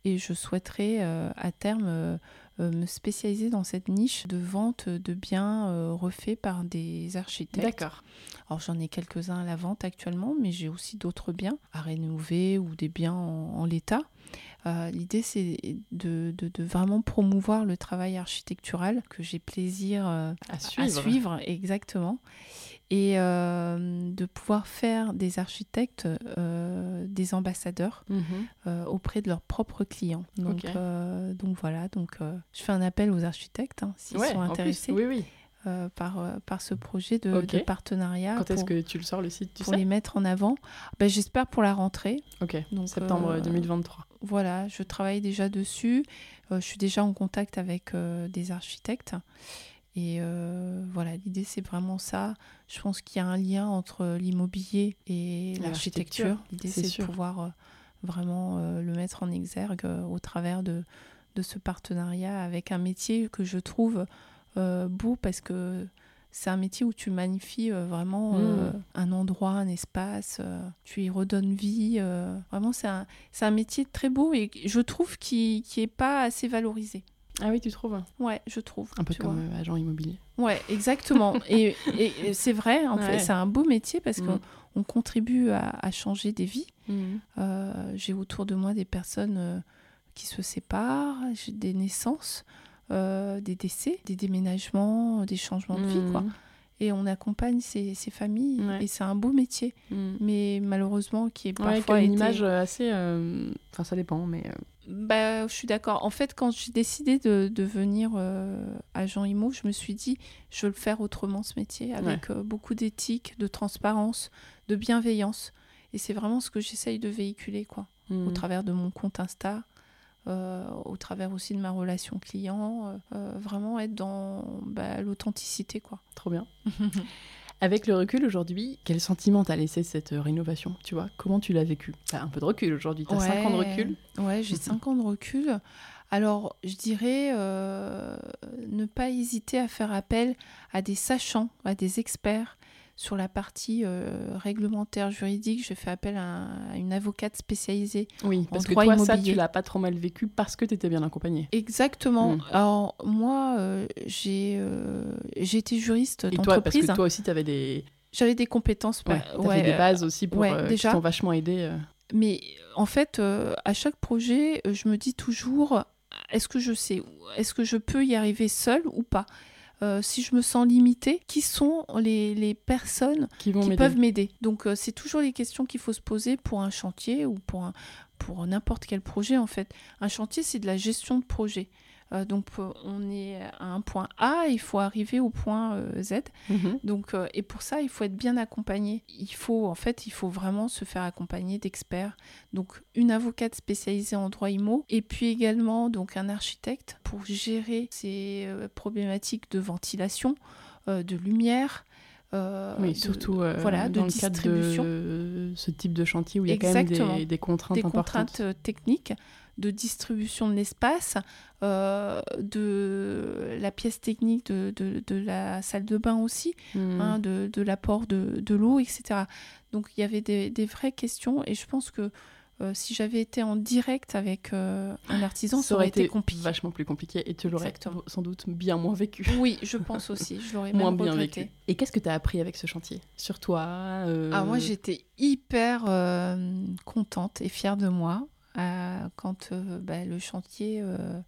Speaker 2: Et je souhaiterais euh, à terme euh, euh, me spécialiser dans cette niche de vente de biens euh, refaits par des architectes.
Speaker 1: D'accord.
Speaker 2: Alors j'en ai quelques-uns à la vente actuellement, mais j'ai aussi d'autres biens à rénover ou des biens en, en l'état. Euh, L'idée c'est de, de- de vraiment promouvoir le travail architectural que j'ai plaisir euh,
Speaker 1: À suivre.
Speaker 2: à suivre, exactement, et euh, de pouvoir faire des architectes euh, des ambassadeurs
Speaker 1: Mhm.
Speaker 2: euh, auprès de leurs propres clients. Donc,
Speaker 1: Ok.
Speaker 2: euh, donc voilà, donc euh, je fais un appel aux architectes hein, s'ils
Speaker 1: Ouais,
Speaker 2: sont
Speaker 1: en plus,
Speaker 2: intéressés
Speaker 1: Oui, oui.
Speaker 2: euh, par, euh, par ce projet de,
Speaker 1: Ok.
Speaker 2: de partenariat.
Speaker 1: Quand est-ce
Speaker 2: Ah, pour-
Speaker 1: que tu le sors le site, tu
Speaker 2: pour
Speaker 1: sais
Speaker 2: les mettre en avant. Ben, J'espère pour la rentrée.
Speaker 1: Ok.
Speaker 2: Donc,
Speaker 1: Septembre
Speaker 2: euh,
Speaker 1: 2023.
Speaker 2: Voilà, je travaille déjà dessus. Euh, je suis déjà en contact avec euh, des architectes. Et euh, voilà, l'idée, c'est vraiment ça. Je pense qu'il y a un lien entre l'immobilier et
Speaker 1: l'architecture,
Speaker 2: l'architecture. L'idée,
Speaker 1: c'est
Speaker 2: c'est
Speaker 1: sûr.
Speaker 2: de pouvoir euh, vraiment euh, le mettre en exergue euh, au travers de, de ce partenariat avec un métier que je trouve euh, beau parce que c'est un métier où tu magnifies euh, vraiment
Speaker 1: Mm.
Speaker 2: euh, un endroit, un espace, euh, tu y redonnes vie. euh, vraiment, c'est un, c'est un métier très beau et je trouve qui qui est pas assez valorisé.
Speaker 1: Ah oui, tu trouves
Speaker 2: Ouais, je trouve.
Speaker 1: Un peu
Speaker 2: hein. tu
Speaker 1: comme euh, agent immobilier.
Speaker 2: vois. Ouais, exactement. et et- et c'est vrai, en
Speaker 1: Ouais.
Speaker 2: fait, c'est un beau métier parce
Speaker 1: Mm.
Speaker 2: qu'on on contribue à, à changer des vies. Euh, j'ai autour de moi des personnes euh, qui se séparent, j'ai des naissances, euh, des décès, des déménagements, des changements de
Speaker 1: Mm.
Speaker 2: vie, quoi. Et on accompagne ces, ces familles
Speaker 1: Ouais.
Speaker 2: et c'est un beau métier, mais malheureusement qui est
Speaker 1: Ouais,
Speaker 2: parfois
Speaker 1: comme une
Speaker 2: été-
Speaker 1: image euh, assez. euh, Enfin, ça dépend, mais. euh,
Speaker 2: Bah, je suis d'accord. En fait, quand j'ai décidé de devenir euh, agent IMO, je me suis dit, je veux le faire autrement, ce métier, avec euh, beaucoup d'éthique, de transparence, de bienveillance. Et c'est vraiment ce que j'essaye de véhiculer, quoi.
Speaker 1: euh, Hmm. Mm.
Speaker 2: au travers de mon compte Insta, euh, au travers aussi de ma relation client, euh, euh, vraiment être dans bah, l'authenticité quoi.
Speaker 1: Trop bien. Avec le recul aujourd'hui, quel sentiment t'a laissé cette euh, rénovation Tu vois, comment tu l'as vécu T'as un peu de recul aujourd'hui, t'as 5 ans de recul. Mhm.
Speaker 2: Ouais, j'ai 5 ans de recul. Alors, je dirais euh, ne pas hésiter à faire appel à des sachants, à des experts sur la partie euh, réglementaire juridique. Je fais appel à- à une avocate spécialisée
Speaker 1: Oui, parce que toi,
Speaker 2: droit
Speaker 1: ça,
Speaker 2: immobilier.
Speaker 1: tu l'as pas trop mal vécu parce que t'étais bien accompagnée.
Speaker 2: Exactement.
Speaker 1: Mm.
Speaker 2: Alors moi, euh, j'ai euh, j'ai été juriste
Speaker 1: Et toi, parce que
Speaker 2: d'entreprise. hein.
Speaker 1: toi aussi, t'avais des,
Speaker 2: J'avais des compétences, ouais,
Speaker 1: ouais, t'avais
Speaker 2: ouais,
Speaker 1: des
Speaker 2: euh,
Speaker 1: bases aussi pour,
Speaker 2: ouais,
Speaker 1: euh,
Speaker 2: déjà.
Speaker 1: qui t'ont vachement aidé. euh.
Speaker 2: mais en fait, euh, à chaque projet, euh, je me dis toujours, est-ce que je sais, est-ce que je peux y arriver seule ou pas Euh, Si je me sens limitée, qui sont les, les personnes
Speaker 1: qui vont
Speaker 2: qui
Speaker 1: m'aider.
Speaker 2: peuvent m'aider Donc euh, c'est toujours les questions qu'il faut se poser pour un chantier ou pour un, pour n'importe quel projet en fait. Un chantier, c'est de la gestion de projet. Euh, donc euh, on est à un point A, il faut arriver au point euh, Z.
Speaker 1: Mhm.
Speaker 2: Donc, euh, et pour ça, il faut être bien accompagné. Il faut, en fait, il faut vraiment se faire accompagner d'experts. Donc, une avocate spécialisée en droit IMO et puis également donc un architecte pour gérer ces euh, problématiques de ventilation, euh, de lumière. euh,
Speaker 1: Oui,
Speaker 2: de-
Speaker 1: surtout euh,
Speaker 2: voilà, de
Speaker 1: dans le cadre
Speaker 2: distribution.
Speaker 1: de ce type de chantier où il y a quand même
Speaker 2: Exactement.
Speaker 1: des, des contraintes
Speaker 2: des
Speaker 1: importantes.
Speaker 2: contraintes euh, techniques de distribution de l'espace, euh, de la pièce technique de, de- de la salle de bain aussi,
Speaker 1: Mhm.
Speaker 2: hein, de, de l'apport de, de l'eau, etc. Donc il y avait des, des vraies questions et je pense que euh, si j'avais été en direct avec euh, un artisan, ça aurait été, compliqué.
Speaker 1: vachement plus compliqué et tu l'aurais
Speaker 2: Exactement.
Speaker 1: sans doute bien moins vécu.
Speaker 2: Oui, je pense aussi. Je l'aurais même
Speaker 1: moins bien
Speaker 2: regretté.
Speaker 1: vécu. Et qu'est-ce que tu as appris avec ce chantier Sur toi euh,
Speaker 2: Ah, moi, j'étais hyper euh, contente et fière de moi euh, quand euh, bah, le chantier euh,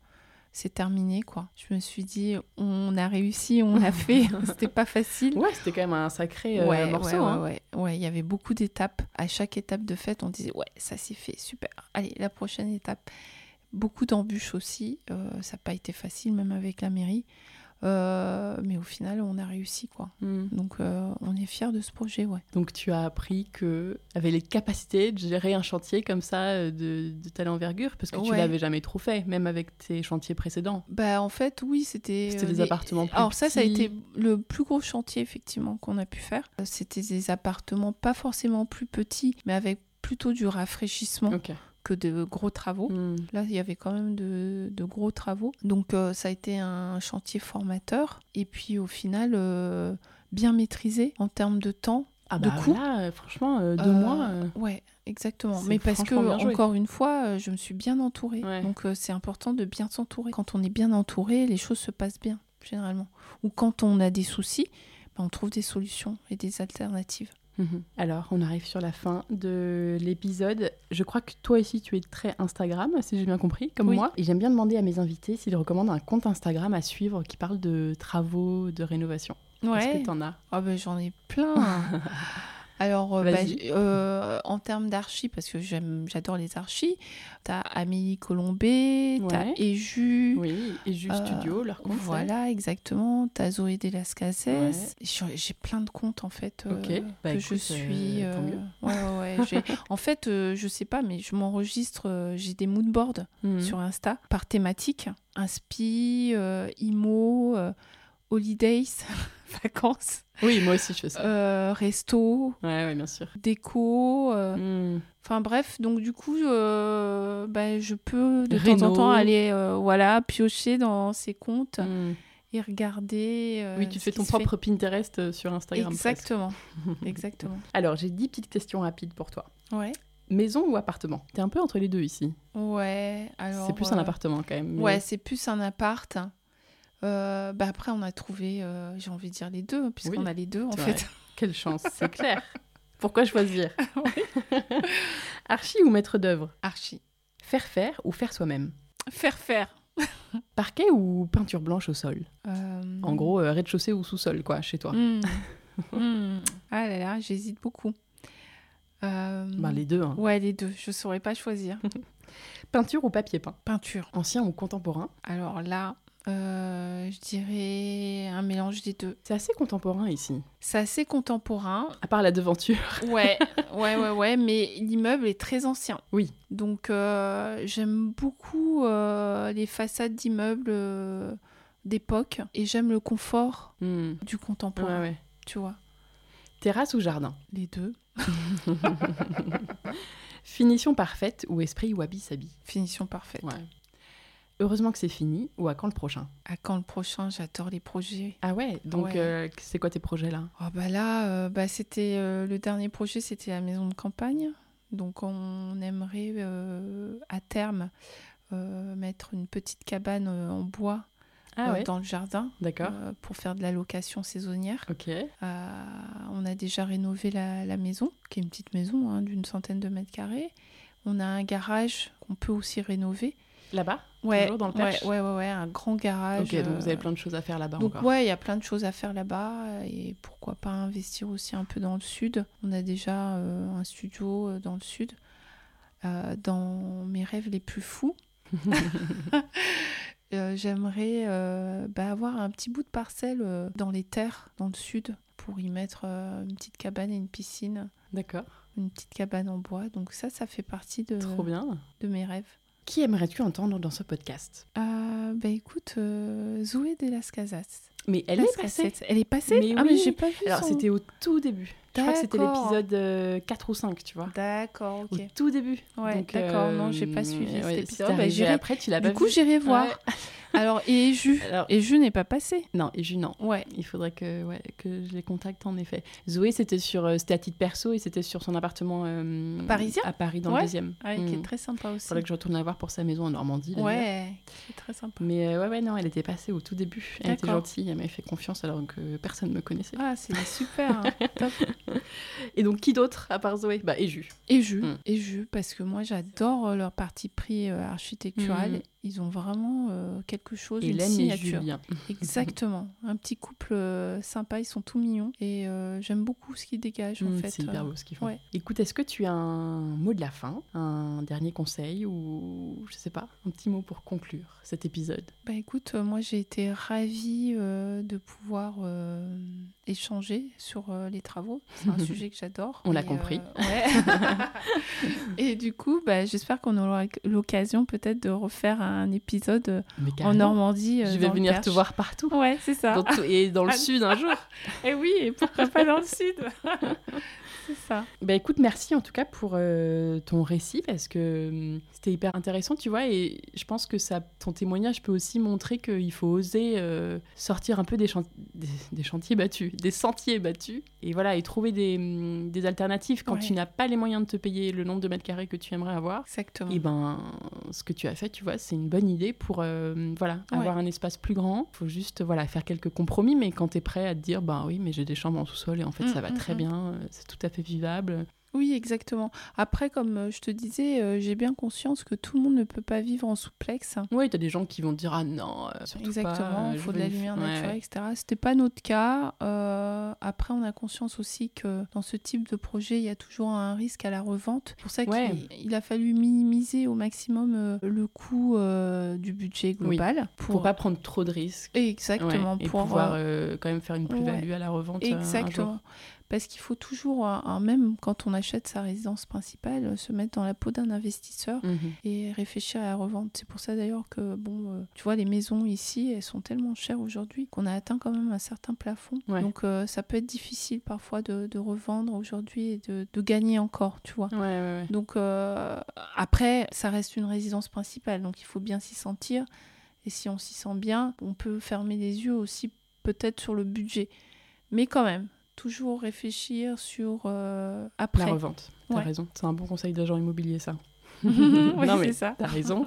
Speaker 2: c'est terminé quoi. Je me suis dit on a réussi, on l'a fait, c'était pas facile.
Speaker 1: Ouais, c'était quand même un sacré euh,
Speaker 2: ouais,
Speaker 1: morceau.
Speaker 2: ouais, ouais,
Speaker 1: hein.
Speaker 2: ouais, ouais. Il y avait beaucoup d'étapes. À chaque étape de fête, on disait ouais, ça s'est fait, super. Allez, la prochaine étape. Beaucoup d'embûches aussi. Euh, ça n'a pas été facile, même avec la mairie. Euh, mais au final, on a réussi quoi.
Speaker 1: Mm.
Speaker 2: Donc euh, on est fiers de ce projet, ouais.
Speaker 1: Donc tu as appris que avait les capacités de gérer un chantier comme ça euh, de, de telle envergure parce que tu
Speaker 2: Ouais.
Speaker 1: l'avais jamais trop fait, même avec tes chantiers précédents.
Speaker 2: Bah en fait, oui, c'était.
Speaker 1: C'était
Speaker 2: euh,
Speaker 1: des appartements plus
Speaker 2: Alors ça, ça a
Speaker 1: petits.
Speaker 2: été le plus gros chantier effectivement qu'on a pu faire. Euh, C'était des appartements pas forcément plus petits, mais avec plutôt du rafraîchissement
Speaker 1: Ok.
Speaker 2: que de gros travaux.
Speaker 1: Mm.
Speaker 2: Là, il y avait quand même de, de gros travaux. Donc, euh, ça a été un chantier formateur. Et puis, au final, euh, bien maîtrisé en termes de temps.
Speaker 1: Ah
Speaker 2: De
Speaker 1: bah
Speaker 2: coup.
Speaker 1: là, euh, franchement, euh, deux
Speaker 2: Euh,
Speaker 1: mois. euh,
Speaker 2: Ouais, exactement.
Speaker 1: C'est
Speaker 2: Mais parce que,
Speaker 1: franchement bien joué.
Speaker 2: encore une fois, euh, je me suis bien entourée.
Speaker 1: Ouais.
Speaker 2: Donc, euh, c'est important de bien s'entourer. Quand on est bien entouré, les choses se passent bien, généralement. Ou quand on a des soucis, bah, on trouve des solutions et des alternatives.
Speaker 1: Mhm. Alors, on arrive sur la fin de l'épisode. Je crois que toi aussi, tu es très Instagram, si j'ai bien compris, comme
Speaker 2: Oui.
Speaker 1: moi. Et j'aime bien demander à mes invités s'ils recommandent un compte Instagram à suivre qui parle de travaux, de rénovation. Est-ce que t'en as
Speaker 2: Ah ben j'en ai plein. Alors, euh, bah,
Speaker 1: Vas-y.
Speaker 2: j- euh, en termes d'archi, parce que j'aime, j'adore les archis, t'as Amélie Colombet, t'as
Speaker 1: Ouais.
Speaker 2: Eju,
Speaker 1: Oui, et Jules
Speaker 2: Euh,
Speaker 1: Studio, leur compte.
Speaker 2: voilà, exactement, t'as Zoé Delascazes.
Speaker 1: Ouais.
Speaker 2: J'ai j'ai plein de comptes, en fait, euh,
Speaker 1: Ok. Bah,
Speaker 2: que
Speaker 1: écoute,
Speaker 2: je suis...
Speaker 1: euh, tant
Speaker 2: euh,
Speaker 1: mieux.
Speaker 2: ouais, ouais, ouais, j'ai- en fait, euh, je sais pas, mais je m'enregistre, euh, j'ai des moodboards
Speaker 1: Mhm.
Speaker 2: sur Insta par thématique. Inspi, euh, Imo, euh, Holidays, vacances.
Speaker 1: Oui, moi aussi, je fais ça.
Speaker 2: Euh, resto,
Speaker 1: Ouais, ouais, bien sûr.
Speaker 2: déco, euh,
Speaker 1: Mm.
Speaker 2: enfin bref, donc du coup, euh, bah, je peux de temps en
Speaker 1: Réno.
Speaker 2: temps aller euh, voilà, piocher dans ces comptes
Speaker 1: Mm.
Speaker 2: et regarder. euh,
Speaker 1: Oui, tu te
Speaker 2: ce
Speaker 1: fais
Speaker 2: qui
Speaker 1: ton
Speaker 2: se
Speaker 1: propre Pinterest euh, sur Instagram. presque.
Speaker 2: Exactement, exactement.
Speaker 1: Alors, j'ai 10 petites questions rapides pour toi.
Speaker 2: Ouais,
Speaker 1: Maison ou appartement T'es un peu entre les deux ici.
Speaker 2: ouais. Alors
Speaker 1: C'est plus
Speaker 2: euh,
Speaker 1: un appartement quand même. mais-
Speaker 2: Ouais, c'est plus un appart. Euh, bah après, on a trouvé, euh, j'ai envie de dire les deux, puisqu'on
Speaker 1: Oui,
Speaker 2: a les deux en
Speaker 1: c'est
Speaker 2: fait.
Speaker 1: vrai. Quelle chance, c'est clair. Pourquoi choisir Archi ou maître d'œuvre
Speaker 2: Archi.
Speaker 1: Faire faire ou faire soi-même
Speaker 2: Faire faire.
Speaker 1: Parquet ou peinture blanche au sol
Speaker 2: Euh,
Speaker 1: En gros, euh, rez-de-chaussée ou sous-sol, quoi, chez toi.
Speaker 2: Mm. Mm. Ah là là, j'hésite beaucoup. Euh,
Speaker 1: Ben, les deux. hein.
Speaker 2: Ouais, les deux. Je saurais pas choisir.
Speaker 1: Peinture ou papier peint
Speaker 2: Peinture.
Speaker 1: Ancien ou contemporain
Speaker 2: Alors là, euh, je dirais un mélange des deux.
Speaker 1: C'est assez contemporain ici.
Speaker 2: C'est assez contemporain.
Speaker 1: À part la devanture.
Speaker 2: Ouais, ouais, ouais, ouais. Mais l'immeuble est très ancien.
Speaker 1: Oui.
Speaker 2: Donc euh, j'aime beaucoup euh, les façades d'immeubles euh, d'époque et j'aime le confort du
Speaker 1: Mm. Ouais,
Speaker 2: contemporain.
Speaker 1: ouais.
Speaker 2: Tu vois,
Speaker 1: Terrasse ou jardin
Speaker 2: les deux.
Speaker 1: Finition parfaite ou esprit wabi-sabi
Speaker 2: Finition parfaite.
Speaker 1: Ouais. Heureusement que c'est fini ou à quand le prochain
Speaker 2: À quand le prochain J'adore les projets.
Speaker 1: Ah ouais, donc
Speaker 2: Ouais.
Speaker 1: euh, c'est quoi tes projets là
Speaker 2: Oh bah là, euh, bah c'était euh, le dernier projet, c'était la maison de campagne. Donc on aimerait euh, à terme euh, mettre une petite cabane euh, en bois euh, dans le jardin
Speaker 1: Ah D'accord.
Speaker 2: euh, pour faire de la location saisonnière.
Speaker 1: Ok.
Speaker 2: Euh, on a déjà rénové la, la maison, qui est une petite maison hein, d'une centaine de mètres carrés. On a un garage qu'on peut aussi rénover.
Speaker 1: Là-bas
Speaker 2: Ouais,
Speaker 1: Toujours dans le
Speaker 2: ouais,
Speaker 1: Perche
Speaker 2: ouais, ouais, ouais, un grand garage.
Speaker 1: Ok, donc vous
Speaker 2: euh,
Speaker 1: avez plein de choses à faire là-bas
Speaker 2: donc
Speaker 1: encore.
Speaker 2: ouais, il y a plein de choses à faire là-bas euh, et pourquoi pas investir aussi un peu dans le sud. On a déjà euh, un studio euh, dans le sud. Euh, dans mes rêves les plus fous, euh, j'aimerais euh, bah, avoir un petit bout de parcelle euh, dans les terres, dans le sud, pour y mettre euh, une petite cabane et une piscine,
Speaker 1: D'accord,
Speaker 2: une petite cabane en bois. Donc ça, ça fait partie de,
Speaker 1: trop bien.
Speaker 2: de mes rêves.
Speaker 1: Qui aimerais-tu entendre dans ce podcast
Speaker 2: Euh, bah écoute, euh, Zoé de Las Casas.
Speaker 1: Mais elle
Speaker 2: Las
Speaker 1: est passée.
Speaker 2: Casas. Elle est passée
Speaker 1: Mais
Speaker 2: Ah, mais
Speaker 1: oui.
Speaker 2: j'ai pas vu
Speaker 1: Alors
Speaker 2: son-
Speaker 1: c'était au tout début. Je crois que c'était
Speaker 2: D'accord.
Speaker 1: l'épisode euh, 4 ou 5, tu vois.
Speaker 2: D'accord, ok.
Speaker 1: Au tout début.
Speaker 2: Ouais,
Speaker 1: Donc,
Speaker 2: d'accord,
Speaker 1: euh,
Speaker 2: non, j'ai pas suivi
Speaker 1: ouais,
Speaker 2: cet
Speaker 1: c'est
Speaker 2: épisode. Bah,
Speaker 1: arrivé
Speaker 2: j'irai-
Speaker 1: après, tu l'as
Speaker 2: Du
Speaker 1: pas
Speaker 2: coup,
Speaker 1: vu.
Speaker 2: j'irai voir. Alors, et Ju
Speaker 1: Alors-
Speaker 2: Et Ju n'est pas passé.
Speaker 1: Non, et je non.
Speaker 2: Ouais.
Speaker 1: Il faudrait que, ouais, que je les contacte en effet. Zoé, c'était sur, euh, c'était à titre perso et c'était sur son appartement euh,
Speaker 2: Parisien
Speaker 1: à Paris dans
Speaker 2: Ouais.
Speaker 1: le deuxième.
Speaker 2: Ouais,
Speaker 1: Mm.
Speaker 2: Ah qui est très sympa aussi.
Speaker 1: faudrait que je retourne la voir pour sa maison en Normandie. d'ailleurs.
Speaker 2: Ouais, qui est très sympa.
Speaker 1: Mais euh, ouais, ouais, non, elle était passée au tout début. Elle était
Speaker 2: D'accord.
Speaker 1: gentille, elle m'avait fait confiance alors que personne ne me connaissait.
Speaker 2: Ah, c'est super. hein. Top.
Speaker 1: Et donc, qui d'autre à part Zoé Bah, et Ju.
Speaker 2: Et Ju,
Speaker 1: Mm.
Speaker 2: et Ju, parce que moi, j'adore euh, leur parti pris euh, architectural
Speaker 1: Mm.
Speaker 2: Ils ont vraiment euh, quelque chose, une
Speaker 1: Hélène et
Speaker 2: signature.
Speaker 1: Julien.
Speaker 2: Exactement. Un petit couple euh, sympa, ils sont tout mignons. Et euh, j'aime beaucoup ce qu'ils dégagent, en
Speaker 1: Mm,
Speaker 2: fait. euh,
Speaker 1: C'est hyper beau ce qu'ils font.
Speaker 2: ouais.
Speaker 1: Écoute, est-ce que tu as un mot de la fin, un dernier conseil ou je sais pas, un petit mot pour conclure cet épisode
Speaker 2: Bah écoute, euh, moi j'ai été ravie euh, de pouvoir euh, échanger sur euh, les travaux. C'est un sujet que j'adore.
Speaker 1: On l'a
Speaker 2: Et, euh,
Speaker 1: compris.
Speaker 2: ouais. Et du coup, bah, j'espère qu'on aura l'occasion peut-être de refaire un épisode euh,
Speaker 1: Mais
Speaker 2: en
Speaker 1: carrément,
Speaker 2: Normandie. euh,
Speaker 1: je vais
Speaker 2: dans le
Speaker 1: venir te
Speaker 2: Perche.
Speaker 1: voir partout.
Speaker 2: Ouais, c'est ça.
Speaker 1: Dans tout- et dans le
Speaker 2: Ah.
Speaker 1: sud un jour.
Speaker 2: Et oui, et pourquoi pas dans le sud C'est ça.
Speaker 1: Bah écoute, merci en tout cas pour euh, ton récit parce que hum, c'était hyper intéressant, tu vois, et je pense que ça, ton témoignage peut aussi montrer qu'il faut oser euh, sortir un peu des, chan- des, des chantiers battus, des sentiers battus, et voilà, et trouver des, hum, des alternatives quand
Speaker 2: Ouais.
Speaker 1: tu n'as pas les moyens de te payer le nombre de mètres carrés que tu aimerais avoir.
Speaker 2: Exactement.
Speaker 1: Et ben, ce que tu as fait, tu vois, c'est une bonne idée pour euh, voilà,
Speaker 2: Ouais.
Speaker 1: avoir un espace plus grand. Faut juste voilà, faire quelques compromis, mais quand tu es prêt à te dire, bah oui, mais j'ai des chambres en sous-sol et en fait
Speaker 2: Mm,
Speaker 1: ça va
Speaker 2: mm,
Speaker 1: très
Speaker 2: mm.
Speaker 1: bien, euh, c'est tout à fait vivable.
Speaker 2: Oui, exactement. Après, comme euh, je te disais, euh, j'ai bien conscience que tout le monde ne peut pas vivre en souplex.
Speaker 1: Oui, t'as des gens qui vont te dire, ah non, euh, surtout
Speaker 2: Exactement,
Speaker 1: pas, euh,
Speaker 2: il
Speaker 1: je
Speaker 2: faut de
Speaker 1: veux
Speaker 2: la
Speaker 1: des-
Speaker 2: lumière
Speaker 1: Ouais,
Speaker 2: naturelle,
Speaker 1: ouais.
Speaker 2: etc. C'était pas notre cas. Euh, après, on a conscience aussi que dans ce type de projet, il y a toujours un risque à la revente. C'est pour ça
Speaker 1: Ouais.
Speaker 2: qu'il il a fallu minimiser au maximum euh, le coût euh, du budget global pour, euh,
Speaker 1: Pour pas prendre trop de risques.
Speaker 2: exactement
Speaker 1: Ouais, et
Speaker 2: pour
Speaker 1: pouvoir
Speaker 2: euh,
Speaker 1: euh, quand même faire une plus-value à la revente. euh, un jour.
Speaker 2: Exactement. Parce qu'il faut toujours, un- un- même quand on achète sa résidence principale, euh, se mettre dans la peau d'un investisseur
Speaker 1: Mhm.
Speaker 2: et réfléchir à la revente. C'est pour ça d'ailleurs que, bon, euh, tu vois, les maisons ici, elles sont tellement chères aujourd'hui qu'on a atteint quand même un certain plafond.
Speaker 1: Ouais.
Speaker 2: Donc euh, ça peut être difficile parfois de, de revendre aujourd'hui et de, de gagner encore, tu vois.
Speaker 1: Ouais, ouais, ouais.
Speaker 2: Donc euh, après, ça reste une résidence principale, donc il faut bien s'y sentir. Et si on s'y sent bien, on peut fermer les yeux aussi peut-être sur le budget. Mais quand même, toujours réfléchir sur euh,
Speaker 1: La
Speaker 2: après.
Speaker 1: revente. T'as
Speaker 2: Ouais.
Speaker 1: raison. C'est un bon conseil d'agent immobilier, ça.
Speaker 2: Oui,
Speaker 1: Non, mais
Speaker 2: c'est ça.
Speaker 1: T'as raison.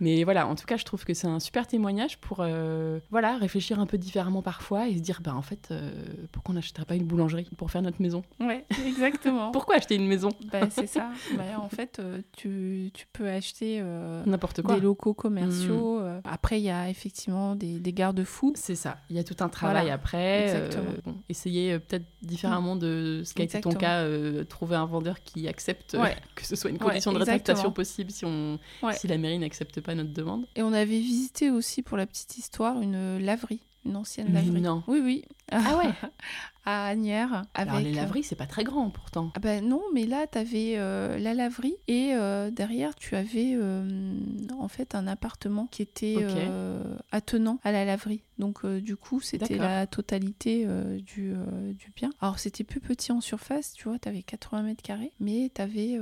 Speaker 1: Mais voilà, en tout cas, je trouve que c'est un super témoignage pour euh, voilà, réfléchir un peu différemment parfois et se dire, bah, en fait, euh, pourquoi on n'achèterait pas une boulangerie pour faire notre maison
Speaker 2: Ouais, exactement.
Speaker 1: Pourquoi acheter une maison
Speaker 2: Bah, c'est ça. Bah, en fait, euh, tu, tu peux acheter euh,
Speaker 1: N'importe quoi. Mm.
Speaker 2: des locaux commerciaux. euh. Après, il y a effectivement des, des garde-fous.
Speaker 1: C'est ça. Il y a tout un travail
Speaker 2: Voilà.
Speaker 1: après.
Speaker 2: Exactement.
Speaker 1: euh, bon, essayer euh, peut-être différemment de ce qui a été ton
Speaker 2: Exactement.
Speaker 1: cas, euh, trouver un vendeur qui accepte euh,
Speaker 2: Ouais.
Speaker 1: que ce soit une
Speaker 2: Ouais,
Speaker 1: condition de rétractation
Speaker 2: exactement.
Speaker 1: possible si, on,
Speaker 2: Ouais.
Speaker 1: si la mairie n'accepte pas notre demande.
Speaker 2: Et on avait visité aussi, pour la petite histoire, une laverie, une ancienne
Speaker 1: Mais
Speaker 2: laverie.
Speaker 1: non.
Speaker 2: Oui, oui.
Speaker 1: Ah ouais
Speaker 2: à Agnières. Avec, euh,
Speaker 1: Alors les laveries, c'est pas très grand pourtant.
Speaker 2: Ah ben non, mais là, tu avais la laverie et euh, derrière, tu avais euh, en fait un appartement qui était
Speaker 1: Ok.
Speaker 2: euh, attenant à la laverie. Donc euh, du coup, c'était
Speaker 1: D'accord.
Speaker 2: la totalité euh, du, euh, du bien. Alors c'était plus petit en surface, tu vois, tu avais 80 mètres carrés, mais tu avais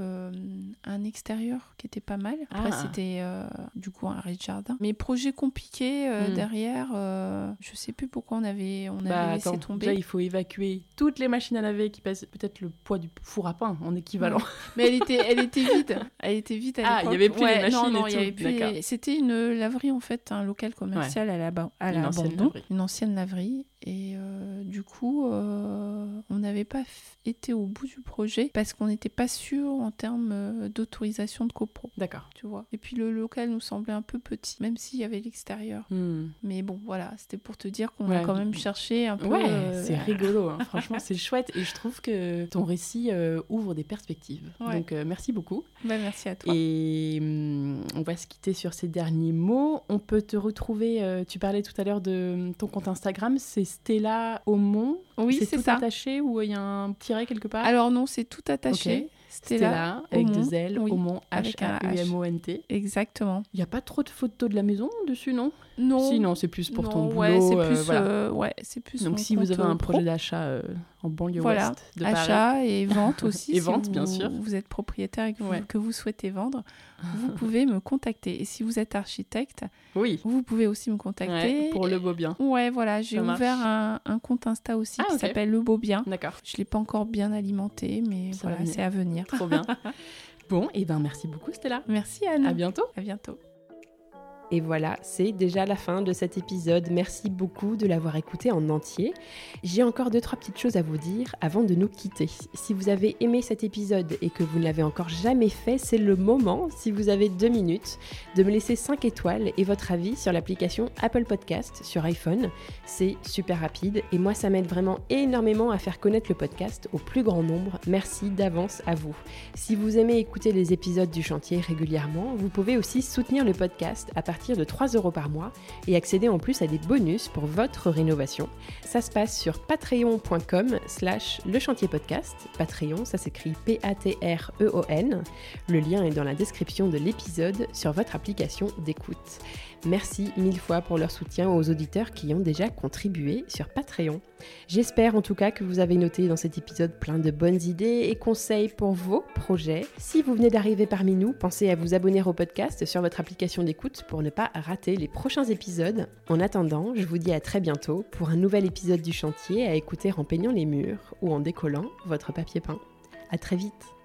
Speaker 2: un extérieur qui était pas mal. Après,
Speaker 1: Ah.
Speaker 2: c'était euh, du coup un rez-de-jardin. Mais projet compliqué euh,
Speaker 1: Hmm.
Speaker 2: derrière, euh, je sais plus pourquoi on avait, on
Speaker 1: Bah,
Speaker 2: avait laissé
Speaker 1: attends,
Speaker 2: tomber.
Speaker 1: déjà, il faut évacuer toutes les machines à laver qui pèsent peut-être le poids du four à pain en équivalent.
Speaker 2: Mais elle était, elle était vide. Elle était vide à
Speaker 1: Ah, il y
Speaker 2: l'époque.
Speaker 1: avait plus les
Speaker 2: Ouais, Non,
Speaker 1: machines
Speaker 2: non,
Speaker 1: et
Speaker 2: il y
Speaker 1: tout.
Speaker 2: avait plus les-
Speaker 1: D'accord.
Speaker 2: C'était une laverie, en fait, un local commercial à la ba- à
Speaker 1: Une
Speaker 2: l'abandon.
Speaker 1: ancienne
Speaker 2: Une,
Speaker 1: laverie.
Speaker 2: ancienne laverie. Et euh, du coup, euh, on n'avait pas f- été au bout du projet parce qu'on n'était pas sûr en termes euh, d'autorisation de copro.
Speaker 1: D'accord.
Speaker 2: Tu vois. Et puis le local nous semblait un peu petit, même s'il y avait l'extérieur.
Speaker 1: Hmm.
Speaker 2: Mais bon, voilà, c'était pour te dire qu'on a
Speaker 1: Ouais.
Speaker 2: quand même cherché un peu.
Speaker 1: Ouais,
Speaker 2: euh,
Speaker 1: c'est rigolo. hein. Franchement, c'est chouette. Et je trouve que ton récit euh, ouvre des perspectives.
Speaker 2: Ouais.
Speaker 1: Donc, euh, merci beaucoup.
Speaker 2: bah, merci à toi.
Speaker 1: Et hum, on va se quitter sur ces derniers mots. On peut te retrouver. euh, tu parlais tout à l'heure de hum, ton compte Instagram. C'est Stella Aumont.
Speaker 2: oui,
Speaker 1: c'est
Speaker 2: c'est
Speaker 1: tout
Speaker 2: ça.
Speaker 1: attaché ou euh, il y a un tiret quelque part
Speaker 2: Alors non, c'est tout attaché.
Speaker 1: Ok.
Speaker 2: Stella,
Speaker 1: avec
Speaker 2: Aumont,
Speaker 1: deux L,
Speaker 2: oui,
Speaker 1: Aumont,
Speaker 2: avec un H.
Speaker 1: H-A-U-M-O-N-T.
Speaker 2: Exactement.
Speaker 1: Il n'y a pas trop de photos de la maison dessus, non
Speaker 2: Non.
Speaker 1: Si, non, c'est plus pour ton
Speaker 2: non,
Speaker 1: boulot.
Speaker 2: ouais, c'est
Speaker 1: euh,
Speaker 2: plus,
Speaker 1: voilà.
Speaker 2: euh, ouais, c'est plus. mon
Speaker 1: Donc, si vous
Speaker 2: compte,
Speaker 1: avez un
Speaker 2: euh, pro.
Speaker 1: projet d'achat euh, en banlieue
Speaker 2: Voilà,
Speaker 1: ouest de Paris,
Speaker 2: achat et vente aussi.
Speaker 1: Et
Speaker 2: si
Speaker 1: vente,
Speaker 2: vous-
Speaker 1: bien sûr.
Speaker 2: Vous êtes propriétaire et que, vous-
Speaker 1: Ouais.
Speaker 2: que vous souhaitez vendre, vous pouvez me contacter. Et si vous êtes architecte,
Speaker 1: Oui,
Speaker 2: vous pouvez aussi me contacter.
Speaker 1: Ouais, pour le beau bien.
Speaker 2: Ouais, voilà, j'ai
Speaker 1: Ça marche.
Speaker 2: ouvert un, un compte Insta aussi
Speaker 1: Ah,
Speaker 2: qui
Speaker 1: ok.
Speaker 2: s'appelle Le Beau Bien.
Speaker 1: D'accord,
Speaker 2: Je l'ai pas encore bien alimenté, mais
Speaker 1: Ça va
Speaker 2: voilà,
Speaker 1: venir.
Speaker 2: c'est à venir.
Speaker 1: trop bien. bon, et ben merci eh beaucoup Stella.
Speaker 2: Merci Anne.
Speaker 1: À bientôt.
Speaker 2: à bientôt.
Speaker 3: Et voilà, c'est déjà la fin de cet épisode. Merci beaucoup de l'avoir écouté en entier. J'ai encore deux trois petites choses à vous dire avant de nous quitter. Si vous avez aimé cet épisode et que vous ne l'avez encore jamais fait, c'est le moment, si vous avez deux minutes, de me laisser 5 étoiles et votre avis sur l'application Apple Podcast sur iPhone. C'est super rapide et moi ça m'aide vraiment énormément à faire connaître le podcast au plus grand nombre. Merci d'avance à vous. Si vous aimez écouter les épisodes du chantier régulièrement, vous pouvez aussi soutenir le podcast à partir de 3 euros par mois et accéder en plus à des bonus pour votre rénovation. Ça se passe sur patreon.com slash le chantier podcast. Patreon, ça s'écrit P-A-T-R-E-O-N. E Le lien est dans la description de l'épisode sur votre application d'écoute. Merci mille fois pour leur soutien aux auditeurs qui ont déjà contribué sur Patreon. J'espère en tout cas que vous avez noté dans cet épisode plein de bonnes idées et conseils pour vos projets. Si vous venez d'arriver parmi nous, pensez à vous abonner au podcast sur votre application d'écoute pour ne pas rater les prochains épisodes. En attendant, je vous dis à très bientôt pour un nouvel épisode du chantier à écouter en peignant les murs ou en décollant votre papier peint. À très vite